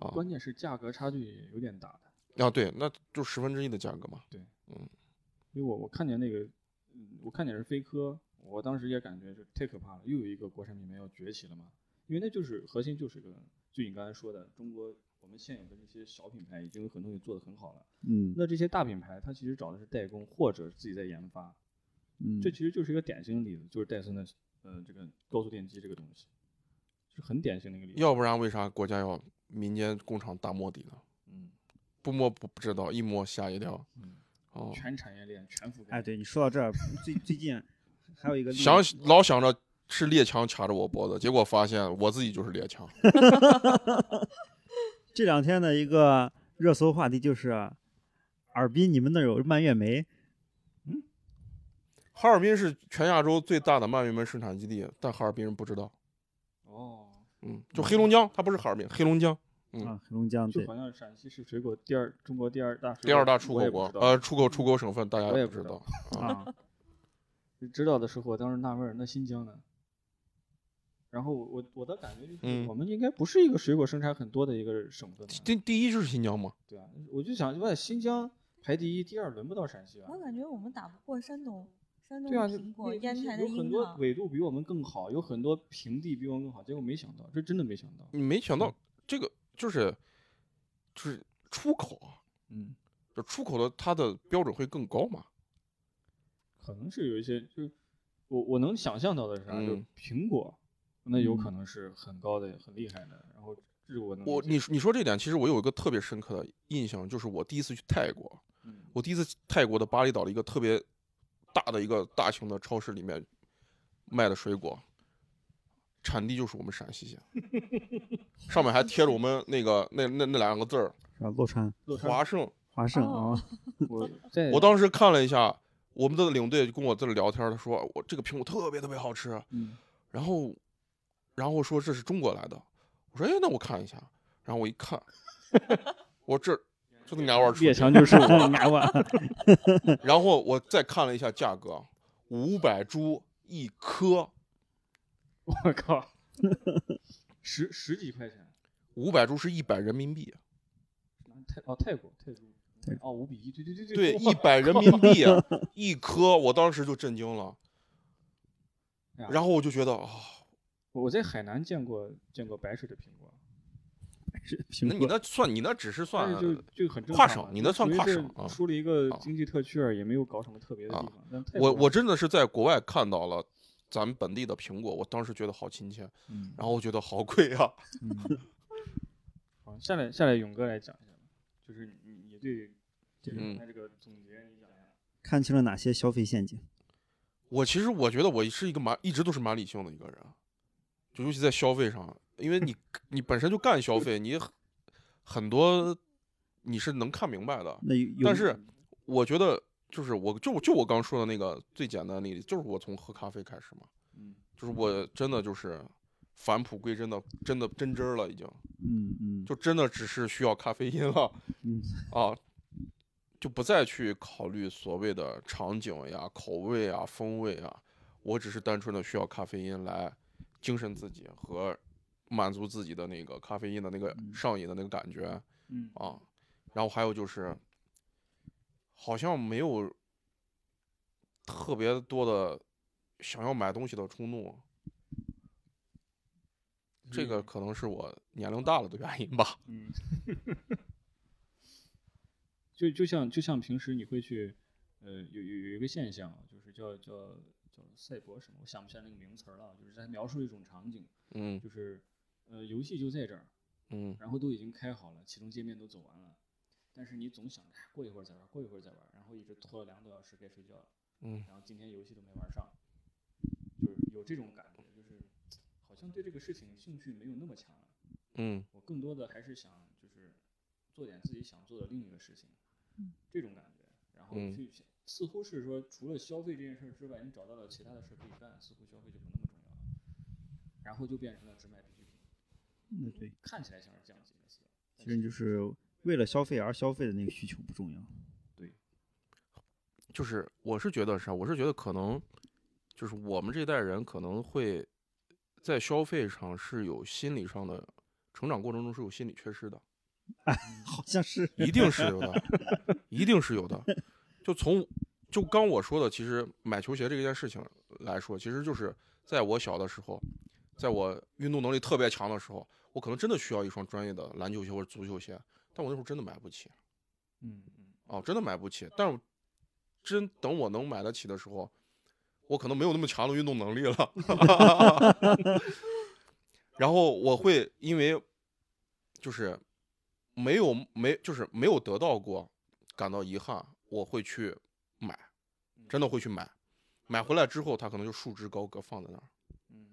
啊
关键是价格差距也有点大的。
啊，对，那就十分之一的价格嘛。
因为我我看见那个，嗯，我看见是飞科，我当时也感觉就太可怕了，又有一个国产品牌要崛起了嘛。因为那就是核心就是个，就你刚才说的，中国我们现有的这些小品牌已经有很多东西做得很好了。
嗯
那这些大品牌，它其实找的是代工或者自己在研发，
嗯
这其实就是一个典型的例子，就是戴森的呃这个高速电机这个东西，是很典型的一个例子。
要不然为啥国家要民间工厂大摸底呢？
嗯，
不摸不不知道，一摸吓一跳。
嗯
哦，
全产业链全覆盖。
哎，对你说到这儿，最最近还 有一个例子
想老想着是猎枪卡着我脖子，结果发现我自己就是猎 枪。
这两天的一个热搜话题就是，耳滨你们那儿有蔓越莓？
哈尔滨是全亚洲最大的蔓越莓生产基地，但哈尔滨人不知道。
哦，
嗯，就黑龙江，它不是哈尔滨，黑龙江嗯
啊，黑龙江
就
对
好像陕西是水果第二，中国第二大水
第二大
果
出
我
口
也
国
不，知道
呃，出口出口省份，大家
我也
不
不
知
知
道
道。
啊，
知道的时候，我当时纳闷儿，那新疆呢？然后我我我的感觉就是，
嗯
我们应该不是一个水果生产很多的一个省份吧、
第第一就是新疆嘛，
对啊，我就想问，新疆排第一，第二轮不到陕西吧
我？感觉我们打不过山东，山东
对啊，就
苹果、
那
烟
那些
台的啊
有很
樱
多
桃。
纬度比我们更好，有很多平地比我们更好，结果没想到，这真的没想到。
你没想到这个就是就是出口啊，
嗯，
就出口的它的标准会更高嘛。
可能是有一些，就是我我能想象到的是啥，啊就
嗯
是苹果，那有可能是很高的、很厉害的。然后这个我能理
我
解
你你说这点，其实我有一个特别深刻的印象，就是我第一次去泰国，
嗯
我第一次去泰国的巴厘岛的一个特别大的一个大型的超市里面卖的水果，产地就是我们陕西县，上面还贴着我们那个那那那两个字儿
是吧？洛川、
洛川
华盛。
华盛啊，
哦
我在
我当时看了一下，我们的领队就跟我在这聊天儿，他说我这个苹果特别特别好吃，
嗯
然后然后说这是中国来的，我说哎那我看一下，然后我一看，我这就那俩碗出
列
去，
强就是我
拿过 来
然后我再看了一下价格，五百铢一颗，
我 靠，十十几块钱，
五百铢是一百人民 币，
泰哦泰国泰铢，哦五比一，对对对对
对，
对，
一百人民币啊一颗，我当时就震惊了，
哎呀
然后我就觉得啊、
我在海南见过见过白水的苹果，
苹
那你
果
那算你那只是
但
算
是就就很正
跨
常
省
嘛
你那
就
算
属于
跨
是
省啊
出了一个
啊
经济特区而已，也没有搞什么特别的地方。但泰
我
国
我真的是在国外看到了咱们本地的苹果，我当时觉得好亲切，
嗯，
然后我觉得好贵啊。
好，下来下来，勇哥来讲一下吧，就是你你对这个
嗯
他这个总结，你讲一下。
看清了哪些消费陷阱？
我其实我觉得我是一个蛮一直都是蛮理性的一个人，就尤其在消费上，因为你你本身就干消费，你很很多你是能看明白的。
那有
但是我觉得就是我就就我刚说的那个最简单的例子，就是我从喝咖啡开始嘛，
嗯，
就是我真的就是返璞归真的，真的真真儿了已经。
嗯嗯，
就真的只是需要咖啡因了，
嗯
啊，就不再去考虑所谓的场景呀、口味啊、风味啊，我只是单纯的需要咖啡因来精神自己和满足自己的那个咖啡因的那个上瘾的那个感觉，
嗯
啊，然后还有就是，好像没有特别多的想要买东西的冲动。这个可能是我年龄大了的原因吧。
嗯， 就就像就像平时你会去，呃，有有有一个现象啊，就是叫叫叫赛博什么，我想不起来那个名词儿了，啊就是在描述一种场景，
嗯
就是呃，游戏就在这儿，
嗯
然后都已经开好了，启动界面都走完了，但是你总想着哎过一会儿再玩，过一会儿再玩，然后一直拖了两个多小时该睡觉了，
嗯，
然后今天游戏都没玩上，就是有这种感觉，就是好像对这个事情兴趣没有那么强了。
嗯
我更多的还是想就是做点自己想做的另一个事情，这种感觉。然后
嗯
去、似乎是说，除了消费这件事之外，你找到了其他的事可以干，似乎消费就不那么重要了。然后就变成了只买必需品，
那对，
看起来像是这样子的思维。
其实就是为了消费而消费的那个需求不重要。
就是我是觉得啥，我是觉得可能就是我们这代人可能会在消费上是有心理上的成长过程中是有心理缺失的，
好像是
一定是有的，一定是有的。就从就刚我说的，其实买球鞋这件事情来说，其实就是在我小的时候，在我运动能力特别强的时候，我可能真的需要一双专业的篮球鞋或者足球鞋，但我那时候真的买不起。
嗯嗯，
哦，真的买不起。但是真等我能买得起的时候，我可能没有那么强的运动能力了。 然后我会因为就是没有没就是没有得到过，感到遗憾，我会去买，
嗯
真的会去买。买回来之后，它可能就束之高阁放在那儿，
嗯，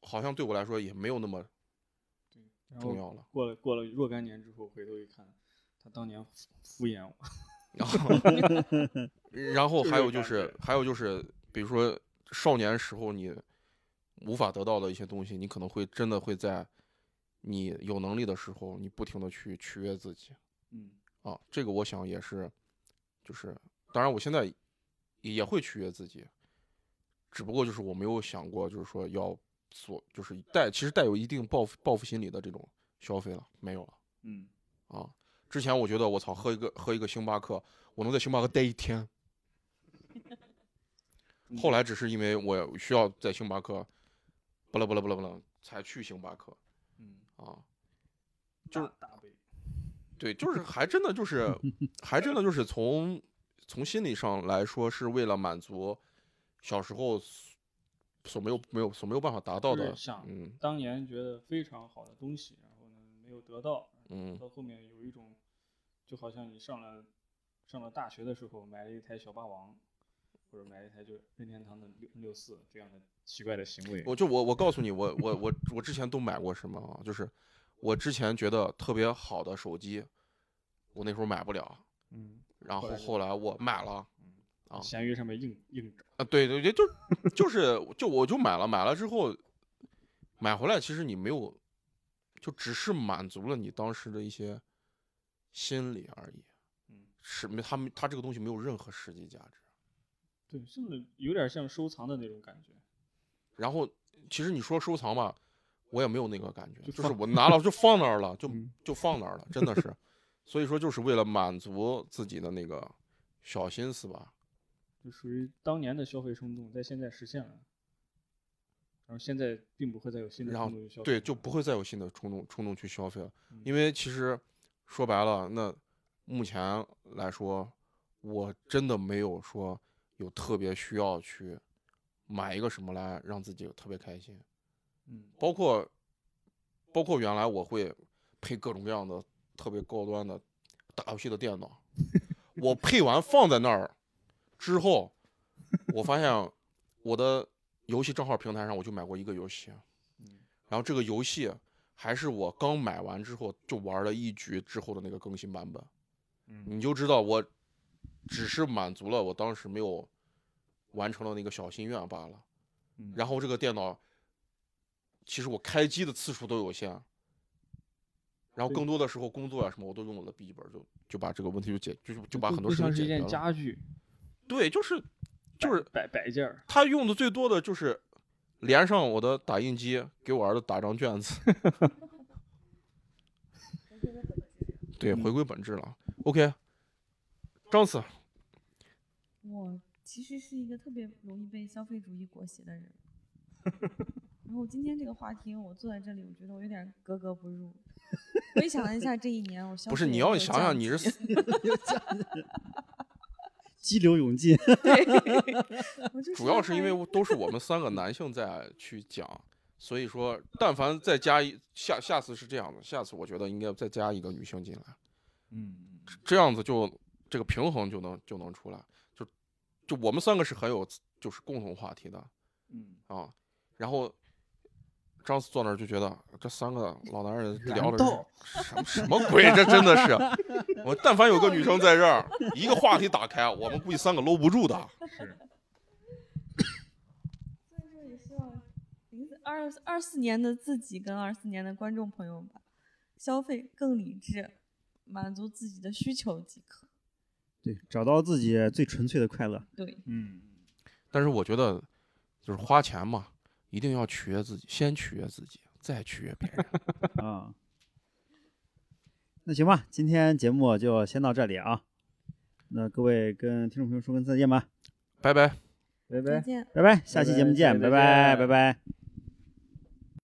好像对我来说也没有那么
对。嗯然
重
后
要了。
过了过了若干年之后，回头一看，他当年敷敷衍我。
然后，然后还有就是，还有就是，比如说少年时候你无法得到的一些东西，你可能会真的会在你有能力的时候，你不停的去取悦自己
嗯
啊。这个我想也是，就是当然我现在也会取悦自己，只不过就是我没有想过，就是说要所就是带其实带有一定报复报复心理的这种消费了，没有了。
嗯，
啊。之前我觉得我操，喝一个喝一个星巴克，我能在星巴克待一 天。后来只是因为我需要在星巴克，不啦不啦不啦不啦，才去星巴克。
嗯
啊，
就是大杯，
对，就是还真的就是， 还真的就是从从心理上来说，是为了满足小时候所所没有没有所没有办法达到的
就是想，
嗯
当年觉得非常好的东西，然后呢没有得到，
嗯
到后面有一种，就好像你上了上了大学的时候买了一台小霸王，或者买了一台就任天堂的六六四这样的奇怪的行为。
我就我我告诉你，我我我我之前都买过什么啊？就是我之前觉得特别好的手机，我那时候买不了，
嗯，
然
后
后
来就
后来我买了啊
闲鱼上面硬硬找，
啊，对对对， 就就是就我就买了，买了之后买回来，其实你没有，就只是满足了你当时的一些心理而已，
嗯，
是没他们他这个东西没有任何实际价值。
对，甚至有点像收藏的那种感觉。
然后其实你说收藏吧，我也没有那个感觉，
就
就是
放
我拿了就放那儿了，就
嗯
就放那儿了，真的是。所以说，就是为了满足自己的那个小心思吧。
就属于当年的消费冲动，在现在实现了，然后现在并不会再有新的
然
冲
后
动去消费，
对，就不会再有新的冲动冲动去消费了
嗯，
因为其实说白了，那目前来说，我真的没有说有特别需要去买一个什么来让自己特别开心。
嗯
包括包括原来我会配各种各样的特别高端的打游戏的电脑，我配完放在那儿之后，我发现我的游戏账号平台上我就买过一个游戏，然后这个游戏还是我刚买完之后就玩了一局之后的那个更新版本，
嗯
你就知道我只是满足了我当时没有完成的那个小心愿罢了。
嗯，
然后这个电脑，其实我开机的次数都有限，啊然后
对
更多的时候工作啊呀什么，我都用我的笔记本就就把这个问题就解就就就把
就
很多
就
事情
像是
解
一
决
件
了。
家具，
对，就是就是
摆摆件儿，
他用的最多的就是连上我的打印机，给我儿子打张卷子。对，回归本质了。OK，张四，
我其实是一个特别容易被消费主义裹挟 的人。然后今天这个话题，我坐在这里，我觉得我有点格格不入。回想了一下这一年，我消费
不是
也
你
没
要
有
想
降
想你
级
是
激流勇进，
我就
主要是
在
因为我都是我们三个男性在去讲，所以说，但凡再加一下，下次是这样的，下次我觉得应该再加一个女性进来，
嗯嗯
这样子就这个平衡就能就能出来，就就我们三个是很有就是共同话题的
嗯，
啊。然后张四坐那儿就觉得这三个老男人聊的
斗
是什么什么鬼，这真的是 我但凡有个女生在这儿，一个话题打开，我们估计三个搂不住的。
是，
所以说也希望零二二四年的自己跟二四年的观众朋友吧，消费更理智，满足自己的需求即可。
对，找到自己最纯粹的快乐。
对，
嗯，
但是我觉得，就是花钱嘛，一定要取悦自己，先取悦自己，再取悦别人。
啊。那行吧，今天节目就先到这里啊。那各位跟听众朋友说声再见吧，
拜拜。
拜
再
拜。
见。
拜拜，下期节目见，
拜拜
拜拜
再见
拜拜